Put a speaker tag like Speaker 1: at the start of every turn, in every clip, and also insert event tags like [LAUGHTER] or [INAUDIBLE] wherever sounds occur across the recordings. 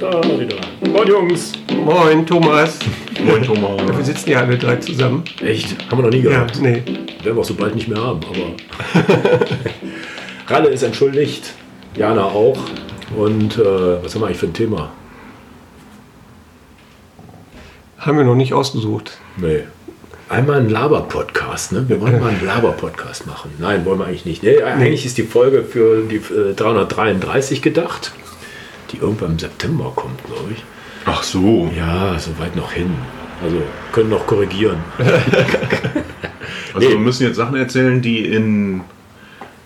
Speaker 1: Da, wieder. Moin Jungs.
Speaker 2: Moin, Thomas.
Speaker 1: Moin Thomas.
Speaker 2: Wir sitzen ja alle drei zusammen.
Speaker 1: Echt? Haben wir noch nie
Speaker 2: Ja,
Speaker 1: gehabt.
Speaker 2: nee.
Speaker 1: Werden wir auch so bald nicht mehr haben, aber. [LAUGHS] Ralle ist entschuldigt. Jana auch. Und äh, was haben wir eigentlich für ein Thema?
Speaker 2: Haben wir noch nicht ausgesucht.
Speaker 1: Nee. Einmal ein Laber-Podcast, ne? Wir wollen mal einen Laber-Podcast machen. Nein, wollen wir eigentlich nicht. Nee, eigentlich ist die Folge für die äh, 333 gedacht, die irgendwann im September kommt, glaube ich.
Speaker 3: Ach so.
Speaker 1: Ja, so weit noch hin. Also können noch korrigieren.
Speaker 3: Also
Speaker 1: Nee.
Speaker 3: wir müssen jetzt Sachen erzählen, die in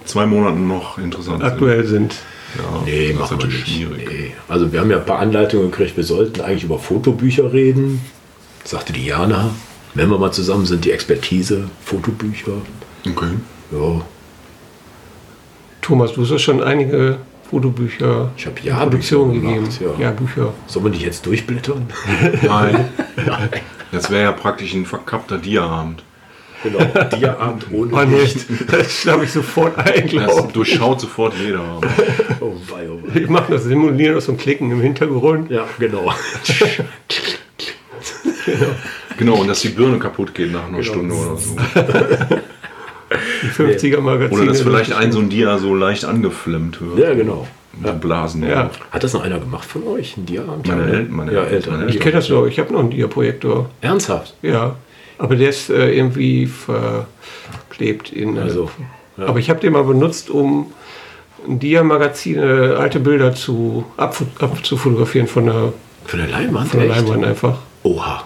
Speaker 3: zwei Monaten noch interessant
Speaker 2: Aktuell sind.
Speaker 3: sind. Ja,
Speaker 1: Nee,
Speaker 3: das ist
Speaker 1: machen wir
Speaker 3: aber
Speaker 1: nicht.
Speaker 3: schwierig.
Speaker 1: Nee. Also wir haben ja ein paar Anleitungen gekriegt, wir sollten eigentlich über Fotobücher reden, sagte die Jana. Wenn wir mal zusammen sind, die Expertise, Fotobücher. [LAUGHS]
Speaker 3: Okay.
Speaker 1: Ja,
Speaker 2: Thomas, du hast ja schon einige Fotobücher
Speaker 1: Ich hab
Speaker 2: in
Speaker 1: Jahrbücher
Speaker 2: Produktion gegeben.
Speaker 1: gemacht, ja.
Speaker 2: Ja, Bücher.
Speaker 1: soll man die jetzt durchblättern?
Speaker 2: [LAUGHS]
Speaker 3: Nein,
Speaker 1: Nein,
Speaker 3: das wäre ja praktisch ein verkappter Diaabend.
Speaker 1: genau. Diaabend ohne
Speaker 2: Oh, nee,
Speaker 1: Licht.
Speaker 2: das schlafe ich sofort ein,
Speaker 3: Das
Speaker 2: glaub.
Speaker 3: durchschaut sofort jeder.
Speaker 1: Oh, wei, oh, wei.
Speaker 2: Wir machen das Simulieren aus dem Klicken im Hintergrund.
Speaker 1: Ja,
Speaker 2: [LAUGHS]
Speaker 1: genau.
Speaker 3: Genau, und dass die Birne kaputt geht nach einer
Speaker 1: Genau.
Speaker 3: Stunde
Speaker 1: [LAUGHS]
Speaker 3: oder so.
Speaker 2: Die 50er-Magazine.
Speaker 3: Oder dass vielleicht ein so ein Dia so leicht angeflammt wird.
Speaker 1: Ja, genau.
Speaker 3: Und so Blasen.
Speaker 2: Ja.
Speaker 1: Hat das noch einer gemacht von euch? Ein Diaabend?
Speaker 3: Meine
Speaker 1: Ja,
Speaker 3: Eltern- meine
Speaker 1: ja,
Speaker 3: Eltern.
Speaker 1: Eltern.
Speaker 2: Ich kenne das doch. Ich habe noch einen Dia-Projektor.
Speaker 1: Ernsthaft?
Speaker 2: Ja. Aber der ist äh, irgendwie verklebt in. äh,
Speaker 1: Also, ja.
Speaker 2: Aber ich habe den mal benutzt, um ein Dia-Magazin, äh, alte Bilder zu, abfu- abzufotografieren von der,
Speaker 1: Für eine Leinwand?
Speaker 2: von der
Speaker 1: echt?
Speaker 2: Leinwand einfach.
Speaker 1: Oha.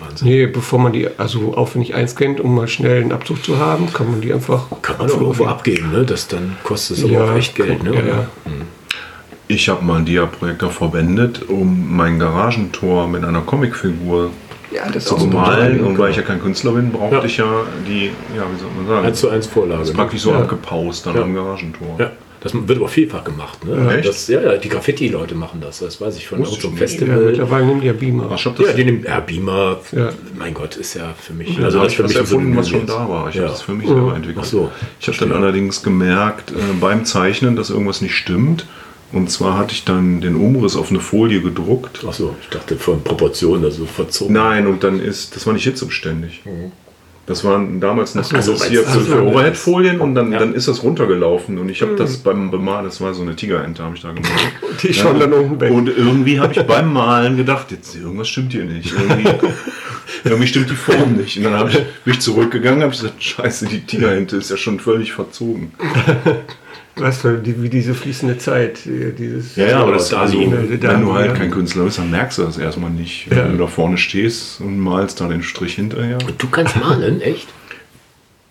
Speaker 1: Wahnsinn.
Speaker 2: Nee, bevor man die, also aufwendig eins kennt, um mal schnell einen Abzug zu haben, kann man die einfach.
Speaker 1: Kann man doch irgendwo abgeben, ne? Das dann kostet es aber
Speaker 2: Ja,
Speaker 1: auch echt Geld, ne?
Speaker 2: ja, ja.
Speaker 3: Ich habe mal einen Dia-Projektor verwendet, um mein Garagentor mit einer Comicfigur
Speaker 2: Ja, das
Speaker 3: zu bemalen. Und weil ich ja kein Künstler bin, brauchte
Speaker 1: genau. Ja.
Speaker 3: ich ja die, ja, wie soll man sagen,
Speaker 1: Eins zu eins Vorlage.
Speaker 3: Das ist
Speaker 1: ne?
Speaker 3: praktisch so
Speaker 2: Ja.
Speaker 3: abgepaust dann
Speaker 1: Ja.
Speaker 3: am Garagentor.
Speaker 1: Ja, das wird aber vielfach gemacht. Ne?
Speaker 3: Ja, echt?
Speaker 1: das, ja, ja, die Graffiti-Leute machen das. Das weiß ich von
Speaker 3: Wusste
Speaker 1: so einem
Speaker 3: ich nicht.
Speaker 2: Ja,
Speaker 1: Festival. Ja,
Speaker 2: mittlerweile nimmt ja Beamer.
Speaker 3: Ich hab das,
Speaker 1: die nehmen ja, Beamer.
Speaker 2: Ja.
Speaker 1: Mein Gott, ist ja für mich.
Speaker 3: also
Speaker 1: das
Speaker 3: habe
Speaker 1: ist
Speaker 3: ich
Speaker 1: für
Speaker 3: was
Speaker 1: mich ein
Speaker 3: erfunden, was schon
Speaker 1: Synonym
Speaker 3: da war. Ich
Speaker 1: Ja.
Speaker 3: habe das für mich selber entwickelt.
Speaker 1: Ach so.
Speaker 3: Ich habe dann allerdings gemerkt äh, beim Zeichnen, dass irgendwas nicht stimmt. Und zwar hatte ich dann den Umriss auf eine Folie gedruckt.
Speaker 1: Ach so, ich dachte von Proportionen, also verzogen.
Speaker 3: Nein, und dann ist, das war nicht hitzebeständig. Das waren damals noch
Speaker 1: Mhm. Ach so, also
Speaker 3: so,
Speaker 1: weil's-
Speaker 3: das hier
Speaker 1: ach so,
Speaker 3: für, für Overhead-Folien und dann,
Speaker 1: Ja. Mhm.
Speaker 3: dann ist das runtergelaufen. Und ich habe das beim Bemalen, das war so eine Tigerente, habe ich
Speaker 1: [LAUGHS]
Speaker 3: da gemalt.
Speaker 2: Die schon dann unten weg.
Speaker 3: Und irgendwie habe ich beim Malen gedacht, jetzt irgendwas stimmt hier nicht. Irgendwie, irgendwie stimmt die Form nicht. Und dann habe ich mich zurückgegangen, habe ich gesagt, scheiße, die Tigerente ist ja schon völlig verzogen.
Speaker 2: Weißt du, die, wie diese fließende Zeit, äh, dieses.
Speaker 3: Ja, ja, aber das
Speaker 1: Da
Speaker 3: also,
Speaker 1: die-
Speaker 3: wenn
Speaker 2: da-
Speaker 3: du halt
Speaker 2: ja.
Speaker 3: kein Künstler bist, dann merkst du das erstmal nicht. Wenn
Speaker 2: Ja.
Speaker 3: du da vorne stehst und malst da den Strich hinterher.
Speaker 1: Du kannst
Speaker 3: [LAUGHS]
Speaker 1: malen, echt?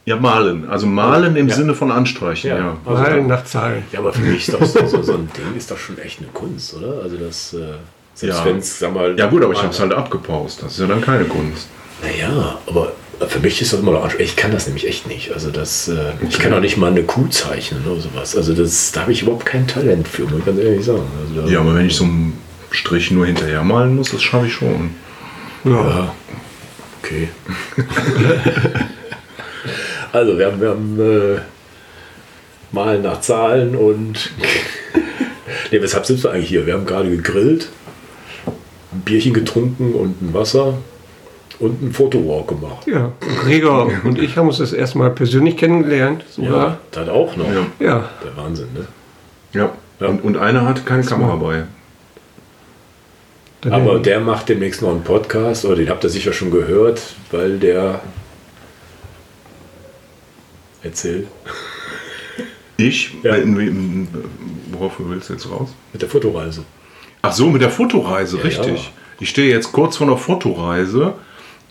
Speaker 3: Ja, malen. Also malen im Sinne von anstreichen,
Speaker 1: Ja.
Speaker 3: ja.
Speaker 1: Also,
Speaker 2: Malen nach Zahlen.
Speaker 1: Ja, aber für mich ist das so, so, so ein Ding ist das schon echt eine Kunst, oder? Also das, äh, selbst
Speaker 3: Ja.
Speaker 1: wenn's, sag mal.
Speaker 3: Ja gut, aber ich habe es halt abgepaust. Das ist ja dann keine Kunst.
Speaker 1: Naja, aber für mich ist das immer noch anstrengend. Ich kann das nämlich echt nicht. Also das, äh, ich kann auch nicht mal eine Kuh zeichnen oder sowas. Also das, da habe ich überhaupt kein Talent für, muss ich ganz ehrlich sagen. Also da,
Speaker 3: Ja, aber wenn ich so einen Strich nur hinterher malen muss, das schaffe ich schon.
Speaker 2: Ja.
Speaker 1: Ja, okay. [LAUGHS] also wir haben, wir haben äh, Malen nach Zahlen und... [LAUGHS] nee, weshalb sind wir eigentlich hier? Wir haben gerade gegrillt, ein Bierchen getrunken und ein Wasser und einen Fotowalk gemacht.
Speaker 2: ja. Gregor und ich haben uns das erstmal persönlich kennengelernt, sogar.
Speaker 1: das auch noch.
Speaker 3: Ja.
Speaker 2: Ja.
Speaker 1: Der Wahnsinn, ne?
Speaker 3: Ja.
Speaker 1: Ja.
Speaker 3: Und, und einer hat keine Kamera bei.
Speaker 2: Dann-
Speaker 1: Aber der macht demnächst noch einen Podcast, oder den habt ihr sicher schon gehört, weil der. Erzähl.
Speaker 3: Ich?
Speaker 1: Ja.
Speaker 3: In, in, worauf willst du jetzt raus?
Speaker 1: Mit der Fotoreise.
Speaker 3: Ach so, mit der Fotoreise,
Speaker 1: Ja,
Speaker 3: richtig.
Speaker 1: ja.
Speaker 3: Ich stehe jetzt kurz vor einer Fotoreise,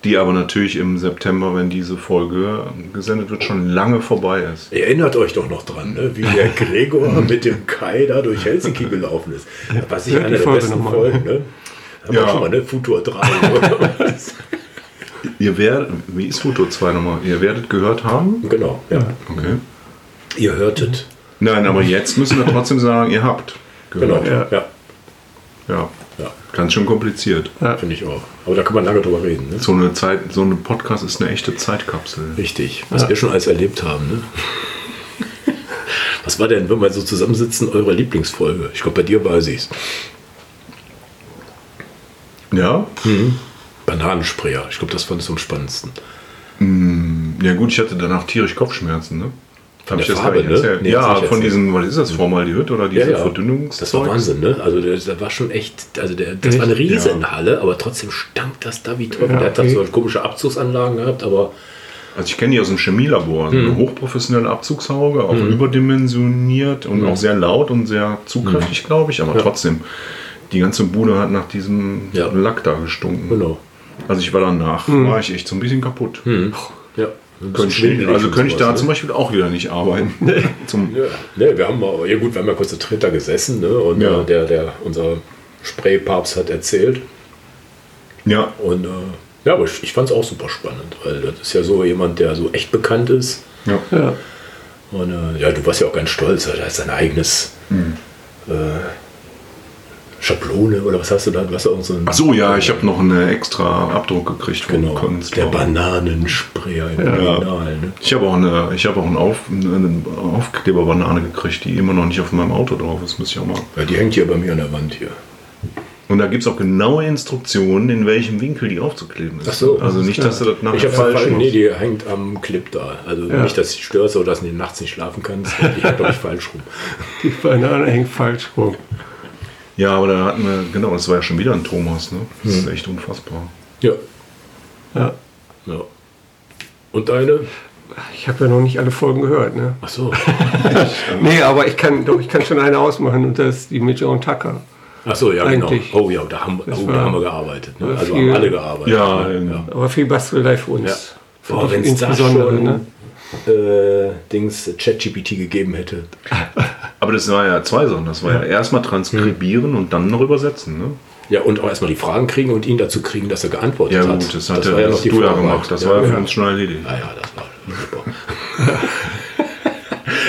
Speaker 3: die aber natürlich im September, wenn diese Folge gesendet wird, schon lange vorbei ist.
Speaker 1: Ihr Erinnert euch doch noch dran, ne? wie
Speaker 2: [LAUGHS]
Speaker 1: der Gregor mit dem Kai da durch Helsinki gelaufen ist. Was ich
Speaker 2: Hört die
Speaker 1: einer der
Speaker 2: Folge
Speaker 1: besten
Speaker 2: nochmal.
Speaker 1: Folgen,
Speaker 2: [LAUGHS]
Speaker 1: ne? Haben wir
Speaker 3: Ja.
Speaker 1: schon mal, ne? Futur 3.
Speaker 3: Ihr werdet, wie ist Foto 2 nochmal? Ihr werdet gehört haben?
Speaker 1: genau, ja.
Speaker 3: Okay.
Speaker 1: Ihr hörtet.
Speaker 2: Mhm.
Speaker 3: Nein, aber jetzt müssen wir trotzdem sagen, ihr habt
Speaker 1: Genau,
Speaker 3: gehört.
Speaker 1: ja.
Speaker 2: Ja.
Speaker 1: ja.
Speaker 3: Ja. Ganz schön kompliziert.
Speaker 1: Finde ich auch. Aber da kann man lange drüber reden, ne?
Speaker 3: So eine Zeit, so ein Podcast ist eine echte Zeitkapsel.
Speaker 1: Richtig, was wir schon alles erlebt haben. Ne? Was war denn, wenn wir so zusammensitzen, eure Lieblingsfolge? Ich glaube, bei dir weiß ich es.
Speaker 3: Ja?
Speaker 1: Bananensprayer. Ich glaube, das fand ich am spannendsten.
Speaker 3: Ja gut, ich hatte danach tierisch Kopfschmerzen, ne? Hab
Speaker 1: der
Speaker 3: ich das
Speaker 1: Farbe,
Speaker 3: gar nicht
Speaker 1: ne?
Speaker 3: erzählt?
Speaker 1: Nee, hast
Speaker 3: ja,
Speaker 1: du nicht
Speaker 3: von
Speaker 1: erzählt.
Speaker 3: diesem, was ist das, Formaldehyd oder diese Verdünnungs...
Speaker 1: Das war Wahnsinn, ne? Also das, das war schon echt, also der, das war eine
Speaker 3: Echt? Ja.
Speaker 1: Riesenhalle, aber trotzdem stank das da wie toll.
Speaker 2: Ja,
Speaker 1: der hat da
Speaker 2: okay.
Speaker 1: so komische Abzugsanlagen gehabt, aber
Speaker 3: Also ich kenne die aus dem Chemielabor. Also
Speaker 1: Mhm.
Speaker 3: Eine hochprofessionelle Abzugshauge, auch überdimensioniert und
Speaker 1: Mhm.
Speaker 3: auch sehr laut und sehr zugkräftig, glaube ich. Aber trotzdem, die ganze Bude hat nach diesem
Speaker 1: Ja.
Speaker 3: Lack da gestunken.
Speaker 1: genau. Mhm.
Speaker 3: Also ich war danach, war ich echt so ein bisschen kaputt.
Speaker 1: Ja.
Speaker 3: Könnte ich, also könnte ich da
Speaker 1: ne?
Speaker 3: zum Beispiel auch wieder
Speaker 1: [LAUGHS]
Speaker 3: nicht arbeiten. Zum,
Speaker 1: Ja, ne, wir haben mal, ja gut, wir haben ja konzentriert da gesessen, ne? Und
Speaker 3: Ja.
Speaker 1: äh, der, der, unser Spraypapst hat erzählt.
Speaker 3: ja,
Speaker 1: Und äh, ja, aber ich, ich fand es auch super spannend, weil das ist ja so jemand, der so echt bekannt ist.
Speaker 3: ja.
Speaker 2: Ja.
Speaker 1: Und äh, ja, du warst ja auch ganz stolz, er hat sein eigenes
Speaker 3: Hm.
Speaker 1: äh, Schablone oder was hast du da? Du hast ja auch so ein
Speaker 3: Ach so, ja, ich habe noch einen extra Abdruck gekriegt vom
Speaker 1: genau, der
Speaker 3: Kunstbau.
Speaker 1: Bananensprayer im Original. Ne?
Speaker 3: Ich habe auch eine, ich habe auch einen, Auf, eine Aufkleberbanane gekriegt, die immer noch nicht auf meinem Auto drauf ist. Muss ich auch mal
Speaker 1: Ja, die hängt hier bei mir an der Wand hier.
Speaker 3: Und da gibt es auch genaue Instruktionen, in welchem Winkel die aufzukleben ist.
Speaker 1: Ach so.
Speaker 3: Also nicht, dass du das nachher
Speaker 1: Ich habe
Speaker 3: falsch
Speaker 1: falsch.
Speaker 3: machst.
Speaker 1: Nee, die hängt am Clip da. Also nicht, dass ich stört oder dass du nachts nicht schlafen kannst. Ich habe ich falsch rum.
Speaker 2: Die Banane hängt falsch rum.
Speaker 3: Ja, aber da hatten wir, genau, das war ja schon wieder ein Thomas, ne? Das ist echt unfassbar.
Speaker 1: Ja.
Speaker 2: Ja.
Speaker 1: ja. Und deine?
Speaker 2: Ich habe ja noch nicht alle Folgen gehört, ne?
Speaker 1: Ach so.
Speaker 2: Nee, aber ich kann doch, ich kann schon eine ausmachen und das ist die mit John Tucker.
Speaker 1: Ach so, ja,
Speaker 2: Eigentlich.
Speaker 1: genau. Oh ja, da haben, oh,
Speaker 2: war-
Speaker 1: da haben wir gearbeitet. Ne?
Speaker 2: war
Speaker 1: Also
Speaker 2: viel-
Speaker 1: haben alle gearbeitet.
Speaker 3: Ja,
Speaker 1: ne?
Speaker 3: ähm,
Speaker 2: Aber viel Bastelei für uns. Für
Speaker 1: Boah,
Speaker 2: dich
Speaker 1: wenn es da schon
Speaker 2: ne?
Speaker 1: äh, Dings ChatGPT gegeben hätte.
Speaker 3: Aber das war ja zwei Sachen. Das war ja Hm. erstmal transkribieren und dann noch übersetzen, ne?
Speaker 1: Ja, und auch erstmal die Fragen kriegen und ihn dazu kriegen, dass er geantwortet
Speaker 3: Ja,
Speaker 1: hat.
Speaker 3: gut, das, hat ja, das du ja
Speaker 1: Vorarbeit.
Speaker 3: gemacht. Das war ja für uns schon erledigt.
Speaker 1: Ah ja, das war super. [LAUGHS]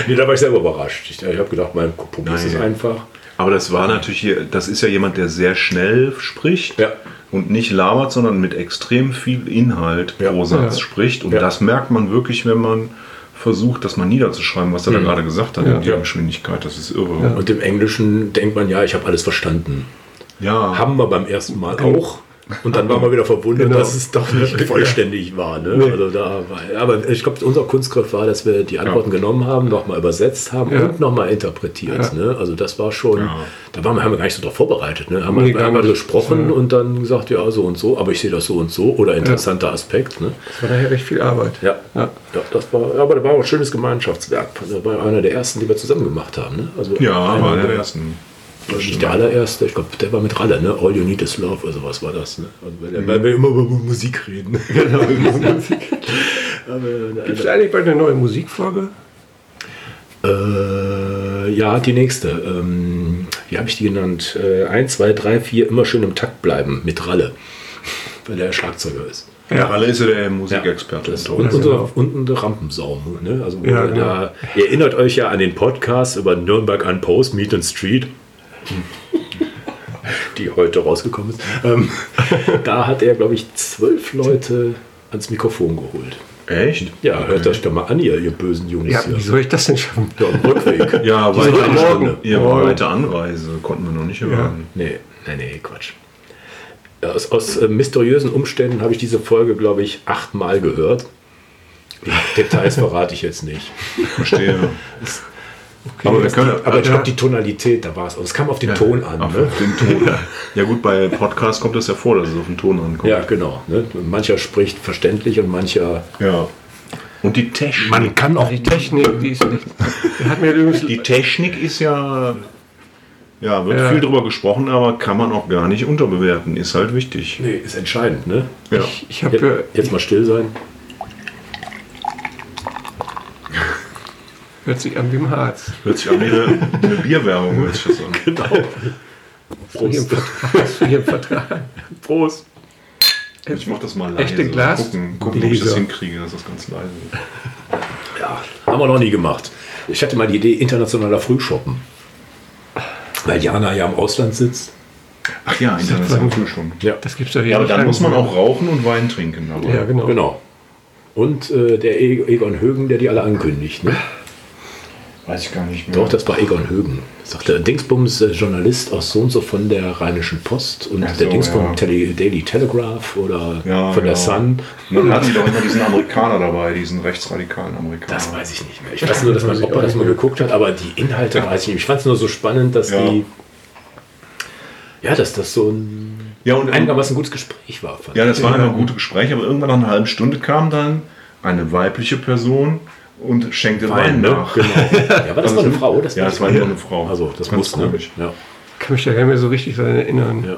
Speaker 1: nee, da war ich selber überrascht. Ich, ich habe gedacht, mein Problem ist es
Speaker 3: Nein.
Speaker 1: einfach.
Speaker 3: Aber das war natürlich hier, das ist ja jemand, der sehr schnell spricht
Speaker 1: Ja.
Speaker 3: und nicht labert, sondern mit extrem viel Inhalt
Speaker 1: Ja.
Speaker 3: pro Satz
Speaker 2: Ja.
Speaker 3: spricht. Und
Speaker 1: Ja.
Speaker 3: das merkt man wirklich, wenn man versucht, das mal niederzuschreiben, was er da gerade gesagt hat in dieser
Speaker 1: Mhm. Ja.
Speaker 3: Geschwindigkeit. Das ist irre.
Speaker 1: Und im Englischen denkt man, ja, ich habe alles verstanden.
Speaker 3: Ja,
Speaker 1: Haben wir beim ersten Mal auch. Und dann war man wieder verwundert,
Speaker 2: Genau.
Speaker 1: dass es doch
Speaker 2: [LAUGHS]
Speaker 1: nicht vollständig war. Ne? Also da war, aber ich glaube, unser Kunstgriff war, dass wir die Antworten genommen haben, nochmal übersetzt haben
Speaker 2: Ja.
Speaker 1: und nochmal interpretiert.
Speaker 2: Ja.
Speaker 1: Ne? Also das war schon,
Speaker 3: Ja.
Speaker 1: da waren wir, haben wir gar nicht so drauf vorbereitet. Ne? Haben
Speaker 2: Nee,
Speaker 1: wir
Speaker 2: gar
Speaker 1: einmal
Speaker 2: nicht.
Speaker 1: gesprochen und dann gesagt, ja, so und so, aber ich sehe das so und so. Oder interessanter Aspekt. Ne?
Speaker 2: Das war daher recht viel Arbeit.
Speaker 1: Ja.
Speaker 2: Ja.
Speaker 1: ja. das war, aber da war auch ein schönes Gemeinschaftswerk. Da war einer der ersten, die wir zusammen gemacht haben. Ne? Also
Speaker 3: ja
Speaker 1: einer
Speaker 3: war der ersten.
Speaker 1: Nicht der allererste, ich glaube, der war mit Ralle, ne? All You Need Is Love oder sowas war das. Ne? Also, weil, weil wir immer über Musik reden. Genau,
Speaker 2: Gibt es eigentlich bald eine neue Musikfolge?
Speaker 1: äh, ja, die nächste. Ähm, wie habe ich die genannt? Äh, 1, 2, 3, 4, immer schön im Takt bleiben mit Ralle. [LAUGHS] Weil der Schlagzeuger ist.
Speaker 3: Ja. Ralle ist ja der Musikexperte.
Speaker 1: Das,
Speaker 3: unter
Speaker 1: und,
Speaker 3: uns.
Speaker 1: unser, und eine Rampensaum. Ne? Also, wo
Speaker 2: Ja,
Speaker 1: wir da, ihr erinnert euch ja an den Podcast über Nürnberg an Post, Meet and Street, [LAUGHS] die heute rausgekommen ist. Ähm, da hat er, glaube ich, zwölf Leute ans Mikrofon geholt.
Speaker 3: Echt?
Speaker 1: Ja, hört euch doch mal an, ihr, ihr bösen Jungs
Speaker 2: Ja,
Speaker 1: hier.
Speaker 2: wie soll ich das denn schaffen?
Speaker 1: Ja, am Rückweg.
Speaker 3: Ja,
Speaker 2: Diese
Speaker 3: weiter,
Speaker 2: Morgen.
Speaker 3: ja,
Speaker 2: Morgen.
Speaker 3: weite Anreise konnten wir noch nicht hören.
Speaker 1: Nee, nee, nee, Quatsch. Aus, aus äh, mysteriösen Umständen habe ich diese Folge, glaube ich, achtmal gehört. Die Details verrate ich jetzt nicht.
Speaker 3: Verstehe. aber wir können,
Speaker 1: Aber ich glaube, die Tonalität, da war es. Es kam auf den Ton an.
Speaker 3: Auf
Speaker 1: Ne?
Speaker 3: den Ton. Ja gut, bei Podcast kommt das ja vor, dass es auf den Ton ankommt.
Speaker 1: Ja, genau. Ne? Mancher spricht verständlich und mancher.
Speaker 3: Ja. Und die Technik.
Speaker 1: kann auch.
Speaker 2: Die Technik, die ist nicht. Der hat mir übrigens
Speaker 3: [LAUGHS] die Technik ist ja. Ja, wird
Speaker 2: Ja.
Speaker 3: viel drüber gesprochen, aber kann man auch gar nicht unterbewerten. Ist halt wichtig.
Speaker 1: Nee, ist entscheidend. Ne?
Speaker 3: Ja.
Speaker 2: Ich, ich habe
Speaker 1: Jetzt,
Speaker 2: ja,
Speaker 1: jetzt mal still sein.
Speaker 2: hört sich an wie im Harz.
Speaker 3: Hört sich an wie eine, eine Bierwerbung. Hört sich das an.
Speaker 2: Hier im
Speaker 1: Prost.
Speaker 2: Vertrag. Hast du hier
Speaker 1: [LAUGHS]
Speaker 2: im Vertrag.
Speaker 1: Prost.
Speaker 3: Ich mach das mal leise.
Speaker 2: Echte Glas-
Speaker 3: Gucken, gucken ob ich das
Speaker 2: Gläser.
Speaker 3: hinkriege, dass das ganz leise ist.
Speaker 1: Ja, haben wir noch nie gemacht. Ich hatte mal die Idee internationaler Frühschoppen. Weil Jana ja im Ausland sitzt.
Speaker 3: Ach ja, international schon.
Speaker 1: Ja,
Speaker 2: Das gibt's doch hier.
Speaker 3: Ja, aber dann
Speaker 2: nicht
Speaker 3: muss man
Speaker 2: an.
Speaker 3: auch rauchen und Wein trinken. dabei.
Speaker 2: Ja, genau.
Speaker 1: genau. Und äh, der E- Egon Högen, der die alle ankündigt. Ne?
Speaker 3: Weiß ich gar nicht mehr.
Speaker 1: Doch, das war Egon Högen. Sagt der Dingsbums, äh, Journalist aus so und so von der Rheinischen Post und
Speaker 3: Ach
Speaker 1: der
Speaker 3: so,
Speaker 1: Dingsbums
Speaker 3: ja.
Speaker 1: Tele Daily Telegraph oder
Speaker 3: Ja,
Speaker 1: von der
Speaker 3: ja.
Speaker 1: Sun.
Speaker 3: Dann hatten die doch immer diesen Amerikaner dabei, diesen rechtsradikalen Amerikaner.
Speaker 1: Das weiß ich nicht mehr. Ich weiß nur, dass
Speaker 3: [LAUGHS]
Speaker 1: mein Opa das mal geguckt hat, aber die Inhalte weiß ich nicht. Ich fand es nur so spannend, dass
Speaker 3: Ja.
Speaker 1: die. Ja, dass das so ein
Speaker 3: ja, und
Speaker 1: einigermaßen gutes Gespräch war. Fand
Speaker 3: Ja,
Speaker 1: ich.
Speaker 3: das waren immer gute Gespräche, aber irgendwann nach einer halben Stunde kam dann eine weibliche Person und schenkte
Speaker 1: Wein,
Speaker 3: Wein,
Speaker 1: ne?
Speaker 3: nach.
Speaker 1: Genau. Ja, war das
Speaker 3: Also,
Speaker 1: mal eine Frau?
Speaker 3: ja,
Speaker 1: weiß
Speaker 3: das war
Speaker 1: ich
Speaker 3: nur
Speaker 1: nicht.
Speaker 3: eine Frau.
Speaker 1: Also, das
Speaker 3: Ganz
Speaker 1: muss, ne?
Speaker 3: komisch.
Speaker 1: Ja.
Speaker 2: kann mich da gar nicht mehr so richtig daran erinnern.
Speaker 1: ja.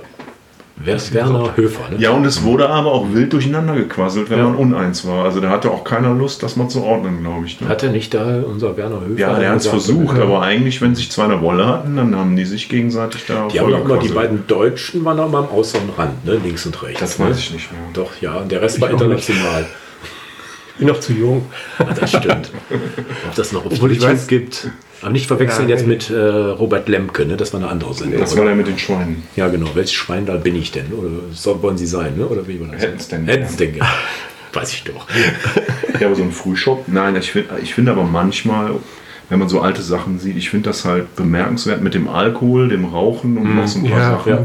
Speaker 1: Wer ist Werner Höfer, ne?
Speaker 3: Ja, und es wurde aber auch wild durcheinander gequasselt, wenn man uneins war. Also da hatte auch keiner Lust, das mal zu ordnen, glaube ich. Ne?
Speaker 1: Hat er nicht da unser Werner Höfer?
Speaker 3: ja, der hat es
Speaker 1: gesagt, ne?
Speaker 3: versucht, aber eigentlich, wenn sich zwei eine Wolle hatten, dann haben die sich gegenseitig da
Speaker 1: Die, haben doch immer, die
Speaker 3: vollgequasselt.
Speaker 1: beiden Deutschen waren auch mal am äußeren Rand, ne? links und rechts.
Speaker 3: Das
Speaker 1: ne?
Speaker 3: weiß ich nicht mehr.
Speaker 1: Doch, ja, und der Rest war
Speaker 2: auch nicht.
Speaker 3: [LAUGHS]
Speaker 1: international.
Speaker 2: Ich bin noch zu jung.
Speaker 1: Ah, das stimmt. Ob das noch auf
Speaker 2: Obwohl ich
Speaker 1: YouTube
Speaker 2: weiß-
Speaker 1: gibt. Aber nicht verwechseln
Speaker 2: Ja,
Speaker 1: jetzt
Speaker 2: nee.
Speaker 1: mit äh, Robert Lemke, ne? das war eine andere Sendung.
Speaker 3: Das war der mit den Schweinen.
Speaker 1: ja, genau. Welches Schwein da bin ich denn? Oder soll, wollen Sie sein? Ne? Oder wie war das?
Speaker 3: Hätten's denn gern.
Speaker 1: Hätten's denn gern. [LAUGHS] Weiß ich doch.
Speaker 3: Ja, aber so ein Frühshop. Nein, ich finde ich find aber manchmal, wenn man so alte Sachen sieht, ich finde das halt bemerkenswert mit dem Alkohol, dem Rauchen und noch so ein paar
Speaker 2: Mhm. ja,
Speaker 3: Sachen.
Speaker 1: ja.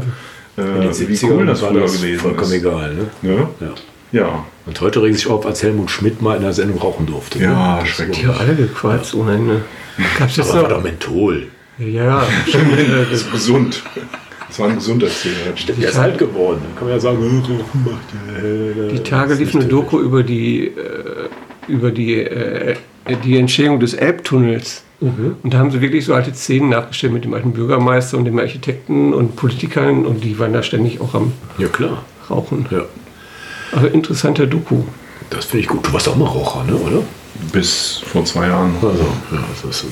Speaker 1: In den
Speaker 3: Äh, wie
Speaker 1: 70ern
Speaker 3: cool das
Speaker 1: war
Speaker 3: früher gewesen
Speaker 1: vollkommen
Speaker 3: ist.
Speaker 1: egal. Ne?
Speaker 3: Ne?
Speaker 1: Ja.
Speaker 3: Ja.
Speaker 1: Und heute regen sich auf, als Helmut Schmidt mal in einer Sendung rauchen durfte.
Speaker 3: Ja,
Speaker 1: ne? Das-
Speaker 3: schrecklich.
Speaker 2: Die haben alle gequatscht ohne Ende. Gab's jetzt
Speaker 1: Aber war doch
Speaker 2: noch?
Speaker 1: Menthol.
Speaker 2: Ja,
Speaker 3: Das ist gesund. Das war ein gesunder Zähler.
Speaker 1: Der ist alt geworden. Dann kann man ja sagen, "Äh, Rauchen macht ja-
Speaker 2: die Tage lief eine Doku über die, äh, über die, äh, die Entstehung des Elbtunnels. Und da haben sie wirklich so alte Szenen nachgestellt mit dem alten Bürgermeister und dem Architekten und Politikern und die waren da ständig auch am
Speaker 1: Ja, klar.
Speaker 2: Rauchen.
Speaker 1: Ja.
Speaker 2: Also interessanter Doku.
Speaker 1: Das finde ich gut. Du warst auch mal Raucher, ne, oder?
Speaker 3: Bis vor zwei Jahren.
Speaker 1: Also, ja, das ist so.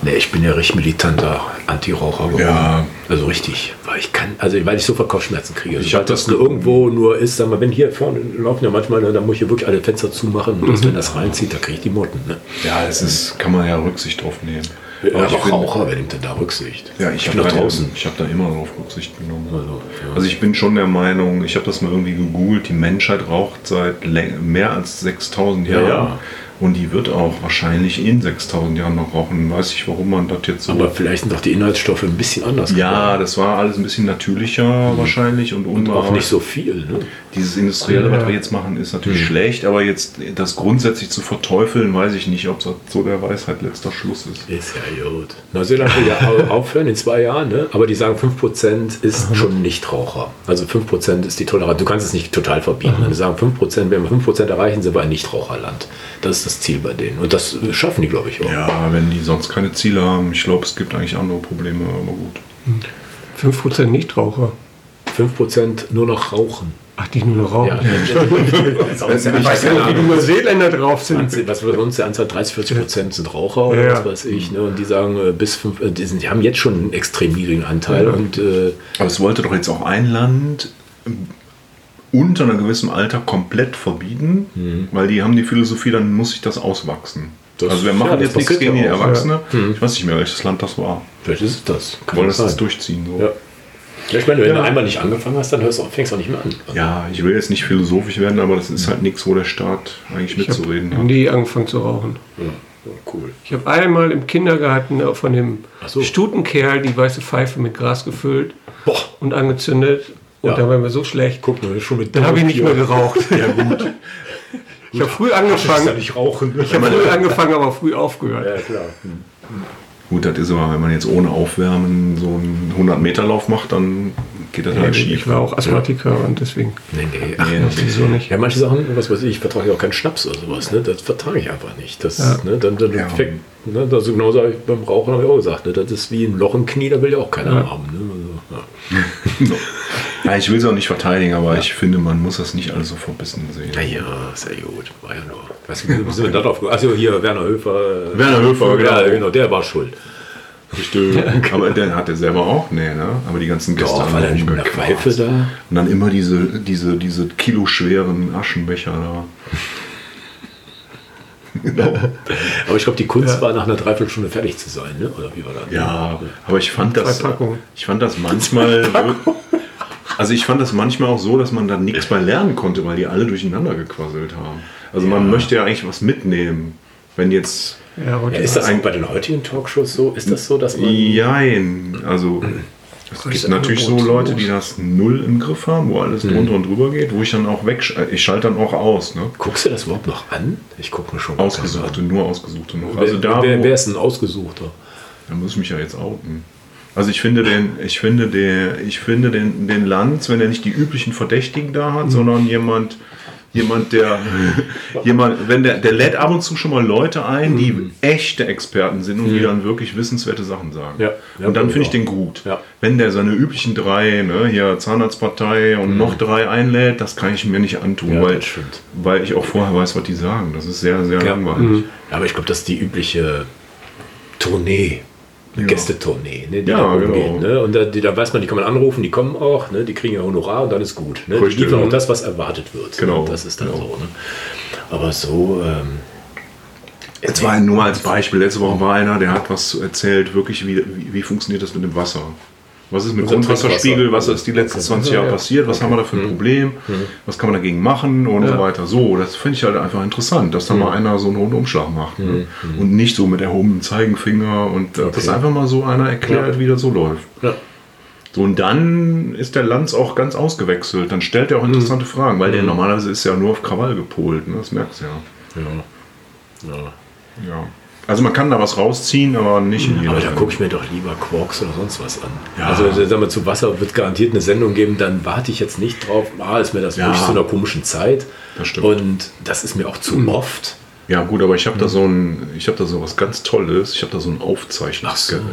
Speaker 1: Ne, ich bin ja recht militanter Anti-Raucher geworden.
Speaker 3: Ja.
Speaker 1: Also richtig, weil ich kann, also weil ich so Kopfschmerzen kriege. Also,
Speaker 3: Ich hab
Speaker 1: weil das
Speaker 3: das
Speaker 1: nur
Speaker 3: ge-
Speaker 1: irgendwo nur ist, sag mal, wenn hier vorne laufen ja manchmal, ne, dann muss ich hier wirklich alle Fenster zumachen und das,
Speaker 2: Mhm.
Speaker 1: wenn das reinzieht, da kriege ich die Motten. Ne?
Speaker 3: Ja, das ist, Äh, kann man ja Rücksicht drauf nehmen.
Speaker 1: Aber,
Speaker 3: ich bin-
Speaker 1: Raucher, wer nimmt denn da Rücksicht?
Speaker 3: Ja, ich,
Speaker 1: bin
Speaker 3: habe
Speaker 1: noch
Speaker 3: da,
Speaker 1: draußen.
Speaker 3: Ich habe da immer drauf Rücksicht genommen.
Speaker 1: Also,
Speaker 3: Also,
Speaker 1: ja.
Speaker 3: ich bin schon der Meinung, ich habe das mal irgendwie gegoogelt, die Menschheit raucht seit läng- mehr als 6000
Speaker 1: Ja,
Speaker 3: Jahren.
Speaker 1: ja.
Speaker 3: Und die wird auch wahrscheinlich in 6000 Jahren noch rauchen. Weiß ich, warum man das jetzt so.
Speaker 1: Aber vielleicht sind doch die Inhaltsstoffe ein bisschen anders.
Speaker 3: ja, das war alles ein bisschen natürlicher wahrscheinlich und,
Speaker 1: geworden.
Speaker 3: unbearbeitet.
Speaker 1: Mhm. auch nicht so Mhm. viel. Ne?
Speaker 3: Dieses Industrielle, was
Speaker 2: Ja.
Speaker 3: wir jetzt machen, ist natürlich schlecht, aber jetzt das grundsätzlich zu verteufeln, weiß ich nicht, ob das so der Weisheit letzter Schluss ist.
Speaker 1: Ist ja gut. Neuseeland will ja au- [LAUGHS] aufhören in zwei Jahren, ne? aber die sagen, 5% ist schon Nichtraucher. Also 5% ist die Toleranz. Du kannst es nicht total verbieten. Die sagen, 5%, wenn wir 5% erreichen, sind wir ein Nichtraucherland. Das ist das Ziel bei denen. Und das äh, schaffen die, glaube ich, auch.
Speaker 3: Ja, wenn die sonst keine Ziele haben, ich glaube, es gibt eigentlich andere Probleme, aber gut.
Speaker 2: 5% Nichtraucher.
Speaker 1: 5% nur noch rauchen.
Speaker 2: Ach, die nur noch rauchen.
Speaker 1: [LAUGHS] Ja. Das ist auch-
Speaker 3: Ich weiß
Speaker 2: Ja, wie die Neuseeländer drauf sind.
Speaker 1: was wir sonst der Anzahl 30, 40 Prozent sind Raucher oder
Speaker 2: Ja.
Speaker 1: was weiß ich. Ne? Und die sagen, äh, bis fünf, äh, die, sind, die haben jetzt schon einen extrem niedrigen Anteil. Und äh,
Speaker 3: Aber es wollte doch jetzt auch ein Land ähm, unter einem gewissen Alter komplett verbieten, weil die haben die Philosophie, dann muss sich das auswachsen.
Speaker 1: Mhm. Das-
Speaker 3: also wir
Speaker 1: ja,
Speaker 3: machen
Speaker 1: das
Speaker 3: jetzt nichts
Speaker 1: passiert
Speaker 3: gegen
Speaker 1: ja
Speaker 3: die
Speaker 1: auch,
Speaker 3: Erwachsene. Ich weiß nicht mehr, welches Land das war.
Speaker 1: vielleicht ist es das. Kann
Speaker 3: Wollen das
Speaker 1: sein.
Speaker 3: jetzt durchziehen? So.
Speaker 1: Ja. Ja, ich meine, wenn
Speaker 3: Ja.
Speaker 1: du einmal nicht angefangen hast, dann hörst du auch, fängst du auch nicht mehr an.
Speaker 3: Ja, ich will jetzt nicht philosophisch werden, aber das ist
Speaker 1: Mhm.
Speaker 3: halt nichts, wo der Staat eigentlich
Speaker 2: Ich habe
Speaker 3: mitzureden hat.
Speaker 2: nie angefangen zu rauchen.
Speaker 1: Ja, ja, cool.
Speaker 2: Ich habe einmal im Kindergarten äh, von dem
Speaker 1: Ach so.
Speaker 2: Stutenkerl die weiße Pfeife mit Gras gefüllt
Speaker 1: Boah,
Speaker 2: und angezündet. Und
Speaker 1: Ja.
Speaker 2: da war mir so schlecht.
Speaker 1: guck mal, schon mit
Speaker 2: Dann habe ich nicht mehr
Speaker 1: geraucht.
Speaker 2: geraucht.
Speaker 1: Ja,
Speaker 2: [LAUGHS]
Speaker 1: gut.
Speaker 2: Ich habe früh
Speaker 1: Kannst ja
Speaker 2: angefangen.
Speaker 1: nicht rauchen.
Speaker 2: Ich habe früh angefangen, aber früh
Speaker 1: [LAUGHS]
Speaker 2: aufgehört.
Speaker 1: Ja, klar.
Speaker 3: Gut, das ist aber, wenn man jetzt ohne Aufwärmen so einen 100-Meter-Lauf macht, dann geht das halt
Speaker 2: ich
Speaker 3: schief.
Speaker 2: war auch Asthmatiker und deswegen.
Speaker 1: Nee, nee. Ach,
Speaker 3: Nee,
Speaker 2: Wieso nicht?
Speaker 1: Ja, manche Sachen, was weiß ich, ich vertrage ja auch keinen Schnaps oder sowas, ne? Das vertrage ich einfach nicht. Das,
Speaker 2: Ja.
Speaker 1: ne, dann, dann
Speaker 3: Ja.
Speaker 1: fängt, ne, das ist genauso habe ich beim Rauchen habe ich auch gesagt, ne? Das ist wie ein Loch im Knie, da will ja auch keiner
Speaker 2: Ja.
Speaker 1: haben. Ne? Also, ja.
Speaker 3: Ja, ich will es auch nicht verteidigen, aber ich finde, man muss das nicht alles so verbissen sehen.
Speaker 1: Naja, sehr gut. War ja nur. [LAUGHS] Was wie sind wir da drauf gekommen? Achso, hier, Werner Höfer. äh,
Speaker 3: Werner Höfer,
Speaker 1: Ja,
Speaker 3: genau.
Speaker 1: genau, der war schuld.
Speaker 3: Stimmt. Aber den hat er selber auch, nee, ne? Aber die ganzen Gäste
Speaker 1: Doch,
Speaker 3: haben
Speaker 1: weil er nicht mit der
Speaker 3: rumgequatscht.
Speaker 1: Pfeife da.
Speaker 3: Und dann immer diese, diese, diese kiloschweren Aschenbecher da.
Speaker 1: Aber ich glaube, die Kunst war, nach einer Dreiviertelstunde fertig zu sein, ne? oder wie war das?
Speaker 3: Ja, aber ich fand das,
Speaker 2: Zwei Packungen.
Speaker 3: ich fand das manchmal, wir- also ich fand das manchmal auch so, dass man da nichts bei lernen konnte, weil die alle durcheinander gequasselt haben. Also man möchte ja eigentlich was mitnehmen, wenn jetzt
Speaker 2: Ja, heute
Speaker 1: Ja, ist das auch bei den heutigen Talkshows so? Ist das so, dass man.
Speaker 3: Jein. Also es
Speaker 2: Größtes
Speaker 3: gibt natürlich so
Speaker 2: Angebot.
Speaker 3: Leute, die das null im Griff haben, wo
Speaker 1: Mhm.
Speaker 3: alles drunter und drüber geht, wo ich dann auch weg, ich schalte dann auch aus, ne?
Speaker 1: Guckst du das überhaupt noch an? Ich gucke mir schon.
Speaker 3: Ausgesuchte, nur ausgesuchte noch.
Speaker 1: Also
Speaker 3: Also da,
Speaker 1: wer,
Speaker 3: wo-
Speaker 1: wer ist ein Ausgesuchter?
Speaker 3: Da muss ich mich ja jetzt outen. Also ich finde den, ich finde der, ich finde den, den Lanz, wenn er nicht die üblichen Verdächtigen da hat, sondern jemand, jemand,
Speaker 1: [LAUGHS]
Speaker 3: der, jemand, wenn der, der lädt ab und zu schon mal Leute ein, die
Speaker 1: Mhm.
Speaker 3: echte Experten sind und die dann wirklich wissenswerte Sachen sagen.
Speaker 1: Ja. Ja,
Speaker 3: und dann finde ich
Speaker 1: genau.
Speaker 3: den gut.
Speaker 1: Ja.
Speaker 3: Wenn der seine üblichen drei, ne, hier Zahnarztpartei und noch drei einlädt, das kann ich mir nicht antun,
Speaker 1: Mhm. Ja,
Speaker 3: weil,
Speaker 1: das stimmt.
Speaker 3: weil ich auch vorher weiß, was die sagen. Das ist sehr, sehr
Speaker 1: Ja. Mhm.
Speaker 3: langweilig.
Speaker 1: Ja, aber ich glaube, das ist die übliche Tournee. Gästetournee, ne, die
Speaker 3: Ja,
Speaker 1: da rumgeht.
Speaker 3: genau.
Speaker 1: Ne? Und da, die, da weiß man, die kann man anrufen, die kommen auch, ne? die kriegen ja Honorar und dann ist gut. Ne? Die
Speaker 3: Richtig,
Speaker 1: liefern auch
Speaker 3: ne?
Speaker 1: das, was erwartet wird.
Speaker 3: Genau,
Speaker 1: Ne? Das ist dann so.
Speaker 3: genau.
Speaker 1: Ne? Aber so, ähm,
Speaker 3: Jetzt war nur als Beispiel, letzte Woche war einer, der hat was erzählt, wirklich, wie, wie, wie funktioniert das mit dem Wasser? Was ist mit
Speaker 1: Unser
Speaker 3: Grundwasserspiegel?
Speaker 1: Trinkwasser.
Speaker 3: Was ist die letzten
Speaker 1: Okay.
Speaker 3: 20
Speaker 1: Ja,
Speaker 3: Jahre
Speaker 1: ja. Mhm.
Speaker 3: passiert? Was haben wir da für ein Problem? Was kann man dagegen machen? Und so weiter. So, das finde ich halt einfach interessant, dass da
Speaker 1: Mhm.
Speaker 3: mal einer so einen hohen Umschlag macht. Ne? Und nicht so mit erhobenem Zeigenfinger und äh, dass
Speaker 1: Okay.
Speaker 3: einfach mal so einer erklärt,
Speaker 1: Ja.
Speaker 3: wie das so läuft.
Speaker 1: ja.
Speaker 3: So, und dann ist der Lanz auch ganz ausgewechselt. Dann stellt er auch interessante
Speaker 1: Mhm.
Speaker 3: Fragen, weil der normalerweise ist ja nur auf Krawall gepolt. Ne? Das merkst du ja.
Speaker 1: ja. ja.
Speaker 3: Ja. Also man kann da was rausziehen, aber nicht in jeder
Speaker 1: Aber da
Speaker 3: Sendung.
Speaker 1: gucke ich mir doch lieber Quarks oder sonst was an.
Speaker 3: Ja.
Speaker 1: Also sagen wir, zu Wasser wird garantiert eine Sendung geben, dann warte ich jetzt nicht drauf. Ah, ist mir das
Speaker 3: Ja.
Speaker 1: wirklich zu einer komischen Zeit.
Speaker 3: Das stimmt. Hm.
Speaker 1: Und das ist mir auch zu oft.
Speaker 3: Ja gut, aber ich habe da so ein, ich habe da so was ganz Tolles. Ich habe da Hm. so ein Aufzeichnungsgerät.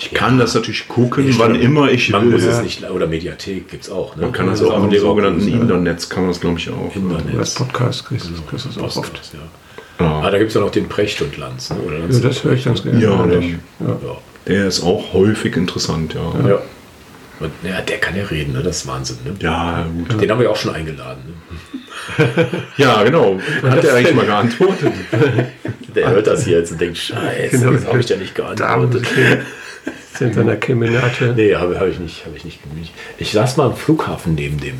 Speaker 3: Ich kann das natürlich gucken, wann immer ich
Speaker 1: Man
Speaker 3: will.
Speaker 1: muss es nicht, oder Mediathek gibt es auch. Ne?
Speaker 3: Man kann das
Speaker 1: ist
Speaker 3: auch im
Speaker 1: ein
Speaker 3: sogenannten
Speaker 1: Leverkusen,
Speaker 3: Internetz, kann man das glaube ich auch. äh,
Speaker 1: Internet.
Speaker 2: Als Podcast kriegst
Speaker 1: Also,
Speaker 2: du kriegst du das auch
Speaker 1: Podcast,
Speaker 2: oft.
Speaker 1: ja.
Speaker 3: Ja.
Speaker 1: Ah, da gibt es ja noch den Precht und Lanz. Ne? Oder Lanz
Speaker 2: Ja, das höre ich ganz gerne.
Speaker 3: Ja,
Speaker 2: ja.
Speaker 3: nicht.
Speaker 2: Ja.
Speaker 1: ja.
Speaker 3: Der ist auch häufig interessant, ja.
Speaker 1: Ja. Und ja, der kann ja reden, ne? das ist Wahnsinn. Ne?
Speaker 3: Ja, gut.
Speaker 1: Den haben wir auch schon eingeladen. ne?
Speaker 3: Ja, genau. Hat er eigentlich mal geantwortet?
Speaker 1: Ne? Der hört das hier jetzt und denkt, scheiße,
Speaker 2: Genau.
Speaker 1: das habe ich ja nicht geantwortet.
Speaker 2: Damit sind seiner Kemenate.
Speaker 1: Nee, habe hab ich nicht, habe ich nicht gemütlich. Ich saß mal am Flughafen neben dem.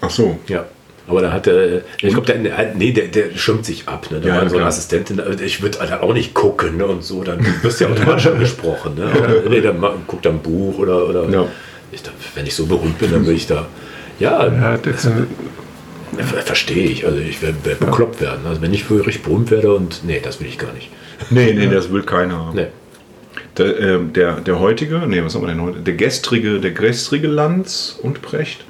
Speaker 3: Ach so.
Speaker 1: Ja. Aber da hat der, ich glaube, der, nee, der, der schirmt sich ab. Ne? Da
Speaker 3: Ja,
Speaker 1: war
Speaker 3: ja,
Speaker 1: so eine
Speaker 3: klar.
Speaker 1: Assistentin, da- Also ich würde dann auch nicht gucken ne? und so, dann wirst du ja automatisch angesprochen.
Speaker 3: [LAUGHS]
Speaker 1: Ne? Oder, nee, dann ma- guckt er ein Buch oder, oder
Speaker 3: Ja.
Speaker 1: ich, dachte, wenn ich so berühmt bin, dann würde ich da, ja,
Speaker 2: Ja, das kann,
Speaker 1: ver- verstehe ich. Also ich werde werd bekloppt werden. Also wenn ich für richtig berühmt werde und, nee, das will ich gar nicht.
Speaker 3: Nee, nee, das will keiner haben.
Speaker 1: Nee.
Speaker 3: Der, ähm, der, der heutige, nee, was haben wir denn heute? Der gestrige, der gestrige Lanz und Precht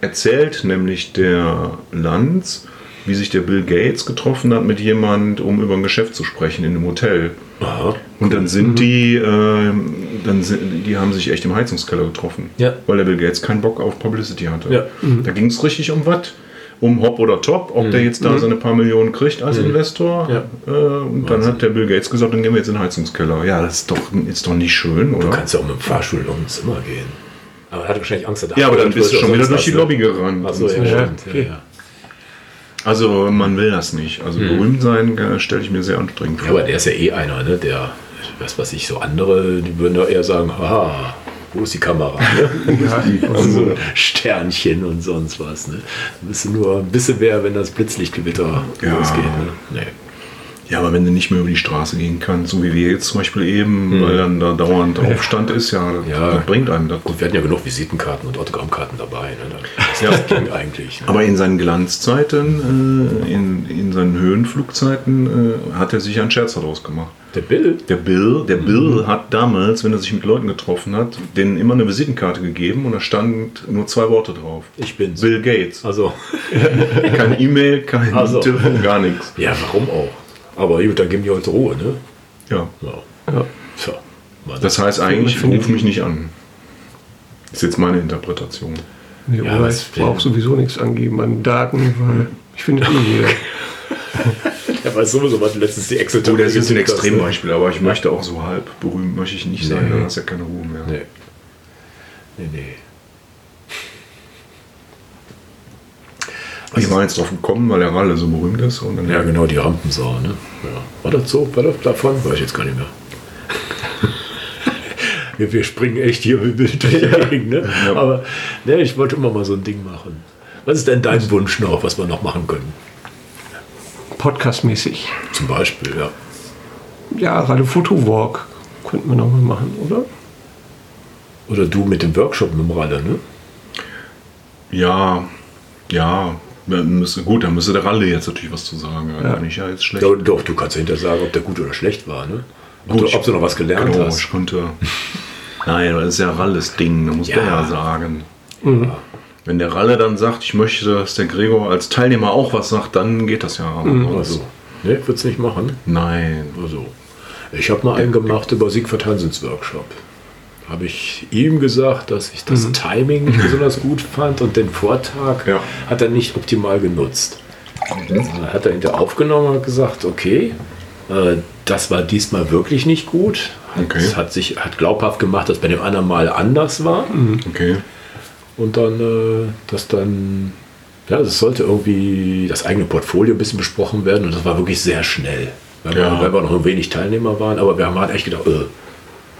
Speaker 3: erzählt nämlich der Lanz, wie sich der Bill Gates getroffen hat mit jemand, um über ein Geschäft zu sprechen in einem Hotel.
Speaker 1: Aha.
Speaker 3: Und dann
Speaker 1: Mhm.
Speaker 3: sind die, ähm, dann sind, die haben sich echt im Heizungskeller getroffen,
Speaker 1: Ja.
Speaker 3: weil der Bill Gates keinen Bock auf Publicity hatte.
Speaker 1: Ja.
Speaker 3: Da ging es richtig um was. Um Hop oder Top, ob der jetzt da seine paar Millionen kriegt als Investor.
Speaker 1: Mhm. Ja.
Speaker 3: Äh, und dann hat der Bill Gates gesagt, dann gehen wir jetzt in den Heizungskeller. Ja, das ist doch, ist doch nicht schön,
Speaker 1: Du
Speaker 3: oder?
Speaker 1: kannst ja auch mit dem Fahrstuhl noch ins Zimmer gehen. Aber er hatte wahrscheinlich Angst, dass er
Speaker 3: Ja, aber dann
Speaker 1: abgeholt
Speaker 3: bist du
Speaker 1: wird
Speaker 3: schon
Speaker 1: oder
Speaker 3: wieder
Speaker 1: sonst
Speaker 3: durch
Speaker 1: was,
Speaker 3: die
Speaker 1: ne?
Speaker 3: Lobby gerannt.
Speaker 1: Ach so, ja,
Speaker 2: Ja,
Speaker 1: stimmt. Ja,
Speaker 2: okay.
Speaker 1: ja.
Speaker 3: Also man will das nicht. Also berühmt sein äh, stelle ich mir sehr anstrengend
Speaker 1: Mhm. ja,
Speaker 3: vor.
Speaker 1: aber der ist ja eh einer, ne? der, was weiß ich, so andere, die würden doch eher sagen, haha, wo ist die Kamera? Ne?
Speaker 3: [LAUGHS]
Speaker 1: [LAUGHS]
Speaker 2: ja,
Speaker 1: Und so Sternchen und sonst was. Ne? Ein bisschen nur ein bisschen wer, wenn das Blitzlichtgewitter
Speaker 3: Ja.
Speaker 1: losgeht. Ne? Nee.
Speaker 3: Ja, aber wenn du nicht mehr über die Straße gehen kannst, so wie wir jetzt zum Beispiel eben, weil dann da dauernd Aufstand ist, ja, das-
Speaker 1: Mhm. Ja.
Speaker 3: das bringt einem das.
Speaker 1: Gut, wir hatten ja genug Visitenkarten und Autogrammkarten dabei. Ne? Das
Speaker 3: Ja.
Speaker 1: ging eigentlich. Ne?
Speaker 3: Aber in seinen Glanzzeiten, äh, in, in seinen Höhenflugzeiten, äh, hat er sich einen Scherz daraus gemacht.
Speaker 1: Der Bill,
Speaker 3: Der Bill, der
Speaker 1: Mhm.
Speaker 3: Bill hat damals, wenn er sich mit Leuten getroffen hat, denen immer eine Visitenkarte gegeben und da stand nur zwei Worte drauf.
Speaker 1: ich bin's.
Speaker 3: Bill
Speaker 1: [LAUGHS]
Speaker 3: Gates.
Speaker 1: Also,
Speaker 3: Kein E-Mail, kein
Speaker 1: Also.
Speaker 3: Telefon, gar nichts.
Speaker 1: ja, warum auch? Aber gut, dann geben die heute Ruhe. Ne?
Speaker 3: Ja.
Speaker 1: Ja.
Speaker 2: ja.
Speaker 1: Tja, Mann.
Speaker 3: Das heißt eigentlich, ruf mich nicht an. Ist jetzt meine Interpretation.
Speaker 2: Nee,
Speaker 1: Ja,
Speaker 2: aber
Speaker 1: was
Speaker 2: ich
Speaker 1: will-
Speaker 2: brauche sowieso nichts angeben an Daten, weil ich finde eh jeder.
Speaker 1: Ja, weil sowieso was letztens die excel
Speaker 3: Du, Oh, das ist ein Extrembeispiel, aber ich möchte auch so halb berühmt möchte ich nicht sein, dann hast du ja keine Ruhe mehr.
Speaker 1: Nee. ne? Nee, nee.
Speaker 3: Ich war jetzt drauf gekommen, weil der Ralle so berühmt ist und dann
Speaker 1: Ja, genau, die Rampensau, ne? Ja. War das so? War das davon? Weiß ich jetzt gar nicht mehr. [LAUGHS] wir, wir springen echt hier wie wild durch die Gegend, ne?
Speaker 3: Ja.
Speaker 1: Aber ne, ich wollte immer mal so ein Ding machen. Was ist denn dein Wunsch noch, was wir noch machen können?
Speaker 2: Podcast-mäßig.
Speaker 1: Zum Beispiel, ja.
Speaker 2: ja, gerade Fotowalk könnten wir nochmal machen, oder?
Speaker 1: Oder du mit dem Workshop mit dem Ralle, ne?
Speaker 3: Ja, ja. wir Müssen, gut, dann müsste der Ralle jetzt natürlich was zu sagen. Da
Speaker 2: Ja.
Speaker 3: kann ich ja jetzt schlecht.
Speaker 1: Ja, doch, du kannst hinterher sagen, ob der gut oder schlecht war, ne? Ob,
Speaker 3: Gut,
Speaker 1: du, ob du noch was gelernt
Speaker 3: Genau,
Speaker 1: hast.
Speaker 3: ich konnte. Nein, das ist ja Ralles Ding, da muss
Speaker 1: Ja.
Speaker 3: der ja sagen. Wenn der Ralle dann sagt, ich möchte, dass der Gregor als Teilnehmer auch was sagt, dann geht das ja. aber sonst-
Speaker 1: Also, ne, ich würde es nicht machen.
Speaker 3: Nein.
Speaker 1: Also, ich habe mal einen gemacht über Siegfried Hansens Workshop. Habe ich ihm gesagt, dass ich das Timing
Speaker 3: [LAUGHS]
Speaker 1: nicht besonders gut fand und den Vortag
Speaker 3: Mhm. Ja.
Speaker 1: hat er nicht optimal genutzt. Also Dann hat er hinterher aufgenommen und hat gesagt, okay, äh, das war diesmal wirklich nicht gut. Hat,
Speaker 3: Okay.
Speaker 1: hat sich hat glaubhaft gemacht, dass bei dem anderen Mal anders war
Speaker 3: Mhm. Okay.
Speaker 1: und dann, äh, dass dann, ja, es sollte irgendwie das eigene Portfolio ein bisschen besprochen werden und das war wirklich sehr schnell, weil,
Speaker 3: Ja.
Speaker 1: wir, weil wir noch nur wenig Teilnehmer waren, aber wir haben halt echt gedacht, äh,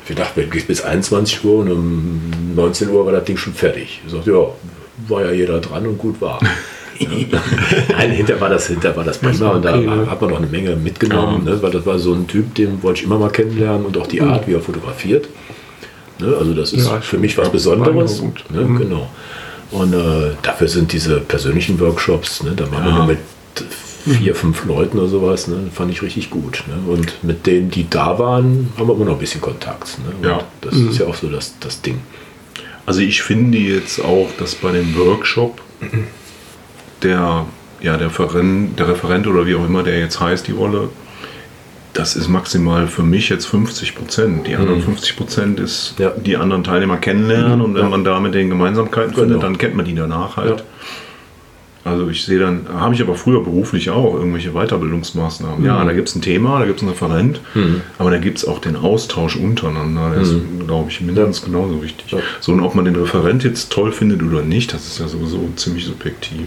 Speaker 1: wir dachten, wir gehen bis 21 Uhr und um 19 Uhr war das Ding schon fertig. Ich sagte, ja, war ja jeder dran und gut
Speaker 2: [LAUGHS]
Speaker 1: war. Ja. Nein, hinter war das, hinter war das prima und da
Speaker 2: okay, ja.
Speaker 1: hat man noch eine Menge mitgenommen, ne? weil das war so ein Typ, den wollte ich immer mal kennenlernen und auch die Art, wie er fotografiert. Ne? Also das ist
Speaker 2: Ja,
Speaker 1: für mich was
Speaker 2: ja,
Speaker 1: Besonderes.
Speaker 2: beeindruckend.
Speaker 1: Ne? Genau. Und äh, dafür sind diese persönlichen Workshops, ne? da waren wir
Speaker 3: Ja.
Speaker 1: nur mit
Speaker 2: Mhm.
Speaker 1: vier, fünf Leuten oder sowas, ne? fand ich richtig gut. Ne? Und mit denen, die da waren, haben wir immer noch ein bisschen Kontakt. Ne? Und
Speaker 3: Ja.
Speaker 1: Das
Speaker 2: Mhm.
Speaker 1: ist ja auch so das, das Ding.
Speaker 3: Also ich finde jetzt auch, dass bei dem Workshop der, ja, der, Referent, der Referent oder wie auch immer der jetzt heißt, die Rolle, das ist maximal für mich jetzt 50 Prozent. Die anderen 50 Prozent ist
Speaker 1: Mhm. Ja. Mhm.
Speaker 3: die anderen Teilnehmer kennenlernen und wenn man da mit den Gemeinsamkeiten findet,
Speaker 1: Genau.
Speaker 3: dann kennt man die danach halt.
Speaker 1: Ja.
Speaker 3: Also ich sehe dann, habe ich aber früher beruflich auch irgendwelche Weiterbildungsmaßnahmen.
Speaker 1: Mhm.
Speaker 3: Ja, da gibt es ein Thema, da gibt es einen Referent, aber da gibt es auch den Austausch untereinander. Der ist,
Speaker 1: Mhm.
Speaker 3: glaube ich, mindestens genauso wichtig. So, und ob man den Referent jetzt toll findet oder nicht, das ist ja sowieso ziemlich subjektiv.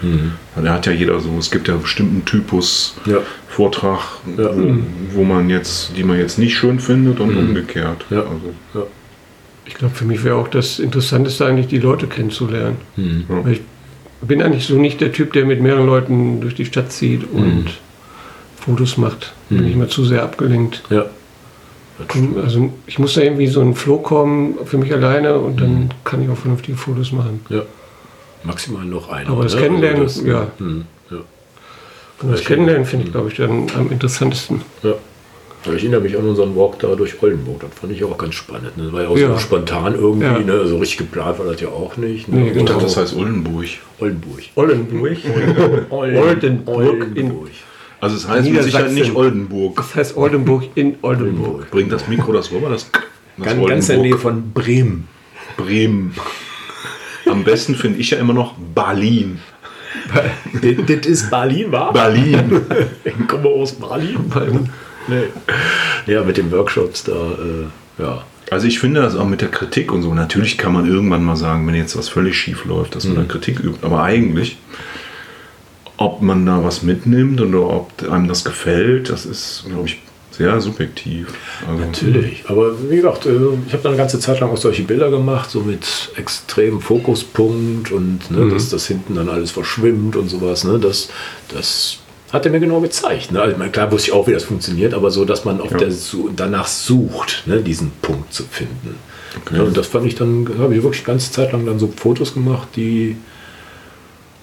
Speaker 3: Da hat ja jeder so, es gibt ja bestimmten Typus
Speaker 1: Mhm. Ja.
Speaker 3: Vortrag,
Speaker 1: Ja. Mhm.
Speaker 3: wo, wo man jetzt, die man jetzt nicht schön findet und umgekehrt.
Speaker 1: Ja.
Speaker 3: Also,
Speaker 1: Ja.
Speaker 2: Ich glaube, für mich wäre auch das Interessanteste eigentlich, die Leute kennenzulernen.
Speaker 1: Mhm.
Speaker 2: Weil ich bin eigentlich so nicht der Typ, der mit mehreren Leuten durch die Stadt zieht und Fotos macht. Bin ich immer zu sehr abgelenkt.
Speaker 1: Ja.
Speaker 2: Also ich muss da irgendwie so in den Flow kommen für mich alleine und dann kann ich auch vernünftige Fotos machen.
Speaker 1: ja. Maximal noch einer.
Speaker 2: Aber das
Speaker 1: ne?
Speaker 2: Kennenlernen,
Speaker 1: Also das-
Speaker 2: ja.
Speaker 1: Hm, ja.
Speaker 2: Und das Kennenlernen finde ich, glaube ich, dann am interessantesten.
Speaker 1: Ja. Aber ich erinnere mich an unseren Walk da durch Oldenburg. Das fand ich auch ganz spannend. Ne? Das war ja auch so
Speaker 2: Ja.
Speaker 1: spontan irgendwie.
Speaker 2: Ja.
Speaker 1: Ne? So richtig geplant war das ja auch nicht.
Speaker 2: Nee,
Speaker 1: Ne?
Speaker 2: genau.
Speaker 3: Ich dachte, das heißt Oldenburg.
Speaker 1: Oldenburg.
Speaker 2: Oldenburg. Oldenburg in
Speaker 1: Oldenburg.
Speaker 3: Also es heißt mit Sicherheit
Speaker 2: Niedersachsen.
Speaker 3: nicht Oldenburg.
Speaker 2: Das heißt Oldenburg in Oldenburg.
Speaker 3: Bringt das Mikro das rüber? Das, das
Speaker 1: Ganz, ganz in der Nähe
Speaker 3: Oldenburg.
Speaker 1: von Bremen.
Speaker 3: Bremen. Am besten finde ich ja immer noch Berlin.
Speaker 1: das ist Berlin, war?
Speaker 3: Berlin.
Speaker 1: Ich komme aus Berlin. Nee. Ja, mit den Workshops da, äh, ja.
Speaker 3: Also ich finde das auch mit der Kritik und so. Natürlich kann man irgendwann mal sagen, wenn jetzt was völlig schief läuft, dass man da Kritik übt. Aber eigentlich, ob man da was mitnimmt oder ob einem das gefällt, das ist, glaube ich, sehr subjektiv. Also,
Speaker 1: Natürlich. Aber wie gesagt, äh, ich habe dann eine ganze Zeit lang auch solche Bilder gemacht, so mit extremem Fokuspunkt und ne, dass das hinten dann alles verschwimmt und sowas. Ne, das, das hat er mir genau gezeigt. Ne? Also, ich meine, klar wusste ich auch, wie das funktioniert, aber so, dass man auf
Speaker 3: Ja.
Speaker 1: der Su danach sucht, ne, diesen Punkt zu finden. Ja, und das fand ich dann, habe ich wirklich die ganze Zeit lang dann so Fotos gemacht, die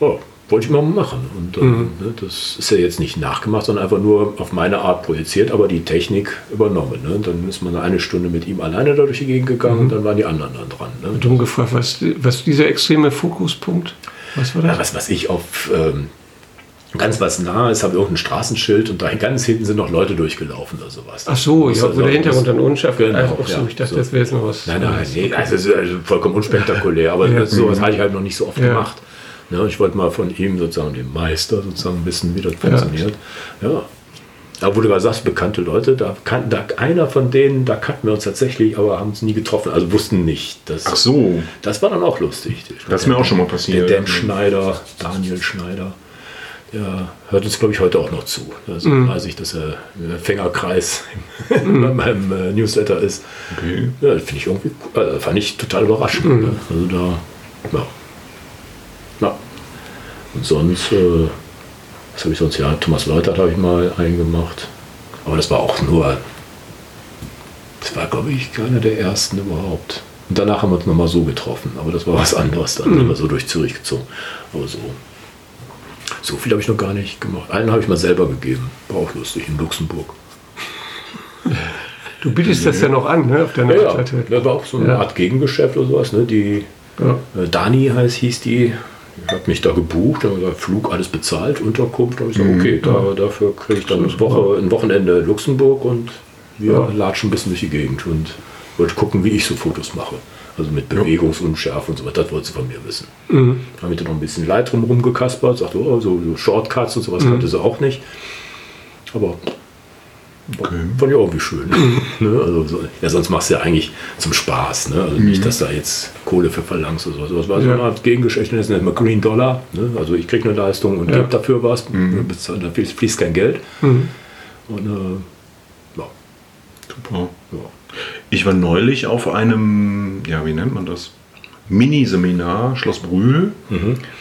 Speaker 1: ja, wollte ich mal machen. Und äh,
Speaker 2: Mhm.
Speaker 1: ne, das ist ja jetzt nicht nachgemacht, sondern einfach nur auf meine Art projiziert, aber die Technik übernommen. Ne? Dann ist man eine Stunde mit ihm alleine da durch die Gegend gegangen
Speaker 2: Mhm.
Speaker 1: und dann waren die anderen dann dran. Ne?
Speaker 2: Dumm gefragt, was, was dieser extreme Fokuspunkt, was war
Speaker 1: Ja,
Speaker 2: das?
Speaker 1: was weiß ich, auf ähm, ganz was nahes, habe irgendein Straßenschild und da ganz hinten sind noch Leute durchgelaufen oder sowas.
Speaker 2: Ach so, ja, wo
Speaker 1: Also,
Speaker 2: der Hintergrund dann unscharf
Speaker 1: Genau,
Speaker 2: Ach, ach so,
Speaker 1: ja,
Speaker 2: ich dachte,
Speaker 1: so.
Speaker 2: das wäre jetzt noch was.
Speaker 1: Nein, nein, nee, also, es ist also vollkommen unspektakulär, aber
Speaker 2: Ja.
Speaker 1: das, sowas hatte ich halt noch nicht so oft
Speaker 2: Ja.
Speaker 1: gemacht. Ne, und ich wollte mal von ihm sozusagen, dem Meister sozusagen, wissen, wie das funktioniert. Ja. Da, wo du gerade sagst, bekannte Leute, da kann, da einer von denen, da kannten wir uns tatsächlich, aber haben uns nie getroffen, also wussten nicht. Das,
Speaker 3: Ach so,
Speaker 1: das war dann auch lustig.
Speaker 3: das ist mir auch schon mal
Speaker 1: Der
Speaker 3: passiert.
Speaker 1: Dan Schneider, Daniel Schneider, der hört uns, glaube ich, heute auch noch zu. Also
Speaker 3: Mhm.
Speaker 1: weiß ich, dass er im [LAUGHS] Fängerkreis in meinem äh, Newsletter ist.
Speaker 3: Okay.
Speaker 1: Ja, das finde ich irgendwie, cool. äh, fand ich total überraschend. Ne? Also da, ja. ja. Und sonst, äh, was habe ich sonst? Ja, Thomas Leutert habe ich mal eingemacht. Aber das war auch nur Das war, glaube ich, einer der ersten überhaupt. Und danach haben wir uns nochmal so getroffen. Aber das war was anderes. Dann sind wir so durch Zürich gezogen. Aber so. So viel habe ich noch gar nicht gemacht. Einen habe ich mal selber gegeben. War auch lustig in Luxemburg.
Speaker 2: Du bietest das ja noch an, ne? Auf deiner
Speaker 1: Ja, ja.
Speaker 2: Webseite.
Speaker 1: Das war auch so eine
Speaker 2: Ja.
Speaker 1: Art Gegengeschäft oder sowas. Ne? Die
Speaker 2: Ja.
Speaker 1: äh, Dani heißt, hieß die. Ich habe mich da gebucht, dann hab ich gesagt, Flug alles bezahlt, Unterkunft. Dann hab ich gesagt, okay, da, dafür kriege ich dann eine Woche, ein Wochenende in Luxemburg und wir
Speaker 2: Ja.
Speaker 1: latschen ein bisschen durch die Gegend und wollte gucken, wie ich so Fotos mache. Also mit Bewegungsunschärfe und so weiter, das wollte sie von mir wissen. Da habe ich dann noch ein bisschen Lightroom rumgekaspert, sagte, oh, so, so Shortcuts und sowas kannte sie auch nicht. Aber
Speaker 3: Okay.
Speaker 1: Fand ich auch irgendwie schön. ne? also, so, ja, sonst machst du ja eigentlich zum Spaß. Ne? Also nicht, dass da jetzt Kohle für verlangst oder so. Das war so
Speaker 2: Mhm. Ja.
Speaker 1: eine Art Gegengeschichte, das nennt man Green Dollar. Ne? Also ich krieg eine Leistung und
Speaker 2: Ja. Mhm.
Speaker 1: gebe dafür was, ne? dann da fließt, fließt kein Geld. Und äh, ja,
Speaker 3: Super.
Speaker 1: ja.
Speaker 3: Ich war neulich auf einem, ja, wie nennt man das? Mini-Seminar Schloss Brühl.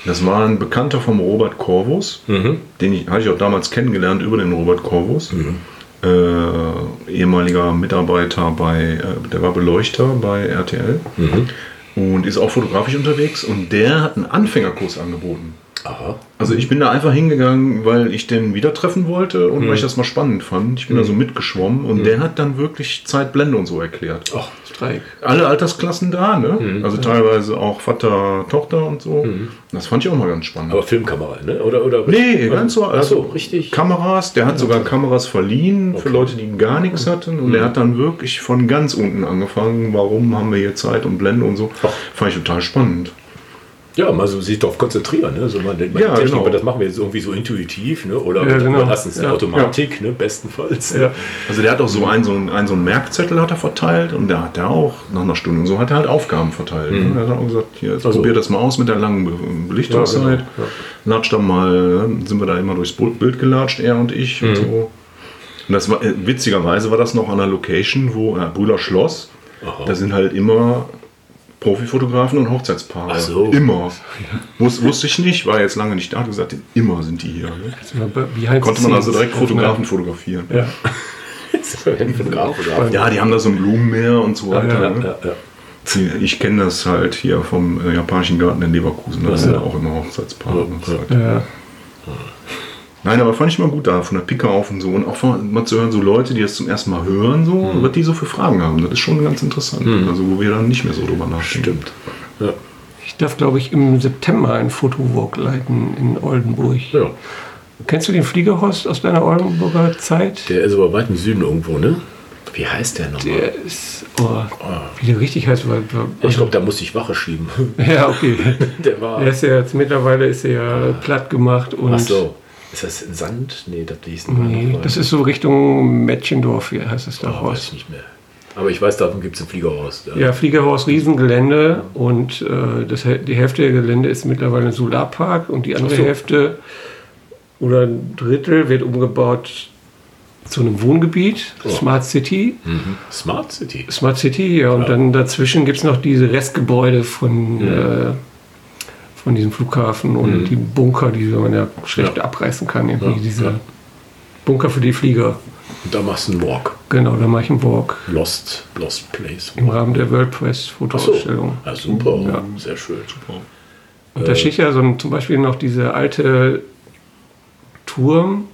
Speaker 3: Das war ein Bekannter vom Robert Corvus, den ich, hatte ich auch damals kennengelernt über den Robert Corvus. Äh, ehemaliger Mitarbeiter bei, äh, der war Beleuchter bei RTL und ist auch fotografisch unterwegs und der hat einen Anfängerkurs angeboten.
Speaker 1: Aha.
Speaker 3: Also ich bin da einfach hingegangen, weil ich den wieder treffen wollte und weil ich das mal spannend fand. Ich bin da so mitgeschwommen und der hat dann wirklich Zeitblende und so erklärt.
Speaker 1: Ach,
Speaker 2: Streik.
Speaker 3: Alle Altersklassen da, ne?
Speaker 1: Mhm.
Speaker 3: Also teilweise auch Vater, Tochter und so. Das fand ich auch mal ganz spannend.
Speaker 1: aber Filmkamera, ne? Oder, oder
Speaker 3: nee, ganz so.
Speaker 1: Ach
Speaker 2: also
Speaker 1: so, richtig.
Speaker 3: Kameras, der hat sogar Kameras verliehen für Leute, die gar nichts hatten. Und
Speaker 1: Mhm.
Speaker 3: der hat dann wirklich von ganz unten angefangen. Warum haben wir hier Zeit und Blende und so?
Speaker 1: Ach.
Speaker 3: Fand ich total spannend.
Speaker 1: Ja, man so sich darauf konzentrieren. Ne? So man denkt,
Speaker 3: Ja,
Speaker 1: ja, Technik,
Speaker 3: genau.
Speaker 1: aber das machen wir jetzt irgendwie so intuitiv. Ne? Oder
Speaker 2: Ja, genau.
Speaker 1: wir lassen es in
Speaker 2: Ja.
Speaker 1: Automatik, ne? bestenfalls. [LAUGHS]
Speaker 2: Ja.
Speaker 3: Also der hat auch so einen, so einen, einen, so einen Merkzettel hat er verteilt und der hat er auch nach einer Stunde und so hat er halt Aufgaben verteilt. ne? Er hat auch gesagt, hier, jetzt
Speaker 1: Mhm. Also-
Speaker 3: probier das mal aus mit der langen Be Belichtungszeit.
Speaker 1: Ja, genau, ja.
Speaker 3: Latscht dann mal, ne? sind wir da immer durchs Bu- Bild gelatscht, er und ich
Speaker 1: Mhm.
Speaker 3: und so. Und das war, äh, witzigerweise war das noch an einer Location, wo äh, Brüder Schloss,
Speaker 1: Aha.
Speaker 3: da sind halt immer Profifotografen und Hochzeitspaare.
Speaker 1: Ach so.
Speaker 3: Immer. Wus wusste ich nicht, war jetzt lange nicht da, hat gesagt, immer sind die hier. Ne?
Speaker 1: Also
Speaker 3: Konnte man also direkt Fotografen fotografieren.
Speaker 2: Ja.
Speaker 3: Ja, die haben da so ein Blumenmeer und so weiter.
Speaker 1: Ah, Ja,
Speaker 3: ne?
Speaker 1: ja, ja.
Speaker 3: Die- Ich kenne das halt hier vom äh, japanischen Garten in Leverkusen. Da
Speaker 1: Ja.
Speaker 3: sind auch immer Hochzeitspaare. und so
Speaker 1: Ja.
Speaker 3: weiter.
Speaker 2: Ja.
Speaker 3: Nein, aber fand ich mal gut da, von der Pika auf und so. Und auch von, mal zu hören, so Leute, die das zum ersten Mal hören, so,
Speaker 1: Hm.
Speaker 3: was die so für Fragen haben. Das ist schon ganz interessant. Also, wo wir dann nicht mehr so drüber nachdenken.
Speaker 1: Stimmt. Ja.
Speaker 2: Ich darf, glaube ich, im September einen Fotowalk leiten in Oldenburg.
Speaker 1: ja.
Speaker 2: Kennst du den Fliegerhorst aus deiner Oldenburger Zeit?
Speaker 1: Der ist aber weit im Süden irgendwo, ne? Wie heißt der nochmal?
Speaker 2: Der ist, oh, wie der richtig heißt. Weil,
Speaker 1: Ah. ich glaube, da musste ich Wache schieben. [LAUGHS]
Speaker 2: ja, okay.
Speaker 1: der war.
Speaker 2: Er ist ja jetzt mittlerweile ist er ja platt gemacht und
Speaker 1: Ach so. Ist das in Sand? Nee, das hieß ein
Speaker 2: nee,
Speaker 1: anderer.
Speaker 2: das ist so Richtung Mädchendorf hier heißt es der
Speaker 1: oh, weiß
Speaker 2: Horst.
Speaker 1: nicht mehr. Aber ich weiß, davon gibt es einen Fliegerhorst. Ja.
Speaker 2: Ja, Fliegerhorst Riesengelände und äh, das, Häl- die Hälfte der Gelände ist mittlerweile ein Solarpark und die andere
Speaker 1: Ach so.
Speaker 2: Hälfte oder ein Drittel wird umgebaut zu einem Wohngebiet,
Speaker 1: Oh.
Speaker 2: Smart City.
Speaker 1: Mhm. Smart City.
Speaker 2: Smart City, ja, und
Speaker 1: Ja.
Speaker 2: dann dazwischen gibt es noch diese Restgebäude von, äh, von diesem Flughafen und die Bunker, die man ja schlecht
Speaker 1: Mhm. Ja.
Speaker 2: abreißen kann. Irgendwie
Speaker 1: Ja,
Speaker 2: diese
Speaker 1: ja.
Speaker 2: Bunker für die Flieger.
Speaker 1: Und da machst du einen Walk.
Speaker 2: Genau, da mache ich einen Walk
Speaker 1: Lost, Lost Place.
Speaker 2: im Rahmen der World Press
Speaker 1: Ach so.
Speaker 2: Fotoausstellung.
Speaker 1: Ja, super.
Speaker 2: Ja.
Speaker 1: Sehr schön.
Speaker 2: Und
Speaker 1: Äh.
Speaker 2: da steht ja so ein, zum Beispiel noch dieser alte Turm,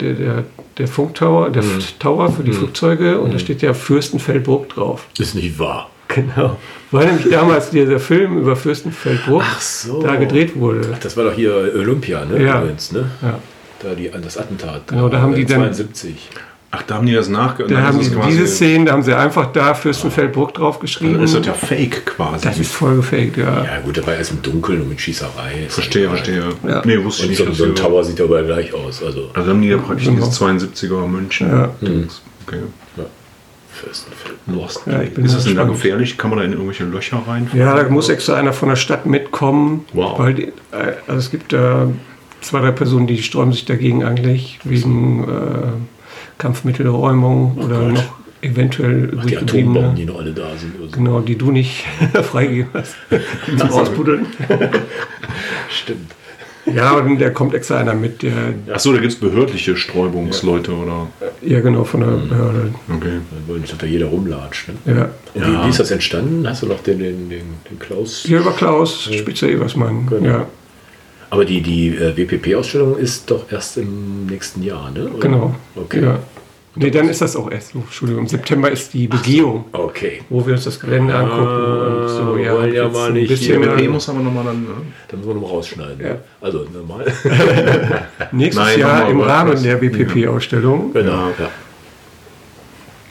Speaker 2: der, der, der Funktower, der
Speaker 1: Mhm.
Speaker 2: F- Tower für die Flugzeuge und da steht ja Fürstenfeldbruck drauf.
Speaker 1: Ist nicht wahr.
Speaker 2: Genau. Weil nämlich damals dieser Film über Fürstenfeldbruck
Speaker 1: Ach so.
Speaker 2: da gedreht wurde.
Speaker 1: Das war doch hier Olympia, ne?
Speaker 2: Ja.
Speaker 1: Übrigens, ne?
Speaker 2: Ja.
Speaker 1: Da die, das Attentat. Äh,
Speaker 2: Genau, da haben die dann-
Speaker 1: 72.
Speaker 3: Ach, da haben die das nachge...
Speaker 2: Da
Speaker 3: Nein,
Speaker 2: haben
Speaker 3: das
Speaker 2: sie
Speaker 3: ist quasi-
Speaker 2: diese Szenen, da haben sie einfach da Fürstenfeldbruck draufgeschrieben.
Speaker 3: Dann ist das ja fake quasi.
Speaker 2: Das ist voll gefaked, ja.
Speaker 1: Ja, gut, da war erst im Dunkeln und mit Schießerei. Ist
Speaker 3: verstehe,
Speaker 1: egal.
Speaker 3: verstehe.
Speaker 2: Ja.
Speaker 3: Nee, wusste ich
Speaker 1: Und
Speaker 3: nicht.
Speaker 1: so, so ein
Speaker 3: dass die-
Speaker 1: Tower sieht ja überall gleich aus. Also
Speaker 3: Also haben die ja praktisch
Speaker 2: Genau.
Speaker 3: dieses 72er München.
Speaker 2: Ja.
Speaker 3: Dings. Okay.
Speaker 1: Fürstenfeld.
Speaker 3: Lost.
Speaker 2: Ja, ich bin
Speaker 3: ist das denn da
Speaker 2: gespannt.
Speaker 3: gefährlich? Kann man da in irgendwelche Löcher reinfahren?
Speaker 2: Ja, da muss extra einer von der Stadt mitkommen,
Speaker 3: Wow.
Speaker 2: weil die, äh, also es gibt da zwei, drei Personen, die sträuben sich dagegen eigentlich wegen äh, Kampfmittelräumung
Speaker 3: Oh
Speaker 2: oder
Speaker 1: Gott.
Speaker 2: noch eventuell
Speaker 1: Ach, die
Speaker 2: übrig
Speaker 1: Atombomben,
Speaker 2: gebliebene.
Speaker 1: die noch alle da sind. Oder so.
Speaker 2: Genau, die [LAUGHS]
Speaker 3: [LAUGHS]
Speaker 2: Genau. du nicht freigegeben hast. Zum Auspuddeln.
Speaker 1: Stimmt.
Speaker 2: Ja, und da kommt extra einer mit, der,
Speaker 3: Achso, da gibt es behördliche Sträubungsleute oder.
Speaker 2: ja genau, von der
Speaker 3: Mhm.
Speaker 2: Behörde.
Speaker 3: Okay.
Speaker 1: Dann wollen sich da jeder rumlatschen. Ne?
Speaker 2: Ja.
Speaker 1: Und
Speaker 3: Ja.
Speaker 1: Wie, wie ist das entstanden? Hast du noch den, den, den, den Klaus?
Speaker 2: Hier war Klaus, Spitzer Eversmann.
Speaker 1: Genau.
Speaker 2: Ja,
Speaker 1: Aber die, die äh, WPP-Ausstellung ist doch erst im nächsten Jahr, ne? Oder?
Speaker 2: genau.
Speaker 1: Okay.
Speaker 2: Ja. Nee, dann ist das auch erst. Entschuldigung, im September ist die Begehung,
Speaker 1: Okay.
Speaker 2: wo wir uns das Gelände angucken. Und so,
Speaker 1: wir
Speaker 2: ja,
Speaker 1: Ah, wollen ja
Speaker 2: jetzt
Speaker 1: mal
Speaker 2: ein
Speaker 1: nicht
Speaker 3: Ja,
Speaker 2: bisschen,
Speaker 1: hier
Speaker 3: mit
Speaker 2: äh,
Speaker 3: dem muss aber nochmal dann. Ne?
Speaker 1: Dann müssen wir nochmal rausschneiden.
Speaker 2: Ja.
Speaker 1: ne? Also
Speaker 2: [LAUGHS]
Speaker 1: normal.
Speaker 2: nächstes
Speaker 3: Nein,
Speaker 2: Jahr
Speaker 3: nochmal
Speaker 2: im
Speaker 3: was.
Speaker 2: Rahmen der BPP-Ausstellung,
Speaker 1: genau. Ja.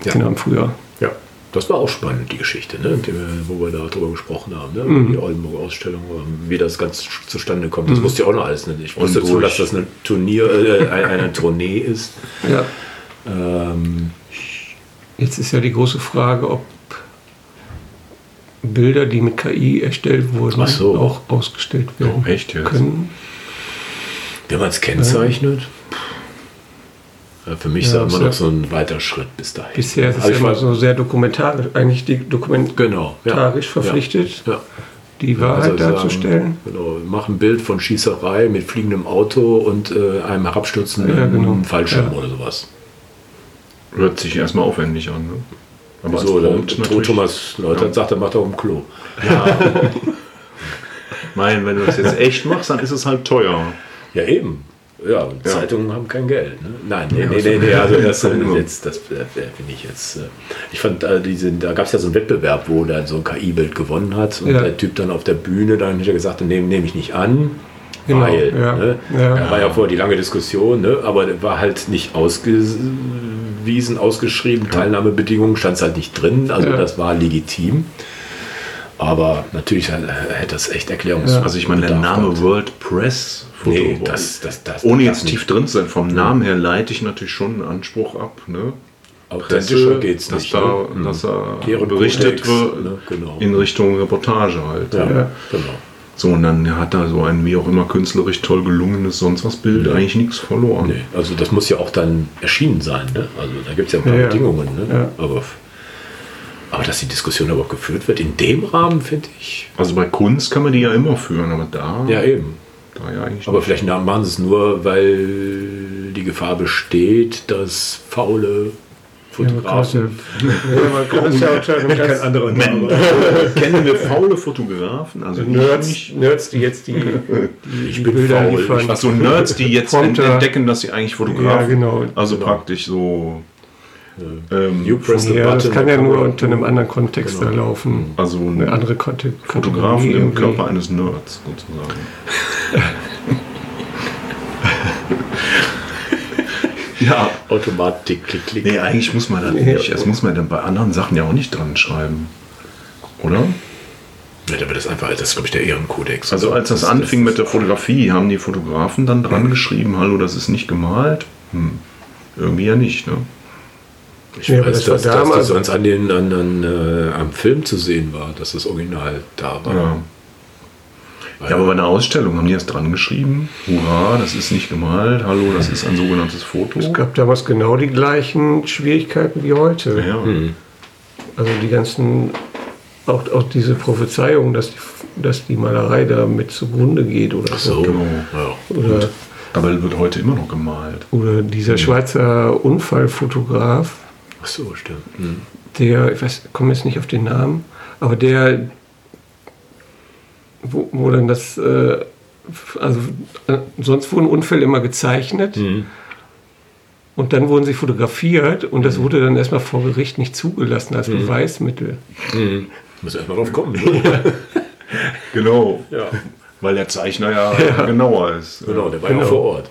Speaker 1: Ja.
Speaker 2: genau im Frühjahr.
Speaker 1: ja. Das war auch spannend, die Geschichte, ne? die, wir- wo wir da drüber gesprochen haben. Ne?
Speaker 2: Mhm.
Speaker 1: Die Oldenburg-Ausstellung, ähm, wie das ganz sch- zustande kommt. Das wusste ich auch noch alles nicht. Ich wusste
Speaker 3: Und
Speaker 1: zwar, dass
Speaker 3: durch-
Speaker 1: das eine, Turnier, äh, eine, eine Tournee ist.
Speaker 2: Ja.
Speaker 1: Ähm,
Speaker 2: Jetzt ist ja die große Frage, ob Bilder, die mit KI erstellt wurden,
Speaker 1: Ach so.
Speaker 2: auch ausgestellt werden
Speaker 3: Oh, echt jetzt?
Speaker 2: können.
Speaker 1: Wenn man es kennzeichnet, ja, für mich
Speaker 2: Ja,
Speaker 1: ist ja immer
Speaker 2: ist
Speaker 1: noch
Speaker 2: ja-
Speaker 1: so ein weiter Schritt bis dahin.
Speaker 2: Bisher ist es
Speaker 1: Aber
Speaker 2: ja
Speaker 1: ich
Speaker 2: immer
Speaker 1: weiß-
Speaker 2: so sehr dokumentarisch, eigentlich die dokumentarisch
Speaker 1: genau, ja.
Speaker 2: verpflichtet,
Speaker 1: Ja.
Speaker 2: die
Speaker 1: Ja,
Speaker 2: Wahrheit
Speaker 1: also sagen,
Speaker 2: darzustellen.
Speaker 1: Genau, mach ein Bild von Schießerei mit fliegendem Auto und äh, einem herabstürzenden
Speaker 2: Ja, genau.
Speaker 1: Fallschirm
Speaker 2: Ja.
Speaker 1: oder sowas.
Speaker 3: Hört sich erstmal aufwendig an. Ne? Aber
Speaker 1: so,
Speaker 3: als
Speaker 1: dann
Speaker 3: Prompt
Speaker 1: Tod Thomas Leutert
Speaker 3: Ja.
Speaker 1: sagt, er macht er auf dem Klo.
Speaker 3: Nein, wenn du das jetzt echt machst, dann ist es halt teuer.
Speaker 1: Ja, eben. Ja, und
Speaker 3: Ja.
Speaker 1: Zeitungen haben kein Geld. Ne? Nein, nee,
Speaker 3: Ja,
Speaker 1: nee,
Speaker 3: also-
Speaker 1: nee, nee,
Speaker 2: [LAUGHS]
Speaker 1: also das, äh,
Speaker 3: Genau.
Speaker 1: jetzt, das äh, finde ich jetzt. Äh, ich fand, äh, diese, da gab es ja so einen Wettbewerb, wo dann so ein KI-Bild gewonnen hat und
Speaker 2: Ja.
Speaker 1: der Typ dann auf der Bühne dann hat er gesagt, nee, nehme ich nicht an.
Speaker 2: Genau,
Speaker 1: weil,
Speaker 2: ja,
Speaker 1: ne?
Speaker 2: ja.
Speaker 1: Da war ja vorher die lange Diskussion, ne? aber der war halt nicht ausgewiesen, ausgeschrieben, Teilnahmebedingungen stand es halt nicht drin, also
Speaker 2: Ja.
Speaker 1: das war legitim. Aber natürlich äh, hätte das echt Erklärungs.
Speaker 2: Ja.
Speaker 3: Also ich meine, der
Speaker 1: Bedarf
Speaker 3: Name
Speaker 1: gehabt.
Speaker 3: World Press Photo
Speaker 1: Nee,
Speaker 3: Award.
Speaker 1: das- das- das-
Speaker 3: Ohne
Speaker 1: das
Speaker 3: jetzt
Speaker 1: nicht.
Speaker 3: tief drin zu sein, vom Namen her leite ich natürlich schon einen Anspruch ab. Ne?
Speaker 1: Authentischer
Speaker 2: Äh,
Speaker 1: geht's
Speaker 3: dass
Speaker 1: nicht.
Speaker 3: Da,
Speaker 1: ne?
Speaker 3: Dass da
Speaker 1: Deren
Speaker 3: berichtet
Speaker 1: Kodex,
Speaker 3: wird
Speaker 1: ne? Genau.
Speaker 3: in Richtung Reportage halt.
Speaker 1: Ja,
Speaker 2: Ja.
Speaker 1: genau.
Speaker 3: So, und dann hat da so ein wie auch immer künstlerisch toll gelungenes sonst was Bild eigentlich nichts verloren.
Speaker 1: Nee, also das muss ja auch dann erschienen sein. Ne? Also da gibt es ja ein paar
Speaker 2: Ja, ja.
Speaker 1: Bedingungen. Ne?
Speaker 2: Ja.
Speaker 1: Aber, aber dass die Diskussion überhaupt geführt wird, in dem Rahmen finde ich.
Speaker 3: Also bei Kunst kann man die ja immer führen, aber da
Speaker 1: Ja, eben.
Speaker 3: da ja eigentlich
Speaker 1: Aber
Speaker 3: nicht.
Speaker 1: vielleicht machen sie es nur, weil die Gefahr besteht, dass faule
Speaker 2: man kann das ja,
Speaker 1: Fotografen.
Speaker 2: [LAUGHS] ja, man kann das ja auch schon ganz
Speaker 1: anderer Name.
Speaker 3: [LAUGHS] kennen wir faule Fotografen, also
Speaker 2: Nerds, Nerds, die jetzt die, die, die Bilder
Speaker 1: faul, ich
Speaker 2: liefern.
Speaker 3: Ach so, Nerds, die jetzt
Speaker 2: Prompter.
Speaker 3: ent- entdecken, dass sie eigentlich Fotografen
Speaker 2: Ja, genau.
Speaker 3: Also praktisch so. Ähm,
Speaker 1: You press the button.
Speaker 2: ja,
Speaker 1: Genau.
Speaker 2: das kann ja
Speaker 1: dann
Speaker 2: nur
Speaker 1: kommt-
Speaker 2: unter einem anderen Kontext da laufen.
Speaker 3: also ein
Speaker 2: Eine andere Konte
Speaker 3: Fotografen
Speaker 2: Kategorie
Speaker 3: im
Speaker 2: irgendwie.
Speaker 3: Körper eines Nerds
Speaker 2: [LAUGHS]
Speaker 3: sozusagen. ja.
Speaker 1: Automatik, klick, klick.
Speaker 3: Nee, eigentlich muss man das
Speaker 2: Ja.
Speaker 3: nicht. Das muss man dann bei anderen Sachen ja auch nicht dran schreiben. Oder?
Speaker 1: Ja, da wird das einfach, das ist, glaube ich, der Ehrenkodex.
Speaker 3: Also als das anfing mit der Fotografie, haben die Fotografen dann dran geschrieben, hallo, das ist nicht gemalt? Hm. Irgendwie ja nicht, ne?
Speaker 1: Ich
Speaker 2: Ja, aber
Speaker 1: weiß,
Speaker 2: das war
Speaker 1: dass, dass das
Speaker 2: damals-
Speaker 1: sonst an den, an, an, äh, am Film zu sehen war, dass das Original da war.
Speaker 3: Ja. Ja, aber bei einer Ausstellung haben die das dran geschrieben. Hurra, das ist nicht gemalt. Hallo, das ist ein sogenanntes Foto.
Speaker 2: Es gab damals genau die gleichen Schwierigkeiten wie heute.
Speaker 3: Ja,
Speaker 2: Also die ganzen, auch, auch diese Prophezeiung, dass die, dass die Malerei damit zugrunde geht oder
Speaker 1: so.
Speaker 2: so.
Speaker 1: Genau.
Speaker 3: Genau.
Speaker 1: Ja.
Speaker 2: Oder,
Speaker 3: Dabei wird heute immer noch gemalt.
Speaker 2: oder
Speaker 1: Hm.
Speaker 2: dieser Schweizer Unfallfotograf,
Speaker 1: Ach so, stimmt. Mhm.
Speaker 2: der, ich weiß, komme jetzt nicht auf den Namen, aber der, wo, wo dann das, äh, also äh, sonst wurden Unfälle immer gezeichnet
Speaker 1: Mhm.
Speaker 2: und dann wurden sie fotografiert und
Speaker 1: Mhm.
Speaker 2: das wurde dann erstmal vor Gericht nicht zugelassen als Beweismittel.
Speaker 1: Muss erstmal drauf kommen.
Speaker 2: [LAUGHS]
Speaker 1: ne?
Speaker 3: Genau.
Speaker 1: ja.
Speaker 3: Weil der Zeichner ja, genauer ist.
Speaker 1: Genau, der war ja
Speaker 2: Genau.
Speaker 1: vor Ort.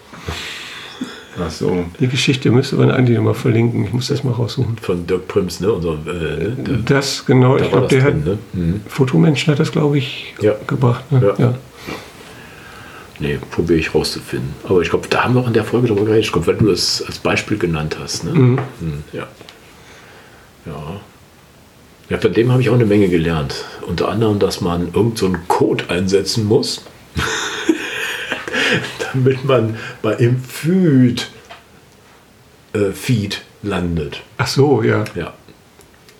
Speaker 3: Ach so.
Speaker 2: Die Geschichte müsste man eigentlich nochmal verlinken, ich muss das mal raussuchen.
Speaker 1: Von Dirk Prims, ne? Unser, äh, ne? Da-
Speaker 2: Das, genau,
Speaker 1: da
Speaker 2: ich
Speaker 1: war
Speaker 2: glaube,
Speaker 1: das
Speaker 2: der
Speaker 1: drin,
Speaker 2: hat,
Speaker 1: ne? Mhm.
Speaker 2: Fotomenschen hat das, glaube ich,
Speaker 1: Ja.
Speaker 2: gebracht. Ne?
Speaker 1: Ja. Nee, probiere ich rauszufinden. Aber ich glaube, da haben wir auch in der Folge drüber geredet. Ich glaube, weil du das als Beispiel genannt hast. Ne? Mhm, Ja. Ja. Ja, von dem habe ich auch eine Menge gelernt. Unter anderem, dass man irgendeinen so einen Code einsetzen muss, [LAUGHS] damit man bei im Feed, äh, Feed landet.
Speaker 2: Ach so, ja.
Speaker 1: Ja.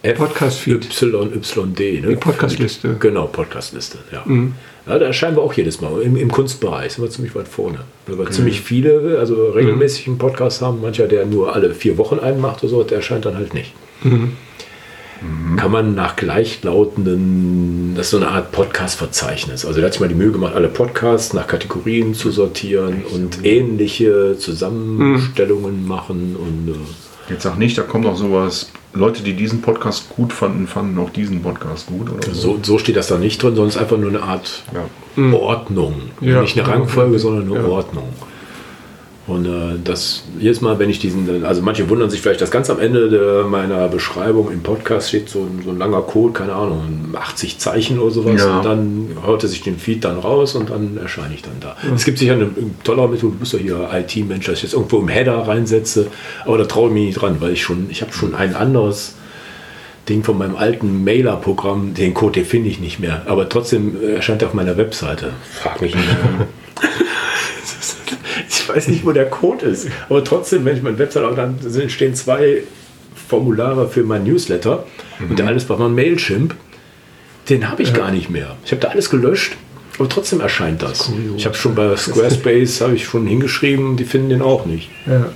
Speaker 2: Äh, Podcast-Feed.
Speaker 1: YYD. Ne?
Speaker 2: Die Podcast-Liste. Mhm.
Speaker 1: Genau, Podcastliste. Ja. ja, da erscheinen wir auch jedes Mal. Im, im Kunstbereich sind wir ziemlich weit vorne. Weil wir ziemlich viele,
Speaker 2: Mhm.
Speaker 1: also regelmäßig einen Podcast haben. Mancher, der nur alle vier Wochen einen macht oder so, der erscheint dann halt nicht.
Speaker 2: Mhm.
Speaker 1: Mhm. Kann man nach gleichlautenden, das ist so eine Art Podcast-Verzeichnis. Also da hat sich mal die Mühe gemacht, alle Podcasts nach Kategorien zu sortieren und ähnliche
Speaker 2: Mhm.
Speaker 1: Zusammenstellungen machen und äh,
Speaker 3: Jetzt sag nicht, da kommt noch sowas. Leute, die diesen Podcast gut fanden, fanden auch diesen Podcast gut oder so.
Speaker 1: So, so steht das da nicht drin, sondern es ist einfach nur eine Art
Speaker 3: Ja. [LAUGHS]
Speaker 1: Ordnung.
Speaker 2: Hm. Ja.
Speaker 1: nicht eine Rangfolge, sondern eine
Speaker 2: Ja.
Speaker 1: Ordnung. Und äh, das jedes Mal, wenn ich diesen, also manche wundern sich vielleicht, dass ganz am Ende der, meiner Beschreibung im Podcast steht so, ein- so ein langer Code, keine Ahnung, 80 Zeichen oder sowas.
Speaker 3: Ja.
Speaker 1: Und dann haut er sich den Feed dann raus und dann erscheine ich dann da. Es gibt sicher eine tolle Methode, du bist doch hier IT-Mensch, dass ich jetzt irgendwo im Header reinsetze, aber da traue ich mich nicht dran, weil ich schon, ich habe schon ein anderes Ding von meinem alten Mailer-Programm, den Code, den finde ich nicht mehr. Aber trotzdem äh, erscheint er auf meiner Webseite. Frag mich nicht. ich weiß nicht, wo der Code ist. Aber trotzdem, wenn ich meine Webseite auf, dann sind- stehen zwei Formulare für mein Newsletter. Und der eine ist bei meinem Mailchimp. Den habe ich gar nicht mehr. Ich habe da alles gelöscht. Aber trotzdem erscheint das. ich habe schon bei Squarespace habe ich schon hingeschrieben, die finden den auch nicht.
Speaker 2: Ja.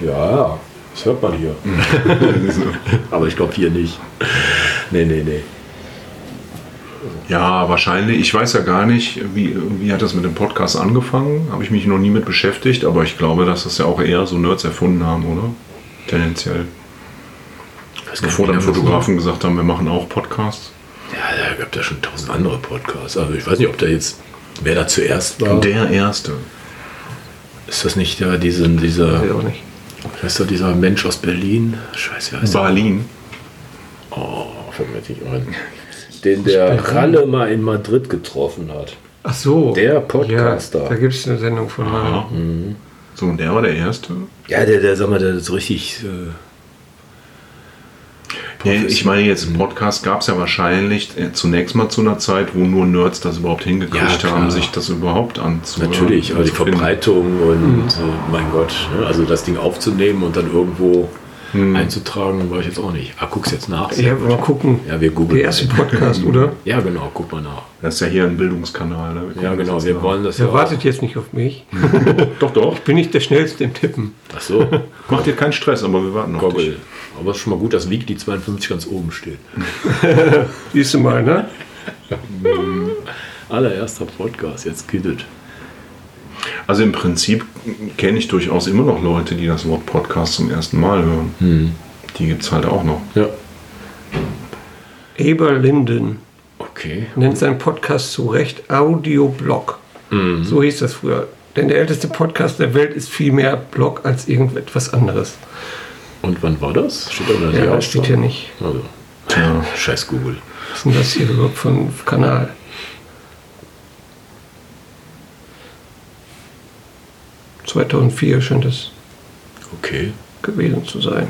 Speaker 1: Ja, das hört man hier. Aber ich glaube hier nicht. Nee, nee, nee.
Speaker 3: Ja, wahrscheinlich. Ich weiß ja gar nicht, wie, wie hat das mit dem Podcast angefangen? Habe ich mich noch nie mit beschäftigt, aber ich glaube, dass das ja auch eher so Nerds erfunden haben, oder? Tendenziell. Bevor dann Fotografen gesagt haben, wir machen auch Podcasts.
Speaker 1: Ja, da gab es ja schon tausend andere Podcasts. Also ich weiß nicht, ob da jetzt, wer da zuerst war.
Speaker 3: Der erste.
Speaker 1: Ist das nicht ja diesen,
Speaker 2: Weiß ich
Speaker 1: dieser,
Speaker 2: auch nicht.
Speaker 1: weißt du, dieser Mensch aus Berlin? Scheiße, wie heißt der?
Speaker 3: Berlin.
Speaker 1: Oh, fällt mir jetzt nicht ein. Den der Ralle mal in Madrid getroffen hat.
Speaker 2: Ach so.
Speaker 1: Der Ah. Podcaster.
Speaker 2: Ja, da gibt es eine Sendung von
Speaker 3: Ja.
Speaker 2: Ralle.
Speaker 3: So, und der war der erste.
Speaker 1: Ja, der, der, sag mal, der ist richtig. Äh,
Speaker 3: Ja, ich meine, jetzt Podcast gab es ja wahrscheinlich äh, zunächst mal zu einer Zeit, wo nur Nerds das überhaupt
Speaker 1: Ja,
Speaker 3: hingekriegt
Speaker 1: klar.
Speaker 3: haben, sich das überhaupt anzuhören.
Speaker 1: Natürlich, aber die
Speaker 3: zu finden.
Speaker 1: Verbreitung und äh, mein Gott, ne? also das Ding aufzunehmen und dann irgendwo einzutragen, war ich jetzt auch nicht. Ah, guck's jetzt nach.
Speaker 2: Ja, mal gucken.
Speaker 1: Ja, wir googeln.
Speaker 2: Der erste Podcast, oder?
Speaker 1: Ja, genau, guck mal nach.
Speaker 3: Das ist ja hier ein Bildungskanal. Ne? Wir
Speaker 1: Ja,
Speaker 3: gucken
Speaker 1: genau,
Speaker 3: das
Speaker 1: wir
Speaker 3: nach.
Speaker 1: wollen das ja.
Speaker 2: Der wartet jetzt nicht auf mich.
Speaker 3: Doch, doch.
Speaker 2: Bin ich der Schnellste im Tippen.
Speaker 1: Ach so,
Speaker 3: Mach dir keinen Stress, aber wir warten noch.
Speaker 1: Goggle. Aber es ist schon mal gut, dass Weekly 52 ganz oben steht.
Speaker 2: Siehst du mal, ne?
Speaker 1: Allererster Podcast, jetzt gilt.
Speaker 3: Also im Prinzip kenne ich durchaus immer noch Leute, die das Wort Podcast zum ersten Mal hören.
Speaker 1: Hm.
Speaker 3: Die gibt es halt auch noch.
Speaker 1: Ja.
Speaker 2: Eber Linden
Speaker 1: Okay.
Speaker 2: nennt seinen Podcast zu Recht Audioblog.
Speaker 1: Mhm.
Speaker 2: So hieß das früher. Denn der älteste Podcast der Welt ist viel mehr Blog als irgendetwas anderes.
Speaker 1: Und wann war das? Steht da unter
Speaker 2: Ja,
Speaker 1: der
Speaker 2: das steht
Speaker 1: Aussage?
Speaker 2: hier nicht.
Speaker 1: Also,
Speaker 3: Tja.
Speaker 1: scheiß Google.
Speaker 2: Was ist denn das hier überhaupt für ein Kanal? ...2004 scheint es
Speaker 1: Okay,
Speaker 2: gewesen zu sein.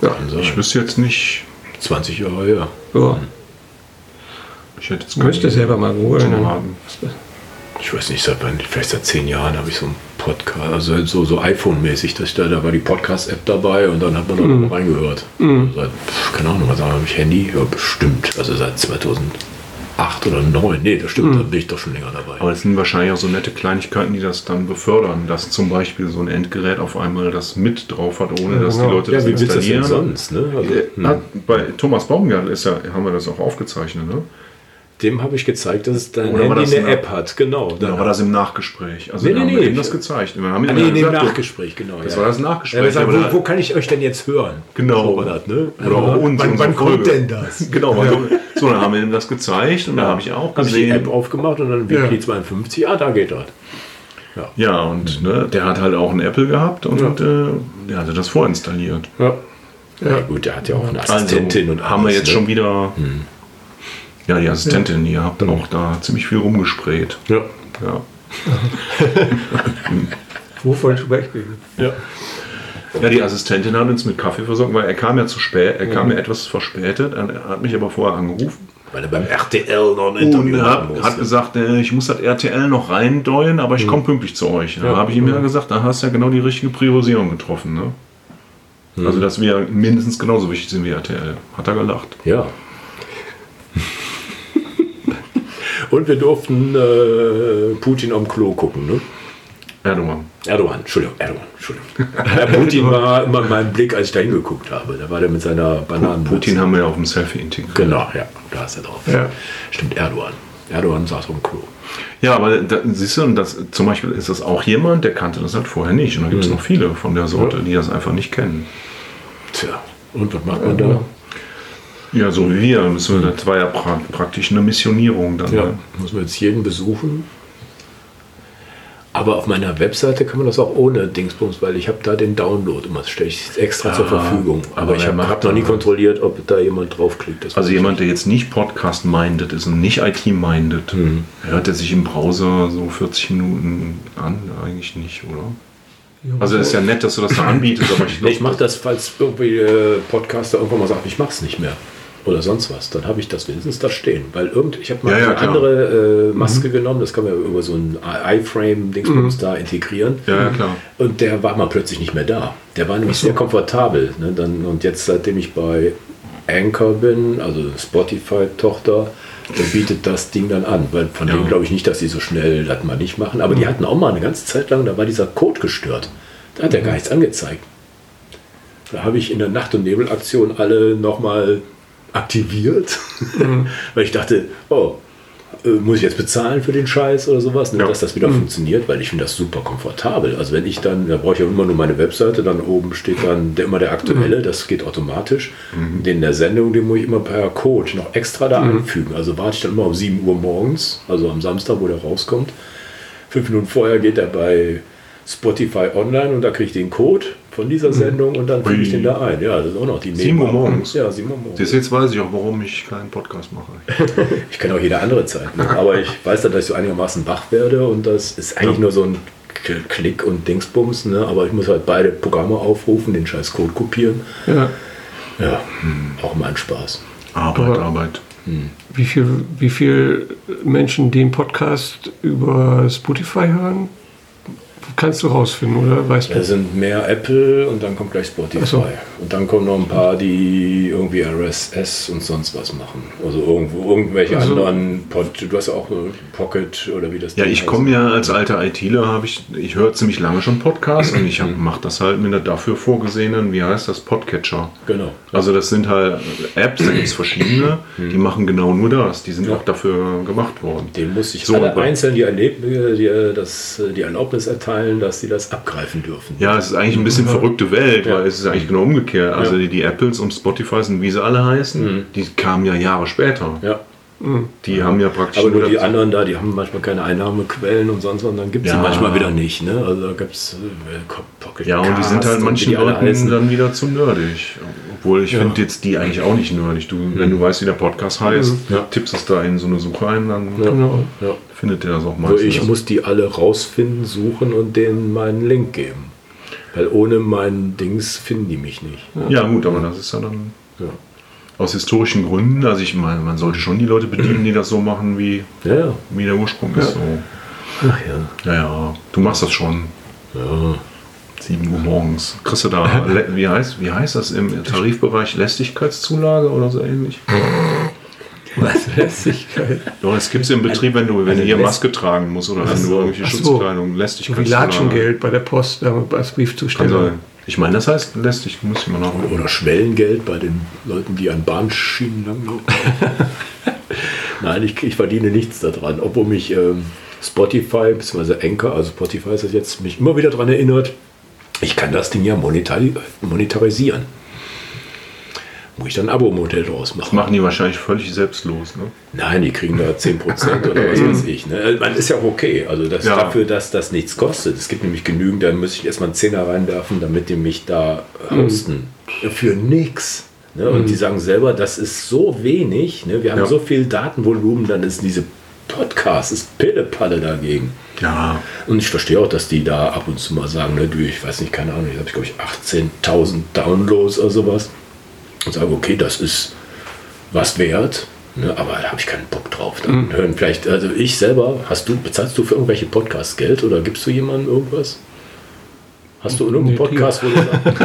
Speaker 2: Ja,
Speaker 1: kann sein.
Speaker 3: Ich wüsste jetzt nicht.
Speaker 1: 20 Jahre her.
Speaker 2: ja.
Speaker 3: Ich hätte jetzt
Speaker 2: müsst ihr selber mal googeln.
Speaker 3: Zum
Speaker 2: dann-
Speaker 3: Raten.
Speaker 1: Ich weiß nicht, seit wann, vielleicht seit zehn Jahren habe ich so einen Podcast, also so, so iPhone-mäßig, dass ich da, da war die Podcast-App dabei und dann hat man da noch reingehört. Also Seit, pf, keine Ahnung, was habe ich Handy? Ja, bestimmt. Also seit 2008 oder 2009. Nee, das stimmt, da bin ich doch schon länger dabei.
Speaker 3: Aber es sind wahrscheinlich auch so nette Kleinigkeiten, die das dann befördern, dass zum Beispiel so ein Endgerät auf einmal das mit drauf hat, ohne dass die
Speaker 2: genau.
Speaker 3: Leute das
Speaker 1: ja, wie willst du das denn
Speaker 3: installieren.
Speaker 1: sonst? Ne? Also,
Speaker 3: Äh, hat, bei Thomas Baumgartel ist ja, haben wir das auch aufgezeichnet, ne?
Speaker 1: dem habe ich gezeigt, dass es dein
Speaker 3: Oder war
Speaker 1: Handy
Speaker 3: das
Speaker 1: eine
Speaker 3: ein-
Speaker 1: App hat, genau.
Speaker 3: Da war das im Nachgespräch. Also
Speaker 1: Nee,
Speaker 3: wir
Speaker 1: nee,
Speaker 3: haben
Speaker 1: nee.
Speaker 3: ihm das gezeigt. Wir haben ihm
Speaker 1: Ah, nee,
Speaker 3: dann
Speaker 1: nee, im
Speaker 3: gesagt, du-
Speaker 1: Nachgespräch, genau.
Speaker 3: Das war das Nachgespräch,
Speaker 1: Ja, wir sagen,
Speaker 3: aber da-
Speaker 1: wo, wo kann ich euch denn jetzt hören?
Speaker 3: Genau.
Speaker 1: So war das, ne?
Speaker 3: Oder auch uns,
Speaker 1: Wann,
Speaker 3: unsere
Speaker 1: wann kommt
Speaker 3: Folge.
Speaker 1: denn das?
Speaker 3: [LAUGHS] Genau, also, so, dann haben wir ihm das gezeigt und da habe ich auch
Speaker 1: Habe ich die App
Speaker 3: gesehen.
Speaker 1: aufgemacht und dann Wiki 52, ah, da geht das.
Speaker 3: Ja, und ne, der hat halt auch einen Apple gehabt und äh, der hatte das vorinstalliert.
Speaker 1: Ja.
Speaker 2: Ja.
Speaker 1: gut, der hat ja auch eine
Speaker 3: Also
Speaker 1: Assistentin Genau. und
Speaker 3: haben wir
Speaker 1: alles,
Speaker 3: jetzt
Speaker 1: ne?
Speaker 3: schon wieder. Ja, die Assistentin, die hat auch da ziemlich viel rumgesprayt.
Speaker 1: Ja. [LAUGHS]
Speaker 3: Ja.
Speaker 2: Wovon sprechen wir?
Speaker 1: ja.
Speaker 3: ja, die Assistentin hat uns mit Kaffee versorgt, weil er kam ja zu spät, er
Speaker 1: Mhm.
Speaker 3: kam ja etwas verspätet, er hat mich aber vorher angerufen.
Speaker 1: Weil er beim RTL noch ein Interview
Speaker 3: und
Speaker 1: machen
Speaker 3: hab,
Speaker 1: muss.
Speaker 3: hat
Speaker 1: ja. Mhm.
Speaker 3: gesagt, äh, ich muss das RTL noch reindeuen, aber ich komme pünktlich zu euch. Da habe ich ihm ja gesagt, da hast du ja genau die richtige Priorisierung getroffen. Ne?
Speaker 1: Mhm.
Speaker 3: Also das wäre mindestens genauso wichtig sind wie RTL. Hat er gelacht. [LAUGHS]
Speaker 1: Ja. Und wir durften äh, Putin am Klo gucken, ne?
Speaker 3: Erdogan.
Speaker 1: Erdogan, Entschuldigung, Erdogan, Entschuldigung.
Speaker 3: [LAUGHS]
Speaker 1: Herr Putin war immer in meinem Blick, als ich da hingeguckt habe. Da war der mit seiner Bananen.
Speaker 3: Putin haben wir ja auf dem Selfie integriert.
Speaker 1: Genau, ja, da ist er drauf.
Speaker 2: Ja.
Speaker 1: Stimmt, Erdogan. Erdogan saß am Klo.
Speaker 3: Ja, aber da, siehst du, und das, zum Beispiel ist das auch jemand, der kannte das halt vorher nicht. Und da gibt
Speaker 1: Mhm.
Speaker 3: es noch viele von der Sorte, die das einfach nicht kennen.
Speaker 1: Tja, und was macht man da?
Speaker 3: Ja, so wie wir. Das war- das war ja pra praktisch eine Missionierung dann.
Speaker 1: Ja,
Speaker 3: ne?
Speaker 1: muss man jetzt jeden besuchen. Aber auf meiner Webseite kann man das auch ohne Dingsbums, weil ich habe da den Download immer, das stelle ich extra zur Verfügung. Aber,
Speaker 3: Ah, aber
Speaker 1: ich
Speaker 3: wer
Speaker 1: habe
Speaker 3: macht
Speaker 1: hab noch
Speaker 3: das?
Speaker 1: nie kontrolliert, ob da jemand draufklickt. Das
Speaker 3: Also
Speaker 1: weiß ich
Speaker 3: jemand, der jetzt nicht Podcast-minded ist und nicht IT-minded,
Speaker 1: Mhm.
Speaker 3: hört er sich im Browser so 40 Minuten an? Eigentlich nicht, oder? Also ist ja nett, dass du das da anbietest, aber ich
Speaker 1: [LAUGHS] Nee,
Speaker 3: glaube,
Speaker 1: ich mache das, falls irgendwie äh, Podcaster irgendwann mal sagt, ich mache es nicht mehr oder sonst was, dann habe ich das wenigstens da stehen. Weil irgend, ich habe mal
Speaker 3: Ja, ja,
Speaker 1: eine
Speaker 3: klar. Mhm.
Speaker 1: andere äh, Maske genommen, das kann man ja über so ein iFrame-Dingsbums da integrieren.
Speaker 3: Mhm. Ja, ja, klar.
Speaker 1: Und der war mal plötzlich nicht mehr da. Der war nämlich sehr komfortabel. Ne? Dann, und jetzt, seitdem ich bei Anchor bin, also Spotify-Tochter, dann bietet das Ding dann an. Weil von
Speaker 3: Ja. Mhm.
Speaker 1: denen glaube ich nicht, dass sie so schnell das mal nicht machen. Aber die hatten auch mal eine ganze Zeit lang, da war dieser Code gestört. Da
Speaker 3: Mhm.
Speaker 1: hat er gar nichts angezeigt. Da habe ich in der Nacht- und Nebelaktion alle nochmal aktiviert, [LAUGHS] weil ich dachte, oh, äh, muss ich jetzt bezahlen für den Scheiß oder sowas, ne,
Speaker 3: Ja.
Speaker 1: dass das wieder funktioniert, weil ich finde das super komfortabel. Also wenn ich dann, da brauche ich ja immer nur meine Webseite, dann oben steht dann der, immer der aktuelle, das geht automatisch. Den der Sendung, den muss ich immer per Code noch extra da anfügen. Also warte ich dann immer um 7 Uhr morgens, also am Samstag, wo der rauskommt. Fünf Minuten vorher geht er bei Spotify online und da kriege ich den Code von dieser Sendung und dann füge ich
Speaker 3: Mhm. Ui.
Speaker 1: den da ein. Ja, das ist auch noch die
Speaker 3: Sieben Uhr
Speaker 1: Nebenarbeit.
Speaker 3: morgens.
Speaker 1: Ja, 7 Uhr morgens.
Speaker 3: das jetzt weiß ich auch, warum ich keinen Podcast mache.
Speaker 1: Ich kann auch jede andere Zeit,
Speaker 3: [LAUGHS]
Speaker 1: ne? aber ich weiß dann, dass ich so einigermaßen wach werde und das ist eigentlich
Speaker 3: Ja.
Speaker 1: nur so ein K- Klick und Dingsbums, ne? aber ich muss halt beide Programme aufrufen, den scheiß Code kopieren.
Speaker 2: Ja.
Speaker 1: Ja, hm, auch mal ein Spaß.
Speaker 3: Arbeit,
Speaker 2: Aber-
Speaker 3: Arbeit.
Speaker 2: Wie viel, wie viel Menschen den Podcast über Spotify hören, kannst du rausfinden, oder? Weißt
Speaker 1: Da
Speaker 2: du?
Speaker 1: sind mehr Apple und dann kommt gleich Spotify.
Speaker 2: Ach so.
Speaker 1: Und dann kommen noch ein paar, die irgendwie RSS und sonst was machen. Also irgendwo, irgendwelche
Speaker 2: Also-
Speaker 1: anderen Pod, du hast ja auch so Pocket oder wie das
Speaker 3: Ja,
Speaker 1: Ding
Speaker 3: ich
Speaker 1: heißt.
Speaker 3: komme ja als alter ITler, habe ich, ich höre ziemlich lange schon Podcasts und ich mache das halt mit einer dafür vorgesehenen, wie heißt das, Podcatcher.
Speaker 1: Genau.
Speaker 3: Also das sind halt Apps, da gibt es verschiedene,
Speaker 1: Hm.
Speaker 3: die machen genau nur das. Die sind auch dafür gemacht worden.
Speaker 1: Dem muss ich
Speaker 3: So,
Speaker 1: alle
Speaker 3: aber-
Speaker 1: einzeln die, Erleb die, äh, das, äh, die Erlaubnis erteilen, dass sie das abgreifen dürfen.
Speaker 3: Ja, es ist eigentlich ein bisschen verrückte Welt, weil es ist eigentlich genau umgekehrt. Also die, die Apples und Spotifys und wie sie alle heißen, die kamen ja Jahre später.
Speaker 1: Hm. Ja.
Speaker 3: Die haben ja praktisch
Speaker 1: Aber nur die
Speaker 3: dazu-
Speaker 1: anderen da, die haben manchmal keine Einnahmequellen und sonst was, und dann gibt es
Speaker 3: Ja.
Speaker 1: sie manchmal wieder nicht. Ne? Also da gibt es Pocket
Speaker 3: Ja, und die
Speaker 1: Casts
Speaker 3: sind halt
Speaker 1: und
Speaker 3: manchen
Speaker 1: wie die alle
Speaker 3: Leuten
Speaker 1: heißen.
Speaker 3: dann wieder zu nerdig. Obwohl ich finde jetzt die eigentlich auch nicht nerdig. Du, Wenn
Speaker 1: Mhm.
Speaker 3: du weißt, wie der Podcast heißt, tippst es da in so eine Suche ein, dann
Speaker 2: Genau.
Speaker 1: Ja.
Speaker 3: findet der das auch
Speaker 1: So,
Speaker 3: meistens.
Speaker 1: ich muss die alle rausfinden, suchen und denen meinen Link geben. Weil ohne meinen Dings finden die mich nicht.
Speaker 3: ja gut, aber das ist ja dann
Speaker 1: Ja,
Speaker 3: aus historischen Gründen. Also ich meine, man sollte schon die Leute bedienen, die das so machen, wie,
Speaker 1: ja. ja.
Speaker 3: wie der Ursprung ist. So.
Speaker 1: Ach ja.
Speaker 3: Naja, du machst das schon.
Speaker 1: ja.
Speaker 3: 7 Uhr morgens. Kriegst du
Speaker 1: [LAUGHS]
Speaker 3: da, le- wie heißt, wie heißt das im Tarifbereich, Lästigkeitszulage oder so ähnlich?
Speaker 2: Was Lässigkeit.
Speaker 3: Doch, das gibt es im Betrieb, wenn du, wenn du hier
Speaker 1: Läst-
Speaker 3: Maske tragen musst oder wenn du irgendwelche
Speaker 2: Ach so.
Speaker 3: Schutzkleidung,
Speaker 2: So wie Genau.
Speaker 3: Lästigkeitszulage.
Speaker 2: Latschengeld bei der Post damit als
Speaker 3: genau- Kann
Speaker 2: Briefzusteller.
Speaker 3: sein. Ich meine, das heißt lästig, muss ich mal nachgucken.
Speaker 1: Oder Schwellengeld bei den Leuten, die an Bahnschienen langlaufen. [LAUGHS] Nein, ich, ich verdiene nichts daran. Obwohl mich ähm, Spotify bzw. Anchor, also Spotify ist das jetzt, mich immer wieder daran erinnert, ich kann das Ding ja monetari monetarisieren. Muss ich dann ein Abo-Modell draus machen?
Speaker 3: Machen die wahrscheinlich völlig selbstlos, ne?
Speaker 1: Nein, die kriegen da 10% oder was weiß ich. Ne? Also, Man ist ja auch okay. Also das
Speaker 3: Ja.
Speaker 1: dafür, dass das nichts kostet. Es gibt nämlich genügend, dann müsste ich erstmal einen Zehner reinwerfen, damit die mich da
Speaker 3: Mhm.
Speaker 1: hosten. Für nix. Ne? Und die sagen selber, das ist so wenig. Ne? Wir haben
Speaker 3: Ja.
Speaker 1: so viel Datenvolumen, dann ist diese Podcast, ist Pillepalle dagegen.
Speaker 3: Ja.
Speaker 1: Und ich verstehe auch, dass die da ab und zu mal sagen, ne, du, ich weiß nicht, keine Ahnung, ich habe, glaube ich, 18.000 Downloads oder sowas. Und sagen, okay, das ist was wert, ne, aber da habe ich keinen Bock drauf. Dann
Speaker 2: Mhm.
Speaker 1: hören vielleicht, also ich selber, hast du, bezahlst du für irgendwelche Podcasts Geld oder gibst du jemandem irgendwas? Hast du irgendeinen
Speaker 2: Nee,
Speaker 1: Podcast, wo du
Speaker 2: [LAUGHS]
Speaker 1: sagst?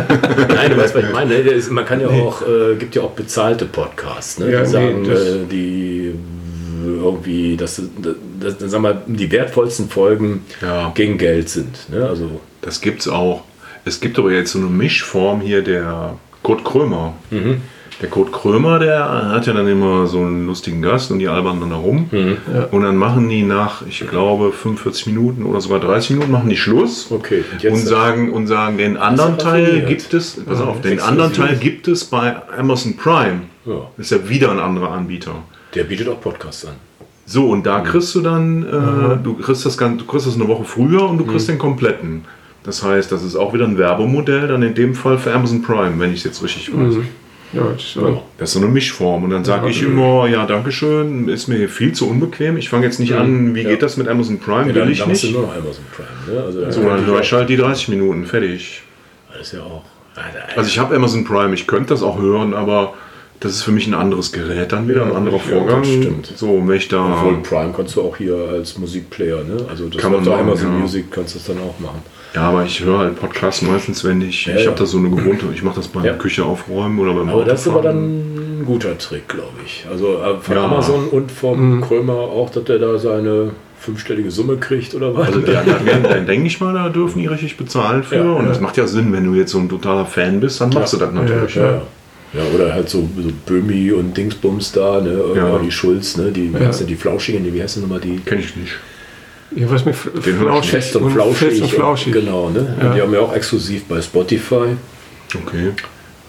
Speaker 1: Nein, du weißt, was ich meine. ne? Der ist- Man kann ja auch, äh, gibt ja auch bezahlte Podcasts, ne?
Speaker 2: Ja,
Speaker 1: die
Speaker 2: nee,
Speaker 1: sagen,
Speaker 2: das-
Speaker 1: äh, die irgendwie, das, das, das, sagen wir, die wertvollsten Folgen
Speaker 3: Ja.
Speaker 1: gegen Geld sind. Ne? Also,
Speaker 3: Das gibt's auch. Es gibt aber jetzt so eine Mischform hier der Kurt Krömer.
Speaker 1: Mhm.
Speaker 3: Der Kurt Krömer, der hat ja dann immer so einen lustigen Gast und die albern dann da rum.
Speaker 1: Mhm.
Speaker 3: Und dann machen die nach, ich glaube, 45 Minuten oder sogar 30 Minuten machen die Schluss.
Speaker 1: Okay, und jetzt-
Speaker 3: Und sagen, und sagen, den anderen Teil
Speaker 1: raffiniert.
Speaker 3: gibt es, pass auf, den anderen Teil gibt es bei Amazon Prime.
Speaker 1: Ja.
Speaker 3: Ist ja wieder ein anderer Anbieter.
Speaker 1: der bietet auch Podcasts an.
Speaker 3: So, und da kriegst du dann, äh, du, kriegst das, gan- du kriegst das eine Woche früher und du
Speaker 1: Mhm.
Speaker 3: kriegst den kompletten. Das heißt, das ist auch wieder ein Werbemodell, dann in dem Fall für Amazon Prime, wenn ich es jetzt richtig weiß.
Speaker 1: Mhm.
Speaker 2: Ja, das ist, äh,
Speaker 3: Das ist so eine Mischform. Und dann sage ich
Speaker 1: also
Speaker 3: immer, ja, Dankeschön, ist mir viel zu unbequem. Ich fange jetzt nicht an, wie geht das mit Amazon Prime? Will
Speaker 1: dann,
Speaker 3: ich
Speaker 1: dann hast du
Speaker 3: nicht.
Speaker 1: nur noch Amazon Prime. Ne? Also,
Speaker 3: So, dann höre ich halt die 30 Minuten, fertig.
Speaker 1: das ist ja auch.
Speaker 3: Also ich habe Amazon Prime, ich könnte das auch hören, aber das ist für mich ein anderes Gerät dann wieder, ein anderer
Speaker 1: ja, das
Speaker 3: Vorgang.
Speaker 1: stimmt.
Speaker 3: So, wenn ich da...
Speaker 1: Obwohl Prime kannst du auch hier als Musikplayer, ne? Also das
Speaker 3: Kann man
Speaker 1: läuft auf
Speaker 3: machen,
Speaker 1: Amazon
Speaker 3: ja.
Speaker 1: Music kannst du das dann auch machen.
Speaker 3: Ja, aber ich höre halt Podcasts meistens, wenn ich. ich
Speaker 1: ja.
Speaker 3: habe da so eine Gewohnheit. Ich mache das bei der
Speaker 1: Ja.
Speaker 3: Küche aufräumen oder beim
Speaker 1: Aber das ist aber
Speaker 3: Autofahren.
Speaker 1: dann ein guter Trick, glaube ich. Also äh, von
Speaker 3: Ja. Mhm.
Speaker 1: Amazon und vom Krömer auch, dass der da seine fünfstellige Summe kriegt oder was.
Speaker 3: Also da, da werden, dann denke ich mal, da dürfen die richtig bezahlen für.
Speaker 1: Ja,
Speaker 3: und
Speaker 1: ja.
Speaker 3: das macht ja Sinn, wenn du jetzt so ein totaler Fan bist, dann machst du das natürlich. ne?
Speaker 1: ja, ja. ja, oder halt so, so Böhmi und Dingsbums da, ne?
Speaker 3: Ja.
Speaker 1: Oder die Schulz, ne? Die, wie
Speaker 2: Ja.
Speaker 1: heißt denn die Flauschigen, die, wie heißt denn nochmal die?
Speaker 3: Kenn ich nicht.
Speaker 2: ja, was mir f-
Speaker 3: Den hör ich nicht.
Speaker 1: Fest und Flauschig.
Speaker 2: Fest und flauschig.
Speaker 1: Genau, ne?
Speaker 2: Ja.
Speaker 1: Und die haben ja auch exklusiv bei Spotify.
Speaker 3: Okay.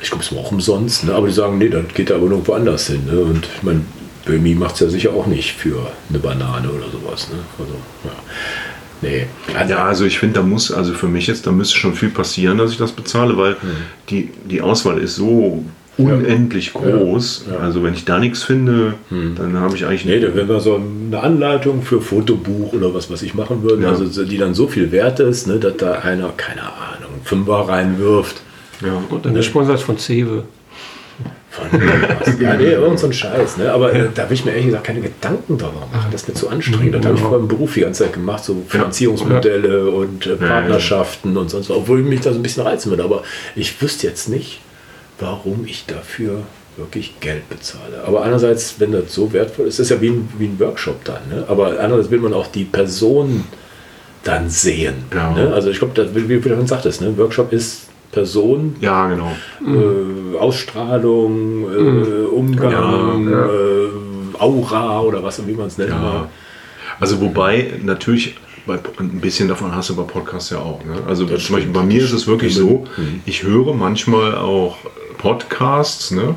Speaker 1: ich glaube, es war auch umsonst, ne? aber die sagen, nee, dann geht er aber nirgendwo anders hin. Ne? Und ich meine, Böhmi macht es ja sicher auch nicht für eine Banane oder sowas. Ne? Also, ja. Nee. Also,
Speaker 3: Ja, also ich finde, da muss, also für mich jetzt, da müsste schon viel passieren, dass ich das bezahle, weil
Speaker 1: Mhm.
Speaker 3: die, die Auswahl ist so unendlich groß. Also wenn ich da nichts finde, dann habe ich eigentlich
Speaker 1: Mhm. Nee, da- wenn wir so eine Anleitung für Fotobuch oder was, was ich machen würde,
Speaker 3: Ja.
Speaker 1: also so- die dann so viel wert ist, ne, dass da einer, keine Ahnung, einen Fünfer reinwirft.
Speaker 3: ja.
Speaker 2: Und dann der Sponsor ist von Cewe.
Speaker 1: Von [LAUGHS] ja, nee, irgend so ein Scheiß. Ne? Aber äh, da will ich mir ehrlich gesagt keine Gedanken drüber machen. Das ist mir zu anstrengend. Das habe ich
Speaker 2: Ja.
Speaker 1: vor im Beruf die ganze Zeit gemacht. So Finanzierungsmodelle und äh, Partnerschaften und sonst was. Obwohl mich das ein bisschen reizen würde. Aber ich wüsste jetzt nicht, warum ich dafür wirklich Geld bezahle. Aber einerseits, wenn das so wertvoll ist, ist das ja wie ein, wie ein Workshop dann. Ne? Aber andererseits will man auch die Person dann sehen.
Speaker 3: Ja.
Speaker 1: Ne? Also ich glaube, das- wie wie du schon sagtest, ne? Workshop ist Person,
Speaker 3: ja, genau.
Speaker 1: äh, Ausstrahlung,
Speaker 3: Mhm.
Speaker 1: äh, Umgang,
Speaker 2: Ja, ja.
Speaker 1: Äh, Aura oder was, wie man es nennt.
Speaker 3: Ja.
Speaker 1: Ja.
Speaker 3: Also wobei natürlich bei, ein bisschen davon hast du bei Podcasts ja auch. Ne? Also zum Beispiel bei mir ist es wirklich so, ich höre manchmal auch Podcasts, ne?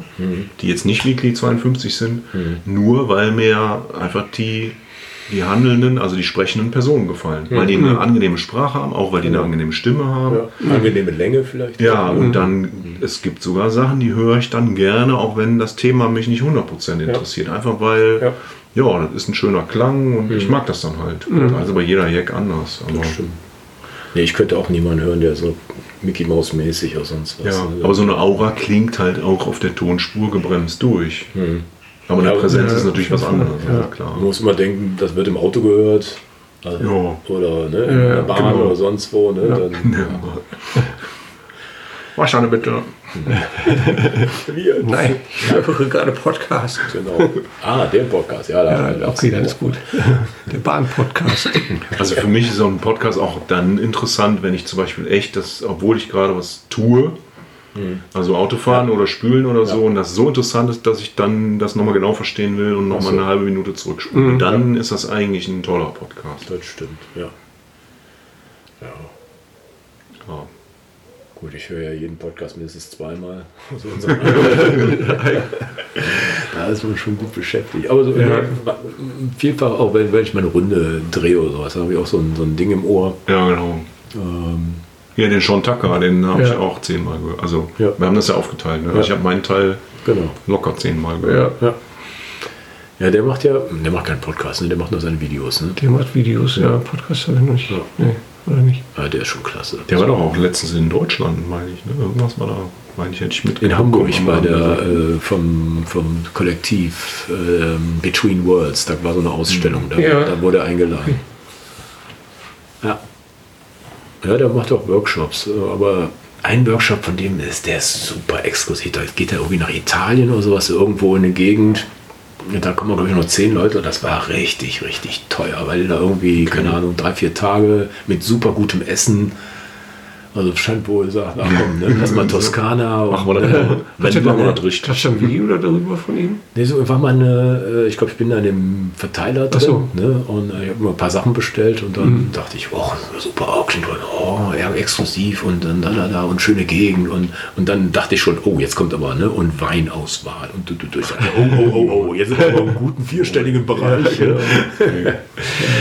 Speaker 3: die jetzt nicht Weekly 52 sind, nur weil mir einfach die, die handelnden, also die sprechenden Personen gefallen. Weil die eine angenehme Sprache haben, auch weil die eine angenehme Stimme haben.
Speaker 1: Ja. Angenehme Länge vielleicht.
Speaker 3: Ja, und dann, es gibt sogar Sachen, die höre ich dann gerne, auch wenn das Thema mich nicht 100% interessiert. Einfach weil, ja. das ist ein schöner Klang
Speaker 1: Mhm.
Speaker 3: und ich mag das dann halt. Also bei jeder Jack anders. Aber,
Speaker 1: Nee, ich könnte auch niemanden hören, der so Mickey Mouse mäßig oder sonst was.
Speaker 3: ja, also-
Speaker 1: ne?
Speaker 3: aber so eine Aura klingt halt auch auf der Tonspur gebremst durch. Aber eine
Speaker 1: Ja,
Speaker 3: Präsenz
Speaker 1: ja,
Speaker 3: ist natürlich was anderes. Ja,
Speaker 1: man
Speaker 3: klar.
Speaker 1: muss immer denken, das wird im Auto gehört. Also,
Speaker 3: Ja.
Speaker 1: Oder ne, in der Bahn
Speaker 3: genau.
Speaker 1: oder sonst wo. Ne,
Speaker 3: [LAUGHS]
Speaker 1: dann,
Speaker 3: Wahrscheinlich bitte.
Speaker 1: Wir-
Speaker 2: Nein, ich [LAUGHS] höre gerade Podcast.
Speaker 1: Genau. Ah, der Podcast. Ja, da,
Speaker 2: Ja,
Speaker 1: da-
Speaker 2: okay, dann ist gut. Der Bahn-Podcast.
Speaker 3: Also für mich ist so ein Podcast auch dann interessant, wenn ich zum Beispiel echt das, obwohl ich gerade was tue,
Speaker 1: Mhm.
Speaker 3: also Autofahren oder Spülen oder so, und das so interessant ist, dass ich dann das nochmal genau verstehen will und nochmal mal eine halbe Minute zurückspule.
Speaker 1: Mhm.
Speaker 3: Dann ist das eigentlich ein toller Podcast.
Speaker 1: Das stimmt, ja. Ja,
Speaker 3: Ja.
Speaker 1: gut, ich höre ja jeden Podcast mindestens zweimal. [LAUGHS] So da ist man schon gut beschäftigt. Aber so äh,
Speaker 2: Ja.
Speaker 1: vielfach, auch wenn, wenn ich meine Runde drehe oder sowas, habe ich auch so ein, so ein Ding im Ohr.
Speaker 3: Ja, genau.
Speaker 1: Ähm,
Speaker 3: Ja, den Sean Tucker, den habe ich
Speaker 2: Ja.
Speaker 3: auch zehnmal gehört. Also
Speaker 1: Ja.
Speaker 3: wir haben das ja aufgeteilt. Ne?
Speaker 1: Ja.
Speaker 3: Ich habe meinen Teil
Speaker 1: genau.
Speaker 3: locker zehnmal
Speaker 2: Ja,
Speaker 3: gehört.
Speaker 1: Ja. ja, der macht ja, der macht keinen Podcast, ne? der macht nur seine Videos. Ne?
Speaker 2: der macht Videos. Ja, Podcast habe ich noch nicht. Nee, oder nicht?
Speaker 1: Ah, der ist schon klasse.
Speaker 3: Der war doch auch letztens in Deutschland, meine ich. Ne? Irgendwas war da, meine ich, hätte ich mit
Speaker 1: in Hamburg bei der äh, vom, vom Kollektiv ähm, Between Worlds, da war so eine Ausstellung, da,
Speaker 2: Ja.
Speaker 1: da wurde er eingeladen. Ja. Ja, der macht auch Workshops, äh, aber ein Workshop von dem ist, der ist super exklusiv. Da geht er irgendwie nach Italien oder sowas, irgendwo in eine Gegend. Und da kommen, glaube ich, nur zehn Leute und das war richtig, richtig teuer, weil die da irgendwie, keine Ahnung, drei, vier Tage mit super gutem Essen. Also scheint wohl, sagt, ach komm, ne, lass mal Toskana.
Speaker 4: Machen wir das
Speaker 1: äh, [LAUGHS]
Speaker 4: mal.
Speaker 1: Wenn
Speaker 4: Machen wir das
Speaker 2: Ich habe
Speaker 4: richtig.
Speaker 2: schon ein Video darüber von ihm.
Speaker 1: Nee, so einfach mal eine, äh, ich glaube, ich bin da in dem Verteiler drin
Speaker 2: Ach so.
Speaker 1: ne? und äh, ich habe mir ein paar Sachen bestellt und dann dachte ich, oh, super Auction drin, oh, ja, exklusiv und dann da, da, da und schöne Gegend und, und dann dachte ich schon, oh, jetzt kommt aber, ne, und Weinauswahl und du, du, du, ich dachte, oh, oh, oh, oh, jetzt sind wir aber im guten vierstelligen Bereich. ne?
Speaker 2: genau.
Speaker 1: Ja, [LAUGHS]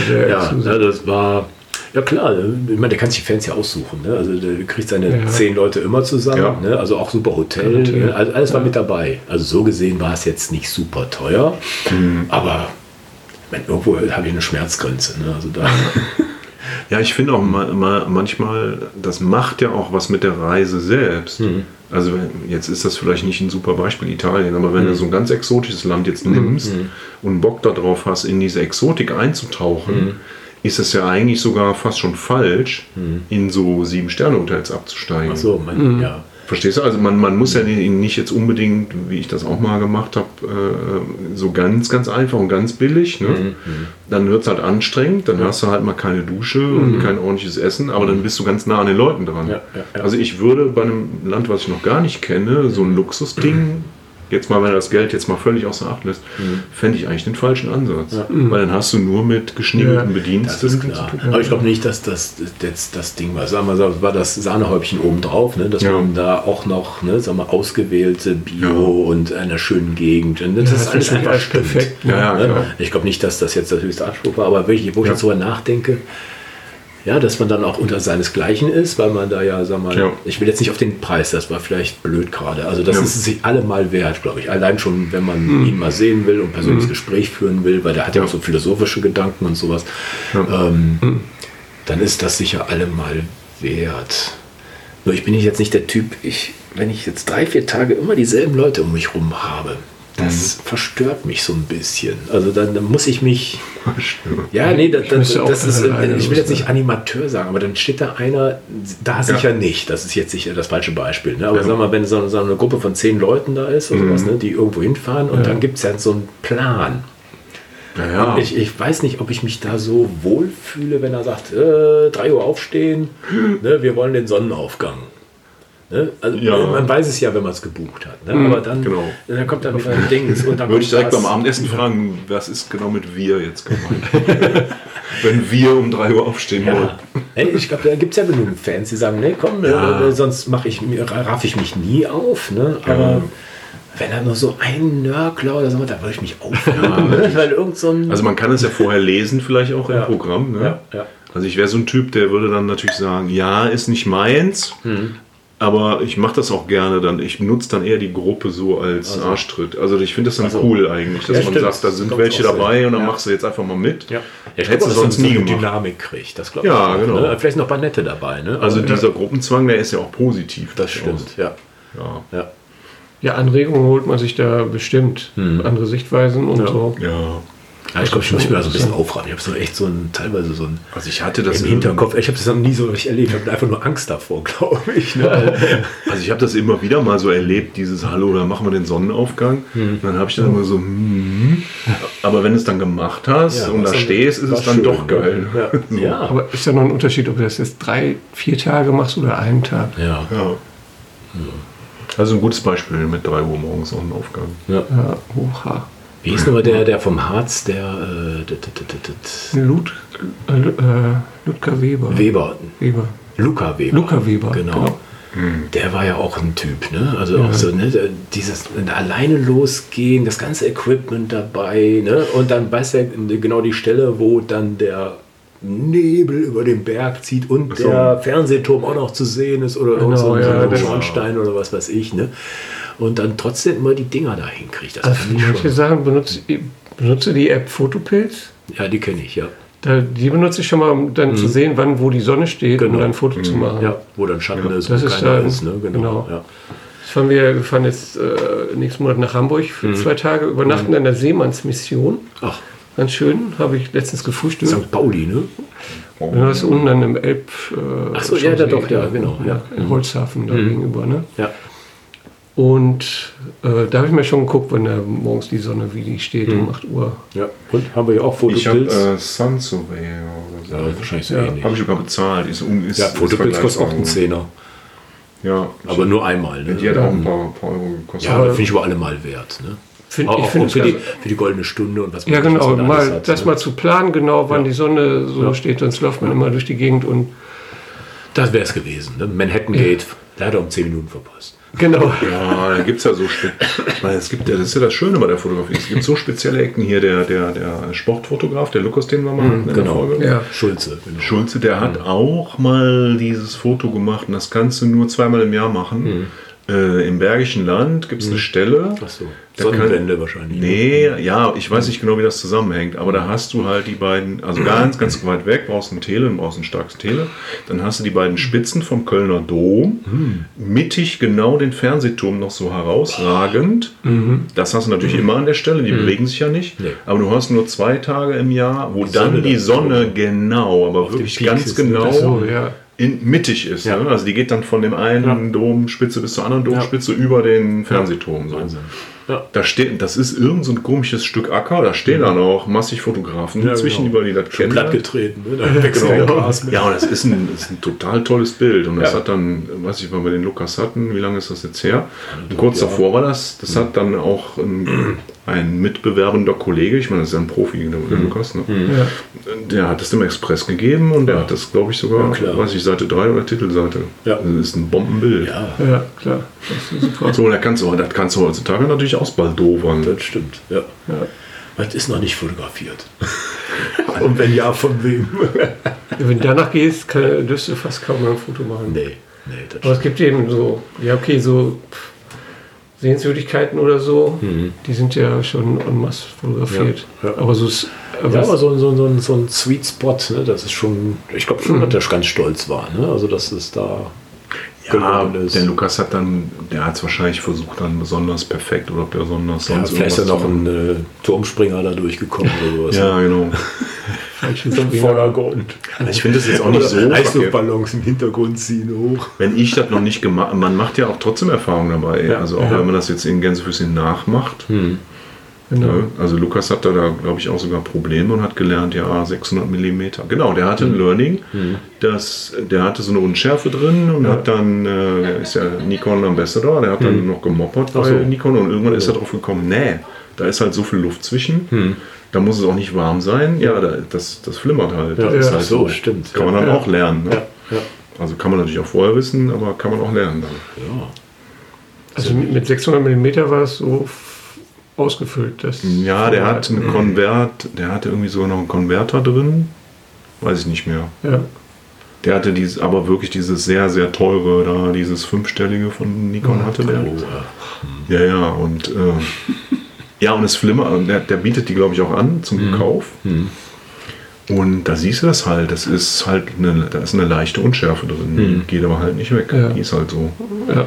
Speaker 2: Der
Speaker 1: ja,
Speaker 2: ist-
Speaker 1: ne, das war. Ja klar, ne, ich meine, der kann sich die Fans ja aussuchen. Ne? Also der kriegt seine
Speaker 2: Ja.
Speaker 1: zehn Leute immer zusammen.
Speaker 3: Ja.
Speaker 1: Ne? Also auch super Hotel.
Speaker 2: Hotel.
Speaker 1: Ne? Also alles war mit dabei. Also so gesehen war es jetzt nicht super teuer, aber ich meine, irgendwo habe ich eine Schmerzgrenze. Ne? Also da,
Speaker 3: Ja, ich finde auch ma ma manchmal, das macht ja auch was mit der Reise selbst.
Speaker 1: Mhm.
Speaker 3: Also wenn- jetzt ist das vielleicht nicht ein super Beispiel Italien, aber
Speaker 1: Mhm.
Speaker 3: wenn du so ein ganz exotisches Land jetzt nimmst und Bock darauf hast, in diese Exotik einzutauchen,
Speaker 1: Mhm.
Speaker 3: ist es ja eigentlich sogar fast schon falsch, in so Sieben-Sterne-Hotels abzusteigen.
Speaker 1: Mhm. ach so, mein, ja.
Speaker 3: Verstehst du? Also man, man muss ja
Speaker 1: Mhm.
Speaker 3: ni- nicht jetzt unbedingt, wie ich das auch mal gemacht habe, äh, so ganz, ganz einfach und ganz billig.
Speaker 1: Mhm,
Speaker 3: Ne? Dann wird es halt anstrengend, dann hast du halt mal keine Dusche und kein ordentliches Essen, aber dann bist du ganz nah an den Leuten dran.
Speaker 1: Mhm. Ja, ja, ja.
Speaker 3: Also ich würde bei einem Land, was ich noch gar nicht kenne, so ein Luxusding, jetzt mal, wenn er das Geld jetzt mal völlig außer Acht lässt,
Speaker 1: Mhm.
Speaker 3: fände ich eigentlich den falschen Ansatz. Weil dann hast du nur mit geschniegelten
Speaker 2: Ja,
Speaker 1: Das
Speaker 3: Bediensteten
Speaker 1: ist
Speaker 3: zu
Speaker 1: klar.
Speaker 3: tun.
Speaker 1: Aber ich glaube nicht, dass das jetzt das Ding war. Sagen wir, mal, war das Sahnehäubchen obendrauf, ne? dass
Speaker 3: Ja.
Speaker 1: man da auch noch, ne, sagen wir, ausgewählte Bio und einer schönen Gegend. Und das ist
Speaker 2: das
Speaker 1: alles
Speaker 2: ist
Speaker 1: einfach
Speaker 2: alles
Speaker 1: stimmt.
Speaker 2: perfekt,
Speaker 1: ne?
Speaker 3: ne? Ja, ja, klar.
Speaker 1: Ich glaube nicht, dass das jetzt der höchste Anspruch war, aber wirklich, wo ich
Speaker 3: Ja.
Speaker 1: jetzt drüber nachdenke, ja, dass man dann auch unter seinesgleichen ist, weil man da ja, sag mal,
Speaker 3: Ja.
Speaker 1: ich will jetzt nicht auf den Preis, das war vielleicht blöd gerade. Also das
Speaker 3: Ja.
Speaker 1: ist es sich allemal wert, glaube ich. Allein schon, wenn man ihn mal sehen will und persönliches Gespräch führen will, weil der hat ja auch so philosophische Gedanken und sowas.
Speaker 3: Ja.
Speaker 1: Ähm, Dann ist das sicher allemal wert. Nur ich bin jetzt nicht der Typ, ich, wenn ich jetzt drei, vier Tage immer dieselben Leute um mich rum habe, das
Speaker 2: Mhm.
Speaker 1: verstört mich so ein bisschen. Also dann, dann muss ich mich. Ja, nee, das, das,
Speaker 2: müsste auch
Speaker 1: das ist,
Speaker 2: alleine
Speaker 1: ich will jetzt
Speaker 2: los,
Speaker 1: nicht Animateur sagen, aber dann steht da einer, da sicher nicht. Das ist jetzt sicher das falsche Beispiel. Ne? Aber sag mal, wenn so, so eine Gruppe von zehn Leuten da ist
Speaker 2: Mhm.
Speaker 1: oder sowas, ne, die irgendwo hinfahren und dann gibt es ja so einen Plan.
Speaker 3: Ja, ja.
Speaker 1: Ich, ich weiß nicht, ob ich mich da so wohlfühle, wenn er sagt, äh, 3 Uhr aufstehen, ne, wir wollen den Sonnenaufgang. Ne? Also,
Speaker 3: Ja.
Speaker 1: Man weiß es ja, wenn man es gebucht hat. Ne? Aber dann,
Speaker 3: genau.
Speaker 1: dann kommt dann wieder ein Dings. Und dann
Speaker 3: [LAUGHS] Würde ich
Speaker 1: kommt
Speaker 3: direkt
Speaker 1: das.
Speaker 3: beim Abendessen fragen, was ist genau mit wir jetzt gemeint? [LAUGHS] Wenn wir um 3 Uhr aufstehen wollen.
Speaker 1: Ja. Hey, ich glaube, da gibt es ja genügend Fans, die sagen, nee, komm, äh, äh, sonst mach ich, mir- raff ich mich nie auf. Ne? Aber wenn da nur so ein Nörgler oder so, da würde ich mich aufhören. ne? Weil irgend so ein...
Speaker 3: Also man kann es ja vorher lesen, vielleicht auch
Speaker 1: Ja.
Speaker 3: im Programm. Ne?
Speaker 1: Ja, ja.
Speaker 3: Also ich wäre so ein Typ, der würde dann natürlich sagen, ja, ist nicht meins,
Speaker 1: Hm.
Speaker 3: aber ich mache das auch gerne dann. Ich nutze dann eher die Gruppe so als Arschtritt. Also ich finde das dann cool eigentlich, dass
Speaker 1: Ja,
Speaker 3: man
Speaker 1: stimmt.
Speaker 3: sagt, da sind
Speaker 1: Kommt
Speaker 3: welche
Speaker 1: auch so
Speaker 3: dabei
Speaker 1: hin.
Speaker 3: und dann
Speaker 1: Ja.
Speaker 3: machst du jetzt einfach mal mit.
Speaker 1: Ja. ich
Speaker 3: Hättest
Speaker 1: glaube,
Speaker 3: du
Speaker 1: dass
Speaker 3: sonst
Speaker 1: sonst
Speaker 3: nie
Speaker 1: nie eine
Speaker 3: gemacht.
Speaker 1: Dynamik kriegt. Das glaube ich.
Speaker 3: Ja,
Speaker 1: auch,
Speaker 3: genau.
Speaker 1: ne? Vielleicht noch ein paar nette dabei. Ne?
Speaker 3: Also dieser Gruppenzwang, der ist ja auch positiv.
Speaker 1: Das stimmt, ja.
Speaker 3: Ja.
Speaker 1: ja.
Speaker 2: Ja, Anregungen holt man sich da bestimmt.
Speaker 1: Mhm.
Speaker 2: Andere Sichtweisen und so.
Speaker 3: ja.
Speaker 1: ich glaube, ich muss mir da so ein bisschen aufraten. Ich habe so echt so ein, teilweise so ein
Speaker 3: Also ich hatte das
Speaker 1: im Hinterkopf. Ich habe das noch nie so richtig erlebt. Ich habe einfach nur Angst davor, [LAUGHS] glaube ich. Ne?
Speaker 3: Also ich habe das immer wieder mal so erlebt, dieses Hallo, da machen wir den Sonnenaufgang. Und dann habe ich dann immer so, hm. aber wenn du es dann gemacht hast
Speaker 1: Ja,
Speaker 3: und da
Speaker 1: was dann-
Speaker 3: stehst, ist
Speaker 1: war
Speaker 3: es dann
Speaker 1: schön, ne?
Speaker 3: doch geil. So.
Speaker 1: Ja.
Speaker 2: Aber ist ja noch ein Unterschied, ob du das jetzt drei, vier Tage machst oder einen Tag.
Speaker 1: ja.
Speaker 3: Ja. Also ein gutes Beispiel mit 3 Uhr morgens Sonnenaufgang.
Speaker 2: Ja, oha.
Speaker 1: Wie hieß nochmal der, der vom Harz, der äh, d- d- d- d- d-
Speaker 2: Lud, äh, äh, Ludger Weber.
Speaker 1: Weber,
Speaker 2: Weber.
Speaker 1: Luca Weber.
Speaker 2: Luca Weber,
Speaker 1: Genau.
Speaker 2: genau.
Speaker 1: Der war ja auch ein Typ, ne? Also auch so, ne? der- Dieses alleine losgehen, das ganze Equipment dabei, ne? Und dann weiß er genau die Stelle, wo dann der Nebel über den Berg zieht und
Speaker 3: so.
Speaker 1: der Fernsehturm auch noch zu sehen ist oder
Speaker 2: Genau,
Speaker 1: irgend so ein
Speaker 2: ja,
Speaker 1: so ein
Speaker 2: das-
Speaker 1: Schornstein oder was weiß ich, ne? Und dann trotzdem immer die Dinger da hinkriegt. Das
Speaker 2: Also
Speaker 1: kann
Speaker 2: für
Speaker 1: ich
Speaker 2: manche
Speaker 1: schon.
Speaker 2: Sachen benutze, ich- benutze die App Fotopilz.
Speaker 1: Ja, die kenne ich, ja.
Speaker 2: Da, die benutze ich schon mal, um dann zu sehen, wann wo die Sonne steht und dann ein Foto zu machen.
Speaker 1: Mhm. Genau. Ja, wo dann Schatten ist,
Speaker 2: das
Speaker 1: wo
Speaker 2: ist
Speaker 1: keiner
Speaker 2: da-
Speaker 1: ist, ne? Genau.
Speaker 2: genau.
Speaker 1: Ja.
Speaker 2: Das fahren wir, wir fahren jetzt äh, nächsten Monat nach Hamburg für
Speaker 1: Mhm.
Speaker 2: zwei Tage, übernachten an der Seemannsmission.
Speaker 1: Ach,
Speaker 2: Ganz schön, habe ich letztens gefrühstückt.
Speaker 1: St. Pauli, ne?
Speaker 2: Dann hast du unten dann im Elb. Äh,
Speaker 1: Ach so, ja, da doch, ja, genau, ja. Mhm.
Speaker 2: In Holzhafen da gegenüber, ne?
Speaker 1: Ja.
Speaker 2: Und äh, da habe ich mir schon geguckt, wenn da morgens die Sonne, wie die steht
Speaker 1: Mhm.
Speaker 2: um 8 Uhr.
Speaker 1: ja. Und haben wir ja auch Fotos.
Speaker 3: Ich habe äh, Sun Survey oder so.
Speaker 1: ja, wahrscheinlich so ähnlich.
Speaker 3: Habe ich sogar bezahlt. Ist, un- ist,
Speaker 1: Ja,
Speaker 3: ist
Speaker 1: Fotopilz kostet auch einen
Speaker 3: vergleichbar.
Speaker 1: Zehner.
Speaker 3: Ja,
Speaker 1: Aber nur einmal. Ne?
Speaker 3: die hat auch ein paar, paar Euro gekostet.
Speaker 1: ja, aber finde ich aber alle mal wert. Ne?
Speaker 2: Find-
Speaker 1: auch
Speaker 2: ich
Speaker 1: auch
Speaker 2: find es
Speaker 1: für, die,
Speaker 2: ganz-
Speaker 1: für die goldene Stunde und was
Speaker 2: Ja,
Speaker 1: weiß ich, was
Speaker 2: genau.
Speaker 1: man
Speaker 2: Mal,
Speaker 1: alles hat,
Speaker 2: das
Speaker 1: ne?
Speaker 2: mal zu planen, genau, wann die Sonne so steht. Sonst läuft man immer durch die Gegend und. [LAUGHS]
Speaker 1: das wäre es gewesen. Ne? Manhattan Gate, da hat er um 10 Minuten verpasst.
Speaker 2: Genau.
Speaker 3: Ja, Ah, da gibt es ja so spe- Ich meine, es gibt ja, das ist ja das Schöne bei der Fotografie. Es gibt so spezielle Ecken hier. Der, der, der Sportfotograf, der Lukas, den wir mal hatten in
Speaker 1: genau.
Speaker 3: der Folge.
Speaker 2: Ja.
Speaker 1: Schulze. Genau.
Speaker 3: Schulze, der hat auch mal dieses Foto gemacht und das kannst du nur zweimal im Jahr machen. Äh, Im Bergischen Land gibt es eine Stelle.
Speaker 1: Mhm. Ach so.
Speaker 3: da kann-
Speaker 1: Sonnenwende wahrscheinlich. ne?
Speaker 3: Nee, ja, ich weiß nicht genau, wie das zusammenhängt, aber da hast du halt die beiden, also ganz, ganz weit weg, brauchst ein Tele und brauchst ein starkes Tele. Dann hast du die beiden Spitzen vom Kölner Dom, mittig genau den Fernsehturm noch so herausragend. Das hast du natürlich immer an der Stelle, die bewegen sich ja nicht.
Speaker 1: Nee.
Speaker 3: Aber du hast nur zwei Tage im Jahr, wo
Speaker 1: Sonne
Speaker 3: dann die
Speaker 1: dann
Speaker 3: Sonne genau, aber
Speaker 1: dem
Speaker 3: wirklich
Speaker 1: Peak
Speaker 3: ganz
Speaker 1: ist, ne?
Speaker 3: genau
Speaker 2: Ach so, ja.
Speaker 3: in, mittig ist.
Speaker 1: Ja.
Speaker 3: Ne? Also die geht dann von dem einen Domspitze bis zur anderen Domspitze über den Fernsehturm. So.
Speaker 1: Wahnsinn. Ja.
Speaker 3: Da steht, das ist irgend so ein komisches Stück Acker, da stehen dann auch massig Fotografen
Speaker 1: Mhm. Ja,
Speaker 3: zwischen,
Speaker 1: genau.
Speaker 3: die weil die das
Speaker 1: Schon platt
Speaker 3: kennen.
Speaker 1: getreten. Ne? Da wächst der
Speaker 3: Genau.
Speaker 1: Gras mit.
Speaker 3: Ja, und das ist ein, das ist ein total tolles Bild. Und das
Speaker 1: Ja.
Speaker 3: hat dann, weiß ich, wann wir den Lukas hatten, wie lange ist das jetzt her?
Speaker 1: Also,
Speaker 3: Und kurz davor war das, das
Speaker 1: Mhm.
Speaker 3: hat dann auch ein, ein mitbewerbender Kollege, ich meine, das ist ja ein Profi, der
Speaker 1: Mhm.
Speaker 3: Lukas, ne?
Speaker 2: Ja.
Speaker 3: der hat es dem Express gegeben und der hat das, glaube ich, sogar,
Speaker 1: klar.
Speaker 3: weiß ich, Seite 3 oder Titelseite.
Speaker 1: Ja.
Speaker 3: Das ist ein Bombenbild.
Speaker 1: Ja,
Speaker 2: Ja, klar. Das ist super.
Speaker 3: So, da kannst du, das kannst du heutzutage natürlich ausbaldowern.
Speaker 1: das stimmt. Ja. Was ist noch nicht fotografiert? und wenn ja, von wem?
Speaker 2: Wenn du danach gehst, kann, dürfst du fast kaum mehr ein Foto machen.
Speaker 1: [LAUGHS] nee, nee, das
Speaker 2: Aber es gibt eben so, ja okay, so pff, Sehenswürdigkeiten oder so, die sind ja schon en masse fotografiert.
Speaker 1: Mhm. Ja, ja.
Speaker 2: Aber so ist,
Speaker 1: Ja, aber so, ein- so, ein- so, ein- so ein Sweet Spot, ne, das ist schon, ich glaube
Speaker 3: Mhm.
Speaker 1: schon, dass der ganz stolz war, ne? also dass es da
Speaker 3: Ja,
Speaker 1: gelungen ist.
Speaker 3: der Genau, Lukas hat dann, der hat es wahrscheinlich versucht, dann besonders perfekt oder besonders
Speaker 1: ja,
Speaker 3: sonst
Speaker 1: vielleicht ist ja
Speaker 3: irgendwas
Speaker 1: noch
Speaker 3: zu
Speaker 1: ein äh, Turmspringer da durchgekommen oder sowas.
Speaker 3: machen. Ja, genau.
Speaker 1: [LAUGHS]
Speaker 2: falsche
Speaker 1: Im Vordergrund.
Speaker 3: Ich finde das jetzt auch nicht so verkehrt.
Speaker 1: Eisluftballons im Hintergrund ziehen hoch.
Speaker 3: Wenn ich das noch nicht gemacht man macht ja auch trotzdem Erfahrungen dabei.
Speaker 1: Ja,
Speaker 3: also auch
Speaker 1: ja. Hm.
Speaker 3: wenn man das jetzt in Gänsefüßchen nachmacht.
Speaker 2: Genau.
Speaker 3: Ne? Also Lukas hat da, da glaube ich, auch sogar Probleme und hat gelernt, ja, 600 Millimeter. Genau, der
Speaker 1: Hm.
Speaker 3: hatte ein Learning, dass der hatte so eine Unschärfe drin und hat dann, äh, der ist ja Nikon Ambassador, der hat dann noch gemoppert bei
Speaker 1: Hm. so. Hm.
Speaker 3: Nikon und irgendwann ist er drauf gekommen, nee, da ist halt so viel Luft zwischen, da muss es auch nicht warm sein. Ja, da, das, das flimmert halt.
Speaker 1: Ja,
Speaker 3: das ist
Speaker 1: ja,
Speaker 3: halt
Speaker 1: so, stimmt.
Speaker 3: Kann man
Speaker 1: Ja,
Speaker 3: dann
Speaker 1: ja.
Speaker 3: auch lernen. Ne?
Speaker 1: Ja,
Speaker 3: Also kann man natürlich auch vorher wissen, aber kann man auch lernen dann.
Speaker 1: ja.
Speaker 2: Also mit, mit 600 mm war es so f- ausgefüllt. Dass
Speaker 3: Ja, der hat einen Konvert, der hatte irgendwie sogar noch einen Konverter drin, weiß ich nicht mehr.
Speaker 2: Ja,
Speaker 3: Der hatte dieses, aber wirklich dieses sehr, sehr teure, da dieses fünfstellige von Nikon hatte der.
Speaker 1: Oh, ja.
Speaker 3: Ja, ja, und äh, ja, und es flimmer, und der, der bietet die, glaube ich, auch an zum Kauf. Und da siehst du das halt, das ist halt eine, da ist eine leichte Unschärfe drin, die geht aber halt nicht weg.
Speaker 2: Ja.
Speaker 3: Die ist halt so.
Speaker 2: ja.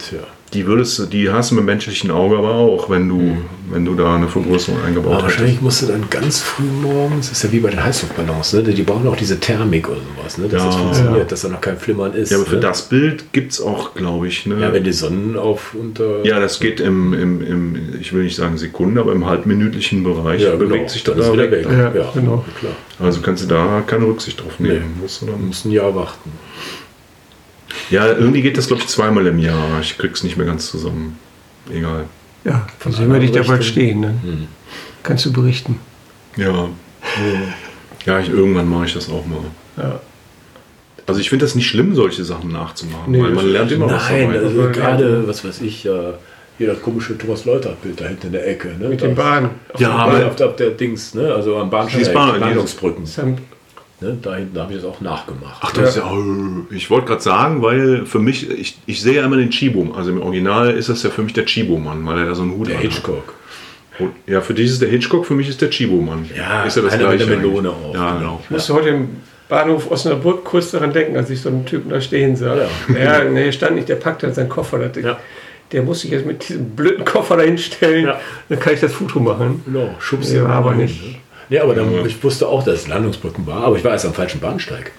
Speaker 1: Tja.
Speaker 3: Die würdest du- die hast du mit menschlichen Auge aber auch, wenn du, wenn du da eine Vergrößerung eingebaut
Speaker 1: Aber
Speaker 3: hast.
Speaker 1: Mhm. wahrscheinlich musst du dann ganz früh morgens, ist ja wie bei den Heißluftballons, ne? die brauchen auch diese Thermik oder sowas, ne? dass das
Speaker 3: Ja.
Speaker 1: funktioniert,
Speaker 2: Ja.
Speaker 1: dass da noch kein Flimmern ist.
Speaker 3: Ja, aber für
Speaker 1: ne?
Speaker 3: das Bild gibt es auch, glaube ich, ne?
Speaker 1: ja, wenn die Sonnen auf äh, unter.
Speaker 3: Ja, das geht im, im, im, ich will nicht sagen Sekunde, aber im halbminütlichen Bereich
Speaker 1: Ja,
Speaker 3: bewegt
Speaker 1: genau.
Speaker 3: sich das
Speaker 1: dann ist wieder weg.
Speaker 2: dann. Ja, genau.
Speaker 1: Klar.
Speaker 3: Also kannst du da keine Rücksicht drauf nehmen. Musst du dann,
Speaker 1: Muss ein Jahr warten.
Speaker 3: ja, irgendwie geht das, glaube ich, zweimal im Jahr. Ich krieg's nicht mehr ganz zusammen. Egal.
Speaker 2: ja.
Speaker 1: Von
Speaker 2: Dann sehen wir dich da
Speaker 1: einer
Speaker 2: bald
Speaker 1: Richtung. Mhm.
Speaker 2: stehen. Dann kannst du berichten.
Speaker 3: Ja. Ja, ich, irgendwann mache ich das auch mal.
Speaker 2: Ja.
Speaker 3: Also ich finde das nicht schlimm, solche Sachen nachzumachen,
Speaker 2: Nee,
Speaker 3: weil man lernt immer was
Speaker 1: Nein,
Speaker 3: dabei.
Speaker 1: also gerade, was weiß ich, äh, hier das komische Thomas Leutert-Bild da hinten in der Ecke. Ne?
Speaker 2: Mit den
Speaker 1: Da-
Speaker 2: Bahnen.
Speaker 3: Ja,
Speaker 1: Aber
Speaker 3: aber
Speaker 1: auf, auf der Dings, ne? also am Bahnsteig,
Speaker 3: Die Bahn- die-
Speaker 1: Landungsbrücken.
Speaker 2: Das haben-
Speaker 1: Ne? Da hinten habe ich das auch nachgemacht. ne?
Speaker 3: Ach, das ist ja, oh, ich wollte gerade sagen, weil für mich, ich, ich sehe ja immer den Chibum. Also im Original ist das ja für mich der Chibo-Mann, weil er da so einen Hut
Speaker 1: der
Speaker 3: hat.
Speaker 1: Hitchcock.
Speaker 3: Ja, für dich ist der Hitchcock, für mich ist der Chibo-Mann.
Speaker 1: Ja,
Speaker 3: ist ja das
Speaker 1: einer mit
Speaker 3: gleiche.
Speaker 1: der Melone
Speaker 3: eigentlich.
Speaker 1: auch.
Speaker 3: Ja, genau.
Speaker 2: Ich musste heute im Bahnhof Osnabrück kurz daran denken, als ich so einen Typen da stehen sah. Ja, nee, stand nicht, der packt halt seinen Koffer. Der,
Speaker 1: Ja.
Speaker 2: der muss sich jetzt mit diesem blöden Koffer dahin stellen.
Speaker 1: Ja.
Speaker 2: Dann kann ich das Foto machen.
Speaker 1: Genau, schubst
Speaker 2: Nee,
Speaker 1: ihn
Speaker 2: war aber
Speaker 1: hin,
Speaker 2: nicht.
Speaker 1: ne? Nee, aber dann,
Speaker 3: Ja.
Speaker 1: ich wusste auch, dass es Landungsbrücken war, aber ich war erst am falschen Bahnsteig.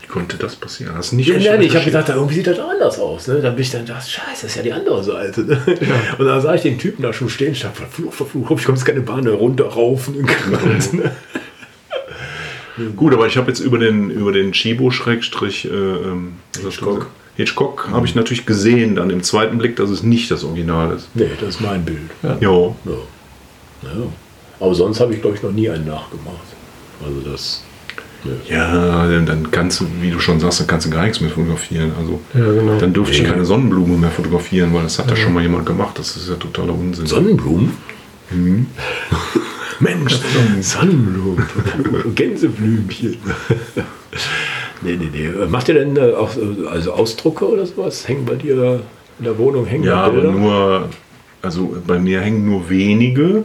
Speaker 3: Wie konnte das passieren? Hast du nicht
Speaker 1: Ja,
Speaker 3: richtig
Speaker 1: nein, ich habe
Speaker 3: recherchiert?
Speaker 1: gedacht, da irgendwie sieht das doch anders aus. Ne? Dann bin ich dann gedacht, scheiße, das ist ja die andere Seite. Ne? [LAUGHS] Und dann sah ich den Typen da schon stehen, ich dachte, verflucht, verflucht, hopp, ich komme jetzt keine Bahn mehr runter, rauf. Und, und, ne?
Speaker 3: Gut, aber ich habe jetzt über den, über den Chibo-Schrägstrich äh, ähm,
Speaker 1: Hitchcock.
Speaker 3: Hitchcock habe ich natürlich gesehen, dann im zweiten Blick, dass es nicht das Original ist.
Speaker 1: Nee, das ist mein Bild. Ja.
Speaker 3: Jo.
Speaker 1: Ja. Aber sonst habe ich, glaube ich, noch nie einen nachgemacht. Also das.
Speaker 3: Ja, dann, dann kannst du, wie du schon sagst, dann kannst du gar nichts mehr fotografieren. Also
Speaker 2: Ja, genau.
Speaker 3: dann dürfte ich
Speaker 1: Ja.
Speaker 3: keine Sonnenblume mehr fotografieren, weil das hat ja schon mal jemand gemacht. Das ist ja totaler Unsinn.
Speaker 1: Sonnenblumen?
Speaker 3: Hm.
Speaker 1: [LAUGHS]
Speaker 3: Mensch, [LAUGHS]
Speaker 1: Sonnenblumen. Gänseblümchen. nee, nee, nee. Macht ihr denn äh, auch äh, also Ausdrucke oder sowas? Hängen bei dir in der Wohnung hängen
Speaker 3: Ja,
Speaker 1: da
Speaker 3: aber
Speaker 1: Bilder?
Speaker 3: nur, also bei mir hängen nur wenige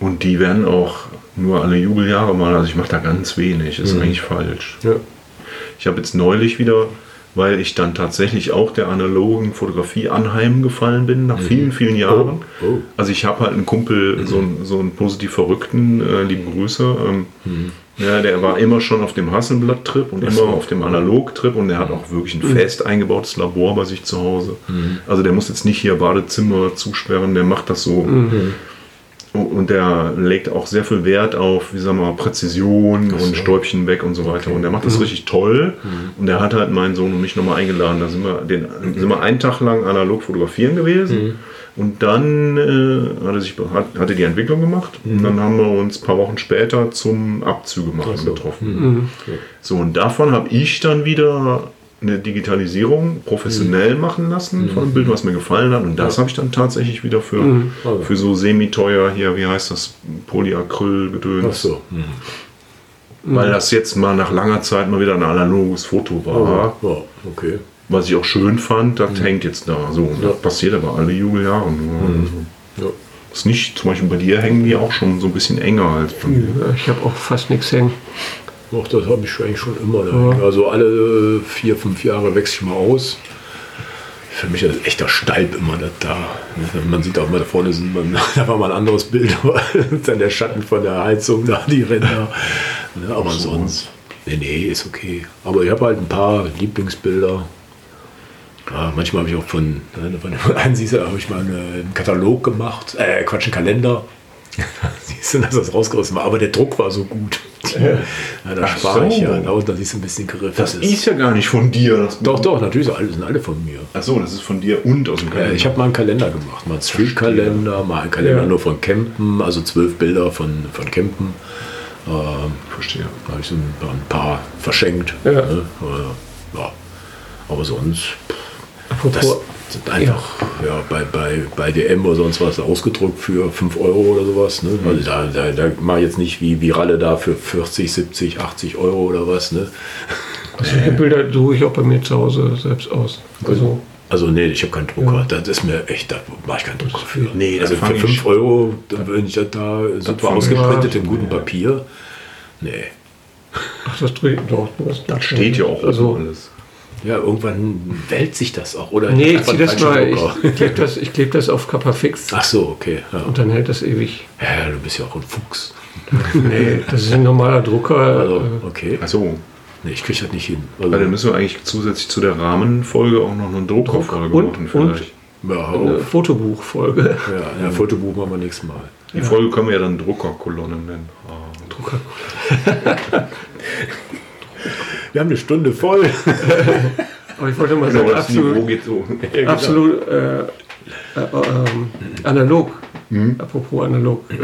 Speaker 3: und die werden auch nur alle Jubeljahre mal, also ich mache da ganz wenig,
Speaker 2: Mhm.
Speaker 3: ist eigentlich falsch.
Speaker 1: Ja.
Speaker 3: Ich habe jetzt neulich wieder, weil ich dann tatsächlich auch der analogen Fotografie anheimgefallen bin, nach vielen, vielen Jahren.
Speaker 1: Mhm. Oh, Mhm. oh.
Speaker 3: Also ich habe halt einen Kumpel, so, einen, so einen positiv Verrückten, äh, liebe Grüße. Ähm,
Speaker 1: Mhm.
Speaker 3: ja, der war immer schon auf dem Hasselblatt-Trip und immer auf dem Analog-Trip und der
Speaker 1: Mhm.
Speaker 3: hat auch wirklich ein fest eingebautes Labor bei sich zu Hause.
Speaker 1: Mhm.
Speaker 3: Also der muss jetzt nicht hier Badezimmer zusperren, der macht das so.
Speaker 1: Mhm.
Speaker 3: Und der legt auch sehr viel Wert auf, wie sagen wir, mal, Präzision und Stäubchen weg und so weiter. Und der macht das richtig toll. Und der hat halt meinen Sohn und mich nochmal eingeladen. Da sind wir, den, sind wir einen Tag lang analog fotografieren gewesen. Und dann äh, hat er sich, be- hat, hat er die Entwicklung gemacht. Und dann haben wir uns ein paar Wochen später zum Abzüge machen getroffen. So, und davon habe ich dann wieder eine Digitalisierung
Speaker 1: Mhm.
Speaker 3: professionell machen lassen von einem Bild, was mir gefallen hat. Und das habe ich dann tatsächlich wieder für,
Speaker 1: Also.
Speaker 3: für so semi-teuer hier, wie heißt das,
Speaker 1: Ach
Speaker 3: Polyacryl-Gedöns.
Speaker 1: so. Mhm. Hm.
Speaker 3: Weil das jetzt mal nach langer Zeit mal wieder ein analoges Foto war.
Speaker 1: Ja, okay.
Speaker 3: Was ich auch schön fand, das hängt jetzt da. So, und das
Speaker 1: Mhm. Ja. Mhm.
Speaker 3: passiert aber alle Jubeljahre nur. Also,
Speaker 1: Ja.
Speaker 3: Ist nicht, zum Beispiel bei dir hängen die auch schon so ein bisschen enger als bei mir.
Speaker 2: Ja, Ich habe auch fast nichts hängen.
Speaker 1: Ach, das habe ich eigentlich schon immer. da. Also alle äh, vier, fünf Jahre wechsle ich mal aus. Für mich ist das echter Steib immer das da. Man sieht auch mal da vorne sind man, [LAUGHS] da war mal ein anderes Bild, [LAUGHS] aber dann der Schatten von der Heizung da, die Ränder. Ne, aber sonst. Nee, nee, ist okay. Aber ich habe halt ein paar Lieblingsbilder. Ja, manchmal habe ich auch von, ne, von dem [LAUGHS] einen siehst du, da habe ich mal eine, einen Katalog gemacht, äh, Quatsch, einen Kalender.
Speaker 3: [LAUGHS]
Speaker 1: siehst du, dass das rausgerissen war. Aber der Druck war so gut. [LAUGHS] Ja, da
Speaker 3: Ach
Speaker 1: spare ich
Speaker 3: so.
Speaker 1: ja. Da, und da siehst du ein bisschen gerifft.
Speaker 3: Das ist ja gar nicht von dir. Das
Speaker 1: doch, doch, natürlich sind alle, sind alle von mir.
Speaker 3: Achso, das ist von dir und aus dem
Speaker 1: Ja, ich habe mal einen Kalender gemacht, mal einen Street-Kalender, mal einen Kalender
Speaker 2: Ja.
Speaker 1: nur von Campen, also zwölf Bilder von, von Campen. Ähm,
Speaker 3: Verstehe.
Speaker 1: da habe ich so ein, ein paar verschenkt.
Speaker 2: Ja.
Speaker 1: Ne? Äh, ja. Aber sonst, das sind einfach ja. bei, bei, bei DM oder sonst was ausgedruckt für 5 Euro oder sowas. Ne? Also da, da, da mache ich jetzt nicht wie, wie Ralle da für 40, 70, 80 Euro oder was. Ne?
Speaker 2: Also die Bilder suche ich auch bei mir zu Hause selbst aus. Also,
Speaker 1: Also nee, ich habe keinen Drucker. Das ist mir echt, da mache ich keinen Drucker für. Nee,
Speaker 3: das
Speaker 1: also
Speaker 3: fand
Speaker 1: für
Speaker 3: ich-
Speaker 1: 5 Euro, dann bin ich das da super
Speaker 3: fand ich-
Speaker 1: ausgeprintet im guten Papier. Nee.
Speaker 2: ach, das dreht doch. Das,
Speaker 3: Das steht ja auch
Speaker 2: Also,
Speaker 3: oben alles.
Speaker 1: Ja, irgendwann wälzt sich das auch, oder?
Speaker 2: nee, ich
Speaker 1: Hat man
Speaker 2: zieh das
Speaker 1: falschen
Speaker 2: mal.
Speaker 1: Drucker.
Speaker 2: Ich klebe das, ich kleb das auf Kappa Fix
Speaker 1: Ach so, okay. Ja.
Speaker 2: und dann hält das ewig.
Speaker 1: ja, du bist ja auch ein Fuchs.
Speaker 2: Nee, das ist ein normaler Drucker.
Speaker 1: Also, okay.
Speaker 3: Achso,
Speaker 1: Nee, ich krieg das nicht hin.
Speaker 3: Weil dann
Speaker 1: Also,
Speaker 3: müssen wir eigentlich zusätzlich zu der Rahmenfolge auch noch eine Druckerfolge
Speaker 2: Und-
Speaker 3: machen
Speaker 2: und-
Speaker 3: vielleicht.
Speaker 1: ja,
Speaker 2: äh, eine
Speaker 1: auf.
Speaker 2: Fotobuchfolge.
Speaker 1: ja, ja, Fotobuch machen wir nächstes Mal.
Speaker 3: Die Folge können wir ja dann Druckerkolonne nennen. Ah,
Speaker 2: Drucker.
Speaker 1: Wir haben eine Stunde
Speaker 2: [LAUGHS]
Speaker 1: voll.
Speaker 2: Aber ich wollte mal
Speaker 3: Genau,
Speaker 2: sagen,
Speaker 3: das Niveau genau.
Speaker 2: absolut,
Speaker 3: geht so.
Speaker 2: absolut äh, äh, ähm, analog.
Speaker 3: Mhm.
Speaker 2: Apropos analog. Äh,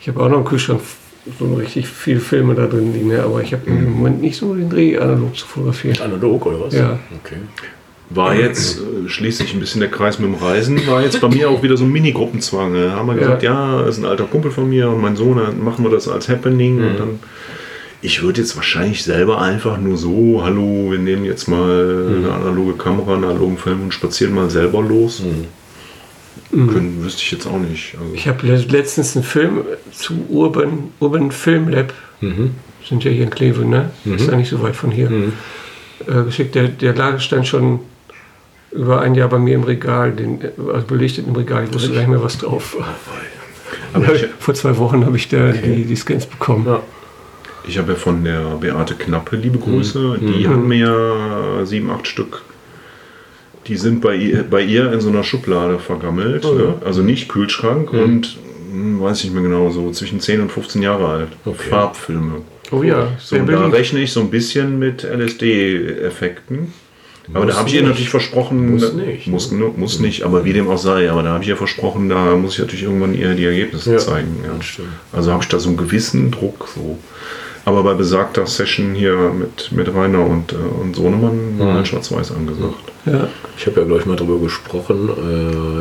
Speaker 2: ich habe auch noch im Kühlschrank so richtig viel Filme da drin liegen, ne? aber ich habe
Speaker 3: Mhm.
Speaker 2: im Moment nicht so den Dreh, analog zu fotografieren.
Speaker 1: Analog oder was?
Speaker 2: Ja.
Speaker 1: Okay.
Speaker 3: War jetzt, äh, schließt sich ein bisschen der Kreis mit dem Reisen, war jetzt bei mir auch wieder so ein Mini-Gruppenzwang. Da haben wir gesagt, ja, ist ein alter Kumpel von mir und mein Sohn, dann machen wir das als Happening. Und dann, ich würde jetzt wahrscheinlich selber einfach nur so, hallo, wir nehmen jetzt mal eine analoge Kamera, einen analogen Film und spazieren mal selber los. Können, wüsste ich jetzt auch nicht. Also,
Speaker 2: Ich habe le- letztens einen Film zu Urban, Urban Film Lab, sind ja hier in Kleve, ne? Ist ja nicht so weit von hier, äh, geschickt. Der, der Lager stand schon über ein Jahr bei mir im Regal, den, äh, also belichtet im Regal, ich wusste gar nicht mehr, was drauf war.
Speaker 3: Aber ich,
Speaker 2: [LAUGHS] Vor zwei Wochen habe ich da die, die Scans bekommen.
Speaker 1: Ja.
Speaker 3: ich habe ja von der Beate Knappe, liebe Grüße, die hat mir ja sieben, acht Stück. Die sind bei ihr, bei ihr in so einer Schublade vergammelt. ne? Also nicht Kühlschrank und hm, weiß nicht mehr genau, so zwischen 10 und 15 Jahre alt.
Speaker 1: Okay.
Speaker 3: Farbfilme.
Speaker 2: Oh ja,
Speaker 3: So, und da rechne ich so ein bisschen mit LSD-Effekten. Aber
Speaker 1: Muss
Speaker 3: da habe ich ihr
Speaker 1: nicht.
Speaker 3: natürlich versprochen,
Speaker 1: Muss nicht,
Speaker 3: muss, ne? muss nicht, aber wie dem auch sei, aber da habe ich ihr versprochen, da muss ich natürlich irgendwann ihr die Ergebnisse
Speaker 1: Ja,
Speaker 3: zeigen. Ja.
Speaker 1: das stimmt.
Speaker 3: Also habe ich da so einen gewissen Druck so. Aber bei besagter Session hier mit, mit Rainer und, äh, und Sohnemann
Speaker 1: Hm.
Speaker 3: war halt schwarz-weiß angesagt.
Speaker 2: Ja.
Speaker 1: Ich habe ja, glaube ich, mal darüber gesprochen.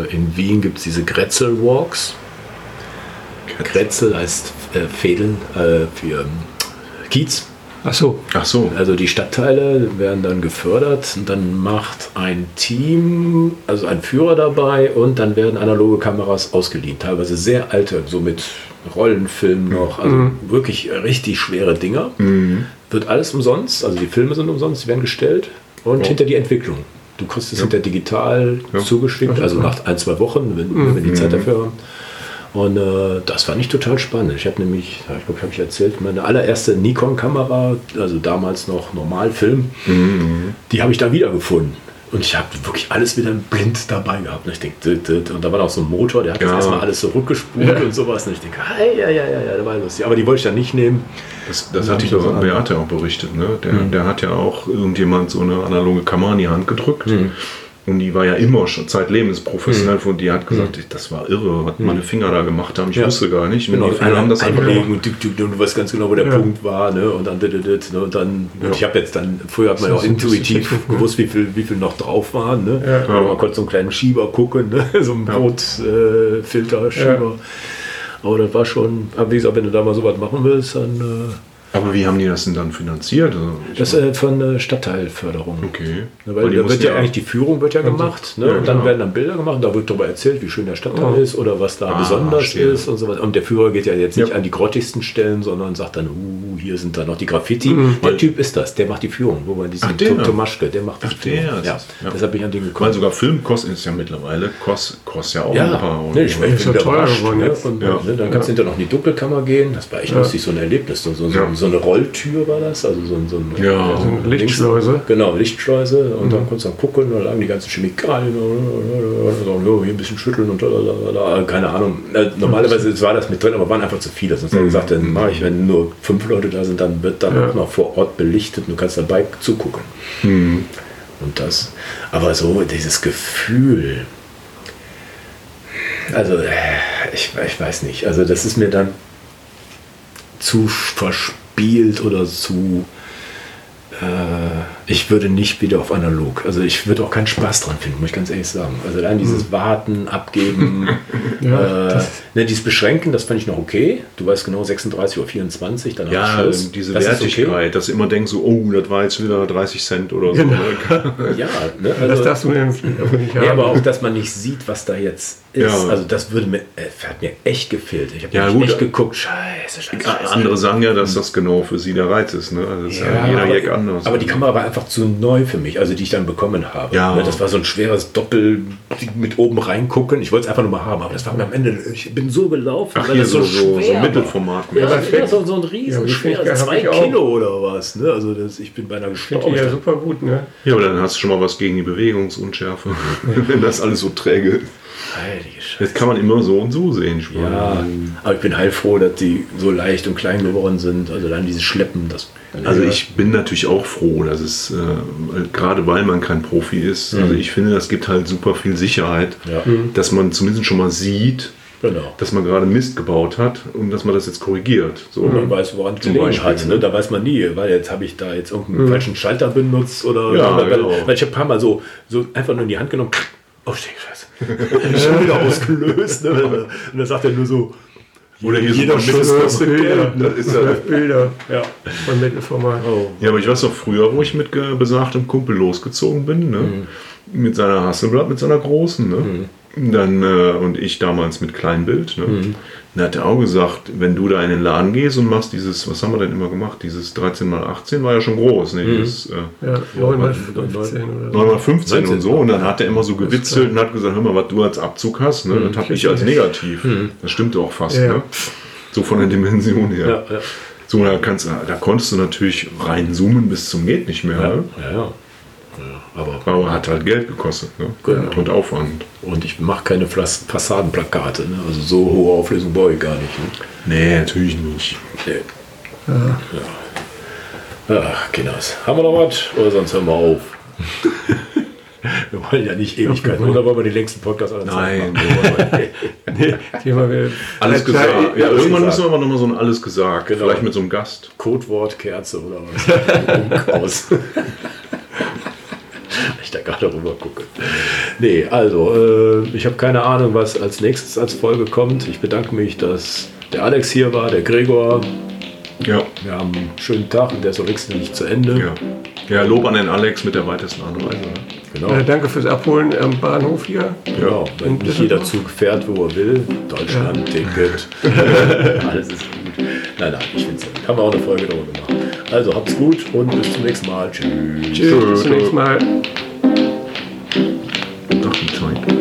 Speaker 1: Äh, in Wien gibt es diese Grätzel-Walks. Grätzel heißt äh, Fädeln äh, für ähm, Kiez.
Speaker 2: Ach so,
Speaker 3: Ach so,
Speaker 1: Also die Stadtteile werden dann gefördert und dann macht ein Team, also ein Führer dabei und dann werden analoge Kameras ausgeliehen. Teilweise sehr alte, so mit Rollenfilmen noch, also
Speaker 3: Mhm.
Speaker 1: wirklich richtig schwere Dinger. Wird alles umsonst, also die Filme sind umsonst, die werden gestellt und
Speaker 3: Ja.
Speaker 1: hinter die Entwicklung. Du kriegst es hinter digital
Speaker 3: Ja. Mhm.
Speaker 1: zugeschickt, also nach ein, zwei Wochen, wenn, wenn die Zeit dafür haben. Und äh, das fand ich total spannend. Ich habe nämlich, ja, ich glaube, habe ich erzählt, meine allererste Nikon-Kamera, also damals noch normal Film, die habe ich da wiedergefunden. Und ich habe wirklich alles wieder blind dabei gehabt. Und ich denke, und da war noch so ein Motor, der hat das
Speaker 3: Ja.
Speaker 1: erstmal alles zurückgespult
Speaker 2: Ja.
Speaker 1: und sowas. Und ich denke, ja, ja, ja, ja, da war lustig. Aber die wollte ich dann nicht nehmen.
Speaker 3: das, das
Speaker 1: Ja,
Speaker 3: hat die
Speaker 1: hab ich Hm. das an.
Speaker 3: Beate auch berichtet. Ne? Der, der hat ja auch irgendjemand so eine analoge Kamera in die Hand gedrückt.
Speaker 1: Hm.
Speaker 3: Und die war ja immer schon zeitlebens professionell. Und die hat gesagt, das war irre, was meine Finger da gemacht haben. Ich
Speaker 1: Hm. Ja.
Speaker 3: wusste gar nicht. Und
Speaker 1: Genau,
Speaker 3: die Finger haben das einfach
Speaker 1: einlegen
Speaker 3: gemacht.
Speaker 1: und, dück, dück, und du weißt ganz genau, wo der
Speaker 2: Ja.
Speaker 1: Punkt war. Ne? Und dann, dit, dit, dit, ne? und dann und ich habe jetzt dann, früher hat man ja auch
Speaker 2: ist ein bisschen
Speaker 1: intuitiv
Speaker 2: Technik, ne?
Speaker 1: gewusst, wie viel, wie viel noch drauf waren. Ne?
Speaker 2: Ja.
Speaker 1: Aber Man konnte so einen kleinen Schieber gucken, ne? [LAUGHS] so einen Brotfilter, äh, Filter, Schieber. Aber das war schon, aber wie gesagt, wenn du da mal sowas machen willst, dann
Speaker 3: Aber wie haben die das denn dann finanziert? Also,
Speaker 1: äh,
Speaker 3: ich
Speaker 1: das äh, von äh, Stadtteilförderung.
Speaker 3: okay.
Speaker 1: Ne, weil
Speaker 3: die
Speaker 1: da wird
Speaker 3: mussten
Speaker 1: ja, eigentlich die Führung wird ja gemacht ne?
Speaker 3: Ja,
Speaker 1: und dann
Speaker 3: genau.
Speaker 1: werden dann Bilder gemacht, da wird darüber erzählt, wie schön der Stadtteil ist oder was da
Speaker 3: Ah,
Speaker 1: besonders
Speaker 3: verstehe.
Speaker 1: ist und so weiter. Und der Führer geht ja jetzt nicht
Speaker 3: Ja.
Speaker 1: an die grottigsten Stellen, sondern sagt dann, uh, hier sind dann noch die Graffiti. Der Typ ist das, der macht die Führung, wo man diesen
Speaker 3: Mhm. Ach, der.
Speaker 1: Tom- Tomaschke, der macht die
Speaker 3: der
Speaker 1: Führung.
Speaker 3: ist
Speaker 1: ja,
Speaker 3: es, ja.
Speaker 1: deshalb bin ich an den gekommen.
Speaker 3: Weil sogar Film kostet ist ja mittlerweile, kostet, kostet ja auch ein paar.
Speaker 1: ja,
Speaker 3: Euro.
Speaker 1: nee, ich bin
Speaker 2: Ist ja
Speaker 1: wieder
Speaker 2: teurer
Speaker 1: überrascht,
Speaker 2: geworden
Speaker 1: ne?
Speaker 2: jetzt.
Speaker 1: Und,
Speaker 3: Ja.
Speaker 1: ne, dann kannst du hinterher noch in die Dunkelkammer gehen. Das war echt lustig, so ein Erlebnis. So, so, so,
Speaker 3: Ja.
Speaker 1: so eine Rolltür war das, also so, ein- so ein
Speaker 3: Ja.
Speaker 1: so ein
Speaker 2: Lichtschleuse.
Speaker 1: Dings- Genau, Lichtschleuse. Und dann konntest du dann gucken, da lagen die ganzen Chemikalien. Und so, jo, hier ein bisschen schütteln und da, da, da, da. keine Ahnung. Äh, Normalerweise war das mit drin, aber waren einfach zu viele. Sonst haben wir gesagt, dann mache ich, wenn nur fünf Leute da sind, dann wird dann auch noch vor Ort belichtet und du kannst dabei zugucken. Und das. Aber so dieses Gefühl. Also, äh, ich, ich weiß nicht. Also, das ist mir dann zu verspielt oder zu. Äh, ich würde nicht wieder auf analog. Also, ich würde auch keinen Spaß dran finden, muss ich ganz ehrlich sagen. Also, allein dieses Warten, Abgeben,
Speaker 2: Ja,
Speaker 1: äh, ne, dieses Beschränken, das fand ich noch okay. Du weißt genau, 36 oder 24, dann
Speaker 3: Ja, ähm, diese Wertigkeit, dass du immer denkst, so, oh, das war jetzt wieder 30 Cent oder so. ne?
Speaker 1: Okay. Ja, ne, also,
Speaker 2: das darfst du mir nicht haben.
Speaker 1: Ja, aber auch, dass man nicht sieht, was da jetzt ist.
Speaker 3: Ja.
Speaker 1: Also das würde mir, äh, hat mir echt gefehlt. Ich habe
Speaker 3: Ja,
Speaker 1: nämlich
Speaker 3: gut.
Speaker 1: echt geguckt, scheiße, scheiße,
Speaker 3: Ja,
Speaker 1: scheiße.
Speaker 3: [LAUGHS] Andere sagen ja, dass das genau für sie der Reiz ist. Ne? Also das ist ja, jeder
Speaker 1: aber,
Speaker 3: Jack anders.
Speaker 1: aber die Kamera war einfach zu neu für mich, also die ich dann bekommen habe.
Speaker 3: Ja.
Speaker 1: Ne, Das war so ein schweres Doppel mit oben reingucken. Ich wollte es einfach nur mal haben, aber das war mir am Ende, ich bin so gelaufen,
Speaker 3: Ach, hier so, so, so
Speaker 1: war.
Speaker 3: Mittelformat.
Speaker 1: Ja,
Speaker 2: aber
Speaker 1: das ist ja
Speaker 2: fett.
Speaker 1: so, so ein riesen,
Speaker 2: Ja,
Speaker 1: schwer,
Speaker 2: Geschwindigkeit
Speaker 1: also
Speaker 2: hab
Speaker 1: zwei
Speaker 2: ich auch.
Speaker 1: Kilo oder was. Ne? Also das, ich bin beinahe gestorben.
Speaker 2: ja super gut, ne?
Speaker 3: Ja, aber dann hast du schon mal was gegen die Bewegungsunschärfe, [LAUGHS] wenn das alles so träge ist.
Speaker 1: Heilige Scheiße.
Speaker 3: Das kann man immer so und so sehen. Ich meine.
Speaker 1: Ja, aber ich bin heilfroh, dass die so leicht und klein geworden sind. Also dann dieses Schleppen, das.
Speaker 3: Also ich bin natürlich auch froh, dass es, äh, gerade weil man kein Profi ist, also ich finde, das gibt halt super viel Sicherheit,
Speaker 1: Ja.
Speaker 3: dass man zumindest schon mal sieht,
Speaker 1: Genau.
Speaker 3: dass man gerade Mist gebaut hat und dass man das jetzt korrigiert. So,
Speaker 1: Man weiß, woran es
Speaker 3: Zum
Speaker 1: gelegen
Speaker 3: Beispiel,
Speaker 1: hat. Ne? Mhm. Da weiß man nie, weil jetzt habe ich da jetzt irgendeinen falschen Schalter benutzt oder,
Speaker 3: Ja,
Speaker 1: oder
Speaker 3: genau.
Speaker 1: weil, weil ich habe ein paar Mal so, so einfach nur in die Hand genommen. Oh, [LAUGHS] scheiße. Schon wieder ausgelöst. Ne? Und dann sagt er nur so,
Speaker 3: Oder hier
Speaker 1: Jeder
Speaker 3: ein
Speaker 1: Schuss
Speaker 3: Mist-
Speaker 1: kostet Geld,
Speaker 3: Das ist ja,
Speaker 2: Bilder
Speaker 1: ja.
Speaker 2: von Mittelformat.
Speaker 1: Oh.
Speaker 3: ja, aber ich weiß noch früher, wo ich mit ge- besagtem Kumpel losgezogen bin, ne? mit seiner Hasselblatt, mit seiner großen. Ne? Dann, äh, und ich damals mit Kleinbild. Ne? Dann hat er auch gesagt, wenn du da in den Laden gehst und machst dieses, was haben wir denn immer gemacht, dieses 13 mal 18 war ja schon groß, ne? Dieses, äh,
Speaker 2: Ja, 9 mal 15 oder so.
Speaker 3: 9 mal 15 und so. Und dann hat er immer so
Speaker 2: klar.
Speaker 3: gewitzelt und hat gesagt, hör mal, was du als Abzug hast, ne? das habe ich als negativ. Das stimmte auch fast,
Speaker 2: Ja.
Speaker 3: ne? So von der Dimension her.
Speaker 1: Ja, ja.
Speaker 3: So, da, kannst, du- da konntest du natürlich reinzoomen bis zum Geht nicht mehr.
Speaker 1: Ja,
Speaker 3: Ne?
Speaker 1: ja, ja. ja. Aber
Speaker 3: Aber hat halt Geld gekostet ne?
Speaker 1: Genau.
Speaker 3: und Aufwand.
Speaker 1: und ich mache keine Flas- Fassadenplakate. Ne? Also so hohe Auflösung brauche ich gar nicht. Ne?
Speaker 3: Nee, natürlich nicht.
Speaker 1: Nee. Ja. Ach, Kinders. Haben wir noch was? Oder sonst hören wir auf. [LAUGHS] wir wollen ja nicht Ewigkeiten. Oder wollen wir den längsten Podcast aller Zeiten
Speaker 3: Nein,
Speaker 1: machen?
Speaker 2: Thema wäre-
Speaker 3: Alles
Speaker 2: Ja, klar,
Speaker 3: gesagt. Ja,
Speaker 1: alles gesagt.
Speaker 3: irgendwann müssen wir aber nochmal so ein Alles gesagt.
Speaker 1: Genau.
Speaker 3: Vielleicht mit so einem Gast.
Speaker 1: Codewort, Kerze oder was? Aus. [LAUGHS] ich da gerade rüber gucke. Nee, also, äh, ich habe keine Ahnung, was als nächstes als Folge kommt. Ich bedanke mich, dass der Alex hier war, der Gregor.
Speaker 3: Ja.
Speaker 1: Wir haben einen schönen Tag und der ist auch längst nicht zu Ende.
Speaker 3: ja. Ja, Lob an den Alex mit der weitesten Anreise. Ne?
Speaker 1: Genau.
Speaker 2: Äh, danke fürs Abholen am Bahnhof hier.
Speaker 1: Genau, wenn
Speaker 2: Und
Speaker 1: nicht jeder Zug fährt, wo er will. Deutschland, Ticket. Alles ist gut. Nein, nein, ich finde es. Haben wir auch eine Folge darüber gemacht. Also habt's gut und bis zum nächsten Mal. Tschüss.
Speaker 2: Tschüss, bis zum nächsten Mal.
Speaker 3: Ach, die Zeit.